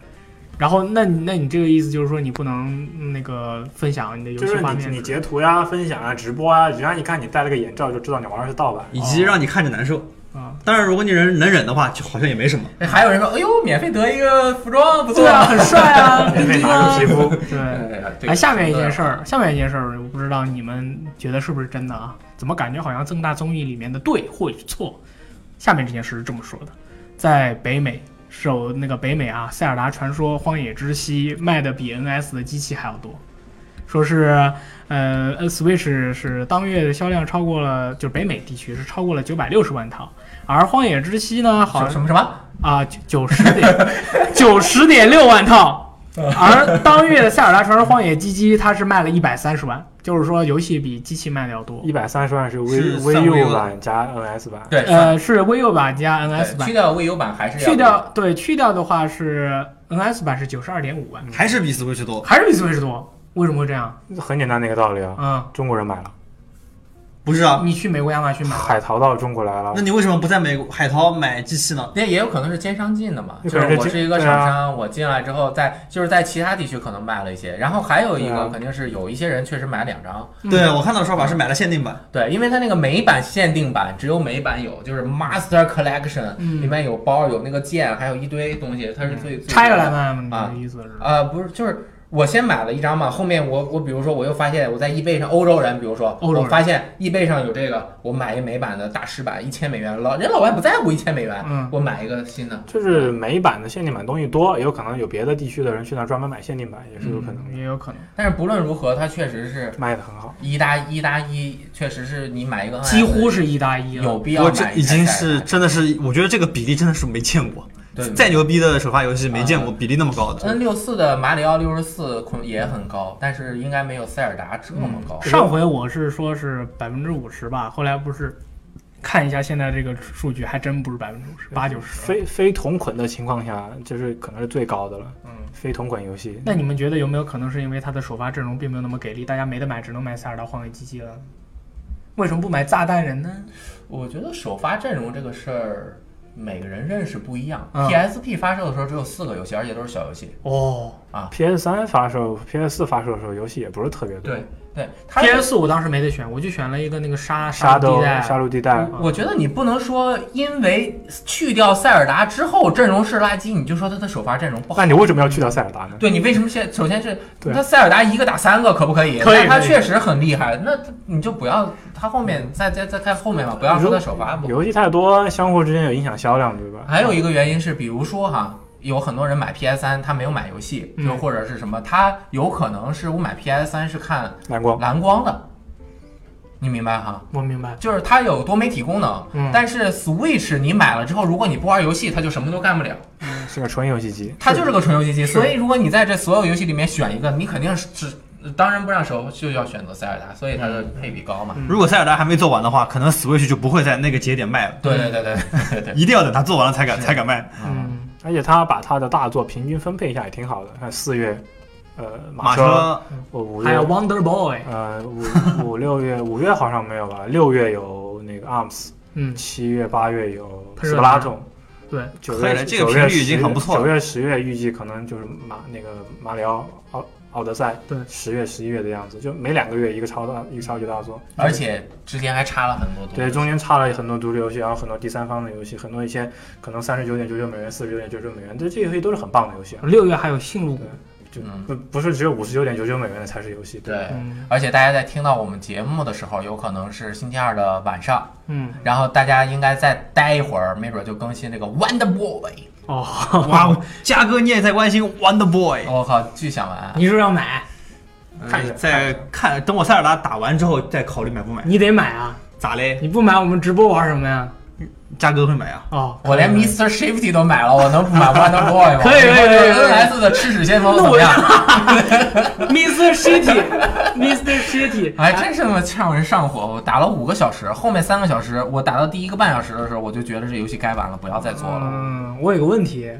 [SPEAKER 1] 然后，那你那你这个意思就是说你不能那个分享你的游
[SPEAKER 4] 就
[SPEAKER 1] 戏
[SPEAKER 4] 是
[SPEAKER 1] 画
[SPEAKER 4] 你
[SPEAKER 1] 面
[SPEAKER 4] 你截图呀、分享啊、直播啊，只要你看你戴了个眼罩，就知道你玩的是盗版。
[SPEAKER 3] 以及
[SPEAKER 2] 哦
[SPEAKER 3] 让你看着难受。
[SPEAKER 1] 啊？
[SPEAKER 3] 当然，如果你人能忍的话，就好像也没什么。
[SPEAKER 2] 哎还有人说，哎呦，免费得一个服装，不错
[SPEAKER 1] 对啊，，很帅 啊，
[SPEAKER 4] 免
[SPEAKER 1] 钉
[SPEAKER 4] 费
[SPEAKER 1] 钉
[SPEAKER 4] 拿
[SPEAKER 1] 啊
[SPEAKER 4] 入皮。肤，
[SPEAKER 1] 对。
[SPEAKER 2] 哎，对
[SPEAKER 1] 哎，下面一件事，儿，下面一件事儿，我不知道你们觉得是不是真的啊？怎么感觉好像正大综艺里面的对或者错？下面这件事是这么说的：在北美，首那个北美啊，《塞尔达传说：荒野之息》卖的比 NS 的机器还要多，说是呃呃，Switch 是当月的销量超过了，就是北美地区是超过了九百六十万套，而《荒野之息》呢，好
[SPEAKER 2] 什什么什么，
[SPEAKER 1] 啊，九九十点九十点六万套，而当月的《塞尔达传说：荒野机机》它是卖了一百三十万，就是说游戏比机器卖的要多。
[SPEAKER 4] 一百三十万是 V
[SPEAKER 3] 是
[SPEAKER 4] V
[SPEAKER 3] 算 Wii
[SPEAKER 4] U
[SPEAKER 3] U
[SPEAKER 4] 版加 NS 版，
[SPEAKER 2] 对，
[SPEAKER 1] 呃，是 VU 版加
[SPEAKER 2] 对
[SPEAKER 1] NS 版
[SPEAKER 2] 去，掉 v u 版还是要
[SPEAKER 1] 去掉对去掉的话是 NS 版是九十二点五万，
[SPEAKER 3] 还是比 Switch 多，
[SPEAKER 1] 还是比 Switch 多？为什么会这样？
[SPEAKER 4] 很简单的一个道理啊。
[SPEAKER 1] 嗯，
[SPEAKER 4] 中国人买了，
[SPEAKER 3] 不是啊？
[SPEAKER 1] 你去美国亚马逊买，
[SPEAKER 4] 海淘到中国来了
[SPEAKER 3] 那，你为什么不在美国海淘买机器呢？
[SPEAKER 2] 那也有可能是奸商进的嘛，
[SPEAKER 4] 有
[SPEAKER 2] 就
[SPEAKER 4] 可能
[SPEAKER 2] 是我
[SPEAKER 4] 是奸
[SPEAKER 2] 是一个
[SPEAKER 4] 对
[SPEAKER 2] 厂
[SPEAKER 4] 啊
[SPEAKER 2] 商，我进来之后在就是在其他地区可能卖了一些，然后还有一
[SPEAKER 4] 对
[SPEAKER 2] 个
[SPEAKER 4] 啊
[SPEAKER 2] 肯定是有一些人确实买两张，
[SPEAKER 1] 嗯
[SPEAKER 3] 对我看到的说法是买了限定版，
[SPEAKER 2] 对，因为它那个美版限定版只有美版有，就是 Master Collection
[SPEAKER 1] 嗯
[SPEAKER 2] 里面有包有那个剑，还有一堆东西，
[SPEAKER 4] 嗯
[SPEAKER 2] 它是最最
[SPEAKER 1] 拆下来卖吗？你
[SPEAKER 2] 啊
[SPEAKER 1] 的意思是？
[SPEAKER 2] 呃，不是，就是我先买了一张嘛，后面我我比如说我又发现我在 eBay 上，欧洲人，比如说
[SPEAKER 1] 欧洲人
[SPEAKER 2] 我发现 eBay 上有这个，我买一美版的大师版一千美元，老人老外不在乎一千美元，
[SPEAKER 1] 嗯
[SPEAKER 2] 我买一个新的，
[SPEAKER 4] 就是美版的限定版东西多，也有可能有别的地区的人去那专门买限定版，也是有可能
[SPEAKER 1] 嗯
[SPEAKER 4] 的，
[SPEAKER 1] 也有可能。
[SPEAKER 2] 但是不论如何，它确实是
[SPEAKER 4] 卖的很好。
[SPEAKER 2] 一搭一搭一，确实是你买一个 NS
[SPEAKER 1] 几乎是一搭一了，
[SPEAKER 2] 有必要
[SPEAKER 3] 我
[SPEAKER 2] 买
[SPEAKER 3] 这
[SPEAKER 2] 一台
[SPEAKER 3] 已经
[SPEAKER 2] 赛
[SPEAKER 3] 是
[SPEAKER 2] 的
[SPEAKER 3] 真的是，我觉得这个比例真的是没见过，
[SPEAKER 2] 对嗯
[SPEAKER 3] 再牛逼的首发游戏没见过比例那么高的。
[SPEAKER 2] N 六四的马里奥六十四也很高，但是应该没有塞尔达这么高。
[SPEAKER 1] 上回我是说是百分之五十吧，后来不是看一下现在这个数据，还真不是百分之五十，八九十。
[SPEAKER 4] 非非同捆的情况下，就是可能是最高的了。
[SPEAKER 1] 嗯，
[SPEAKER 4] 非同捆游戏，
[SPEAKER 1] 那你们觉得有没有可能是因为它的首发阵容并没有那么给力，大家没得买，只能买塞尔达荒野机器了？为什么不买炸弹人呢？
[SPEAKER 2] 我觉得首发阵容这个事儿，每个人认识不一样。
[SPEAKER 1] 嗯
[SPEAKER 2] PSP 发售的时候只有四个游戏，而且都是小游戏。
[SPEAKER 1] 哦
[SPEAKER 4] PS 三发售、PS 四发售的时候，游戏也不是特别多。
[SPEAKER 2] 对，它
[SPEAKER 1] ，PS 我当时没得选，我就选了一个那个沙
[SPEAKER 4] 沙
[SPEAKER 1] 地
[SPEAKER 4] 漏、
[SPEAKER 1] 带，
[SPEAKER 4] 杀戮地带，
[SPEAKER 2] 我觉得你不能说因为去掉塞尔达之后阵容是垃圾，你就说它的首发阵容不好
[SPEAKER 4] 哦那。你为什么要去掉塞尔达呢？
[SPEAKER 2] 对你为什么现首先是
[SPEAKER 4] 对
[SPEAKER 2] 他塞尔达一个打三个可不可以？
[SPEAKER 1] 可以
[SPEAKER 2] 那他
[SPEAKER 1] 可以
[SPEAKER 2] 确实很厉害，那你就不要他后面再再再看后面吧，不要说他首发不好。哎
[SPEAKER 4] 游戏太多，相互之间有影响销量，对吧？
[SPEAKER 2] 还有一个原因是，比如说哈，有很多人买 PS 三，他没有买游戏，
[SPEAKER 1] 嗯
[SPEAKER 2] 就或者是什么，他有可能是我买 PS 三是看
[SPEAKER 4] 蓝光，
[SPEAKER 2] 蓝光的，你明白哈？
[SPEAKER 1] 我明
[SPEAKER 4] 啊
[SPEAKER 1] 白。
[SPEAKER 2] 就是它有多媒体功能，
[SPEAKER 1] 嗯
[SPEAKER 2] 但是 Switch 你买了之后，如果你不玩游戏，它就什么都干不了，
[SPEAKER 4] 是个纯游戏机。
[SPEAKER 2] 它就是个纯游戏机。
[SPEAKER 1] 是
[SPEAKER 2] 所以如果你在这所有游戏里面选一个，你肯定是只当然不让手就要选择塞尔达，所以它的配比高嘛。
[SPEAKER 1] 嗯
[SPEAKER 3] 如果塞尔达还没做完的话，可能 Switch 就不会在那个节点卖了，
[SPEAKER 2] 对对对对对对，
[SPEAKER 3] 一定要等它做完了才敢才敢卖。
[SPEAKER 1] 嗯，
[SPEAKER 4] 而且他把他的大作平均分配一下也挺好的。看四月，呃，
[SPEAKER 3] 马
[SPEAKER 4] 车，
[SPEAKER 3] 车
[SPEAKER 4] 我五
[SPEAKER 1] 还有
[SPEAKER 4] 月，
[SPEAKER 1] Wonder Boy，
[SPEAKER 4] 呃，五五六月，五月好像没有吧？六月有那个 Arms，
[SPEAKER 1] 嗯，
[SPEAKER 4] 七月八月有
[SPEAKER 1] 喷
[SPEAKER 4] 斯
[SPEAKER 1] 射
[SPEAKER 4] 布拉种，
[SPEAKER 1] 对，
[SPEAKER 4] 九
[SPEAKER 3] 可以
[SPEAKER 4] 月
[SPEAKER 3] 这个
[SPEAKER 4] 九月
[SPEAKER 3] 频率已经很不错了
[SPEAKER 4] 九月十月预计可能就是马那个马里奥奥奥德赛，
[SPEAKER 1] 对
[SPEAKER 4] 十月十一月的样子，就每两个月一个超大一个超级大作。
[SPEAKER 2] 而且之前还差了很多东西。
[SPEAKER 4] 对，中间差了很多独立游戏，然后很多第三方的游戏，很多一些可能三十九点九九美元、四十九点九九美元，这这些游戏都是很棒的游戏啊，
[SPEAKER 1] 六月还有信入谷
[SPEAKER 4] 对，就
[SPEAKER 2] 嗯
[SPEAKER 4] 不不是只有五十九点九九美元的才是游戏。
[SPEAKER 2] 对。
[SPEAKER 1] 嗯
[SPEAKER 2] 而且大家在听到我们节目的时候，有可能是星期二的晚上，
[SPEAKER 1] 嗯，
[SPEAKER 2] 然后大家应该再待一会儿，没准就更新这个 Wonder Boy。
[SPEAKER 1] 哦，
[SPEAKER 3] 哇，嘉哥你也在关心 Wonder Boy。
[SPEAKER 2] 我靠，巨想玩！
[SPEAKER 1] 你是不是要买？
[SPEAKER 2] 嗯
[SPEAKER 4] 看着
[SPEAKER 3] 再看，等我塞尔达打完之后再考虑买不买。
[SPEAKER 1] 你得买啊！
[SPEAKER 3] 咋嘞？
[SPEAKER 1] 你不买我们直播玩什么呀？
[SPEAKER 3] 嘉哥会买啊？
[SPEAKER 1] 哦，
[SPEAKER 2] 我连 Mr. Shifty 都买了，我能不买 Wonder Boy 吗？
[SPEAKER 1] 可以可以可以可以
[SPEAKER 2] NS 的吃屎先锋怎么样？
[SPEAKER 1] Mr. Shitty，Mr. Shitty，
[SPEAKER 2] 哎，真是他妈让人上火！我打了五个小时，后面三个小
[SPEAKER 4] 嗯
[SPEAKER 2] 时，我打到第一个半小时的时候，我就觉得这游戏该完了，不要再做了。
[SPEAKER 1] 嗯，我有个问题，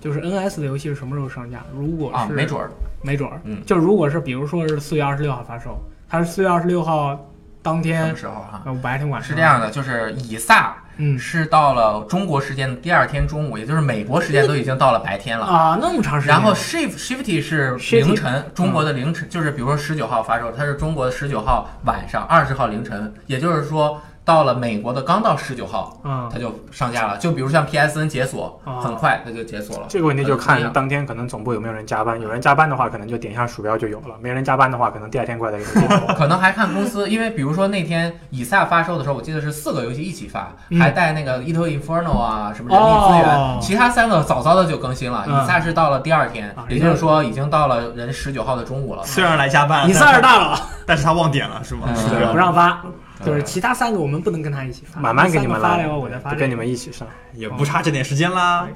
[SPEAKER 1] 就是 NS 的游戏是什么时候上架？如果
[SPEAKER 2] 啊，
[SPEAKER 1] 是
[SPEAKER 2] 没准儿
[SPEAKER 1] 没准儿，
[SPEAKER 2] 嗯
[SPEAKER 1] 就如果是比如说是四月二十六号发售，它是四月二十六号当
[SPEAKER 2] 什
[SPEAKER 1] 天
[SPEAKER 2] 么时候哈、
[SPEAKER 1] 呃白天晚上
[SPEAKER 2] 是这样，的，就是以撒
[SPEAKER 1] 嗯
[SPEAKER 2] 是到了中国时间的第二天中午，也就是美国时间都已经到了白天了。
[SPEAKER 1] 啊，那么
[SPEAKER 4] 嗯
[SPEAKER 1] 长时间，
[SPEAKER 2] 然后 shift shifty 是
[SPEAKER 1] Shifty
[SPEAKER 2] 凌晨，中国的凌晨，就是比如说十九号发售，它是中国的十九号晚上，二十号凌晨，也就是说到了美国的刚到十九号，
[SPEAKER 1] 嗯
[SPEAKER 2] 它就上架了。就比如像 PSN 解锁
[SPEAKER 1] 哦，
[SPEAKER 2] 很快它就解锁了。
[SPEAKER 4] 啊这个问题
[SPEAKER 2] 嗯
[SPEAKER 4] 就
[SPEAKER 2] 不一样
[SPEAKER 4] 看当天可能总部有没有人加班，有人加班的话，可能就点一下鼠标就有了；没人加班的话，可能第二天过来就 有了。
[SPEAKER 2] 可能还看公司，因为比如说那天以撒发售的时候，我记得是四个游戏一起发，
[SPEAKER 1] 嗯
[SPEAKER 2] 还带那个《Ito Inferno》啊，什么人力资源，
[SPEAKER 1] 哦
[SPEAKER 2] 其他三个早早的就更新了。
[SPEAKER 1] 嗯
[SPEAKER 2] 以撒是到了第二天，
[SPEAKER 1] 啊
[SPEAKER 2] 也就是说已经到了人十九号的中午了。
[SPEAKER 3] 虽然来加
[SPEAKER 2] 啊
[SPEAKER 3] 班，
[SPEAKER 1] 你
[SPEAKER 3] 但
[SPEAKER 1] 算
[SPEAKER 3] 是
[SPEAKER 1] 是大佬，
[SPEAKER 3] 但是他忘点了是吗？
[SPEAKER 2] 嗯
[SPEAKER 3] 是
[SPEAKER 2] 对
[SPEAKER 3] 的，
[SPEAKER 1] 不让发，
[SPEAKER 2] 对
[SPEAKER 1] 就是其他三个我们不能跟他一起发，
[SPEAKER 4] 慢慢给你
[SPEAKER 1] 三
[SPEAKER 4] 们
[SPEAKER 1] 个发
[SPEAKER 4] 来
[SPEAKER 1] 了，我再发
[SPEAKER 4] 就
[SPEAKER 1] 这
[SPEAKER 4] 跟
[SPEAKER 1] 个。
[SPEAKER 4] 你们一起上。
[SPEAKER 3] 也不差这点时间啦。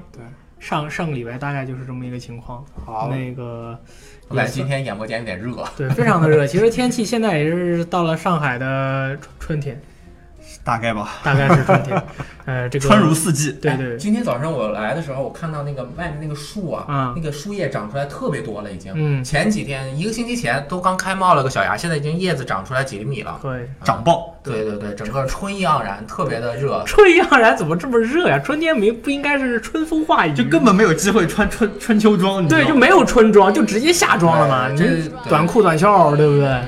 [SPEAKER 1] 上上个礼拜大概就是这么一个情况，
[SPEAKER 4] 好，
[SPEAKER 1] 那个
[SPEAKER 2] 我感觉今天演播间有点热，
[SPEAKER 1] 对非常的热，其实天气现在也是到了上海的春春天，
[SPEAKER 3] 大概吧，
[SPEAKER 1] 大概是春 天，呃，这个
[SPEAKER 3] 春如四季。
[SPEAKER 1] 对
[SPEAKER 2] 哎
[SPEAKER 1] 对，
[SPEAKER 2] 今天早上我来的时候，我看到那个外面那个树啊，
[SPEAKER 1] 嗯
[SPEAKER 2] 那个树叶长出来特别多了，已经。
[SPEAKER 1] 嗯
[SPEAKER 2] 前几天一个星期前都刚开冒了个小芽，现在已经叶子长出来几厘米了。
[SPEAKER 1] 可以。
[SPEAKER 3] 长爆，
[SPEAKER 2] 对对对，整个春意盎然，特别的热。
[SPEAKER 1] 春意盎然怎么这么热呀？春天没不应该是春风化雨，
[SPEAKER 3] 就根本没有机会穿春春秋装，你知道
[SPEAKER 1] 对
[SPEAKER 3] 吗
[SPEAKER 1] 就没有春装，就直接夏装了嘛。
[SPEAKER 2] 对
[SPEAKER 1] 你
[SPEAKER 2] 这对
[SPEAKER 1] 短裤短袖，对不对？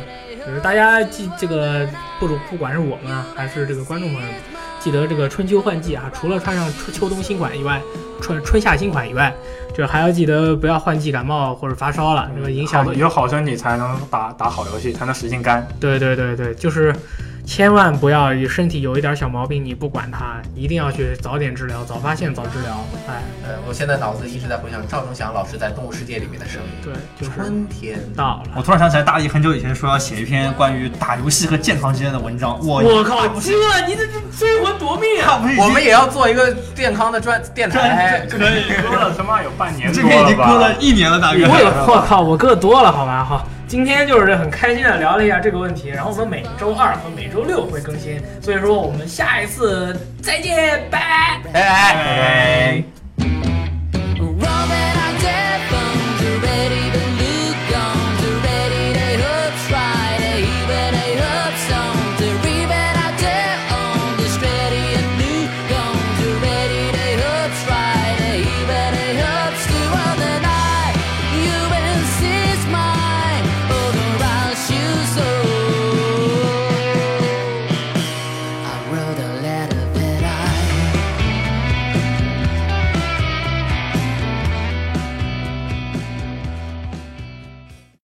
[SPEAKER 1] 就是大家记这个，不如不管是我们啊，还是这个观众朋友们，记得这个春秋换季啊，除了穿上春秋冬新款以外，春春夏新款以外，就还要记得不要换季感冒或者发烧了，这个影响
[SPEAKER 4] 好的有好身体才能打打好游戏，才能使劲干。
[SPEAKER 1] 对对对对，就是千万不要身体有一点小毛病你不管它，一定要去早点治疗，早发现早治疗。哎，
[SPEAKER 2] 呃，我现在脑子一直在回想赵忠祥老师在《动物世界》里面的声音。
[SPEAKER 1] 对，就是
[SPEAKER 2] 春天，
[SPEAKER 1] 到
[SPEAKER 3] 我
[SPEAKER 1] 了。
[SPEAKER 3] 突然想起来，大力很久以前说要写一篇关于打游戏和健康之间的文章。我
[SPEAKER 1] 我靠，这你这这追魂夺命啊！
[SPEAKER 3] 他不是已经
[SPEAKER 2] 我们也哎要做一个健康的专电台
[SPEAKER 3] 专。可以，
[SPEAKER 4] 割了他妈有半年
[SPEAKER 3] 这
[SPEAKER 4] 多
[SPEAKER 3] 篇已
[SPEAKER 4] 了
[SPEAKER 3] 经
[SPEAKER 4] 吧？
[SPEAKER 3] 搁了一年了，大
[SPEAKER 1] 我
[SPEAKER 3] 概。
[SPEAKER 1] 有，我靠，我哥多了，好吧，好。今天就是很开心的聊了一下这个问题，然后我们每周二和每周六
[SPEAKER 3] 哎
[SPEAKER 1] 会更新，所以说我们下一次再见，拜拜。
[SPEAKER 2] 拜拜。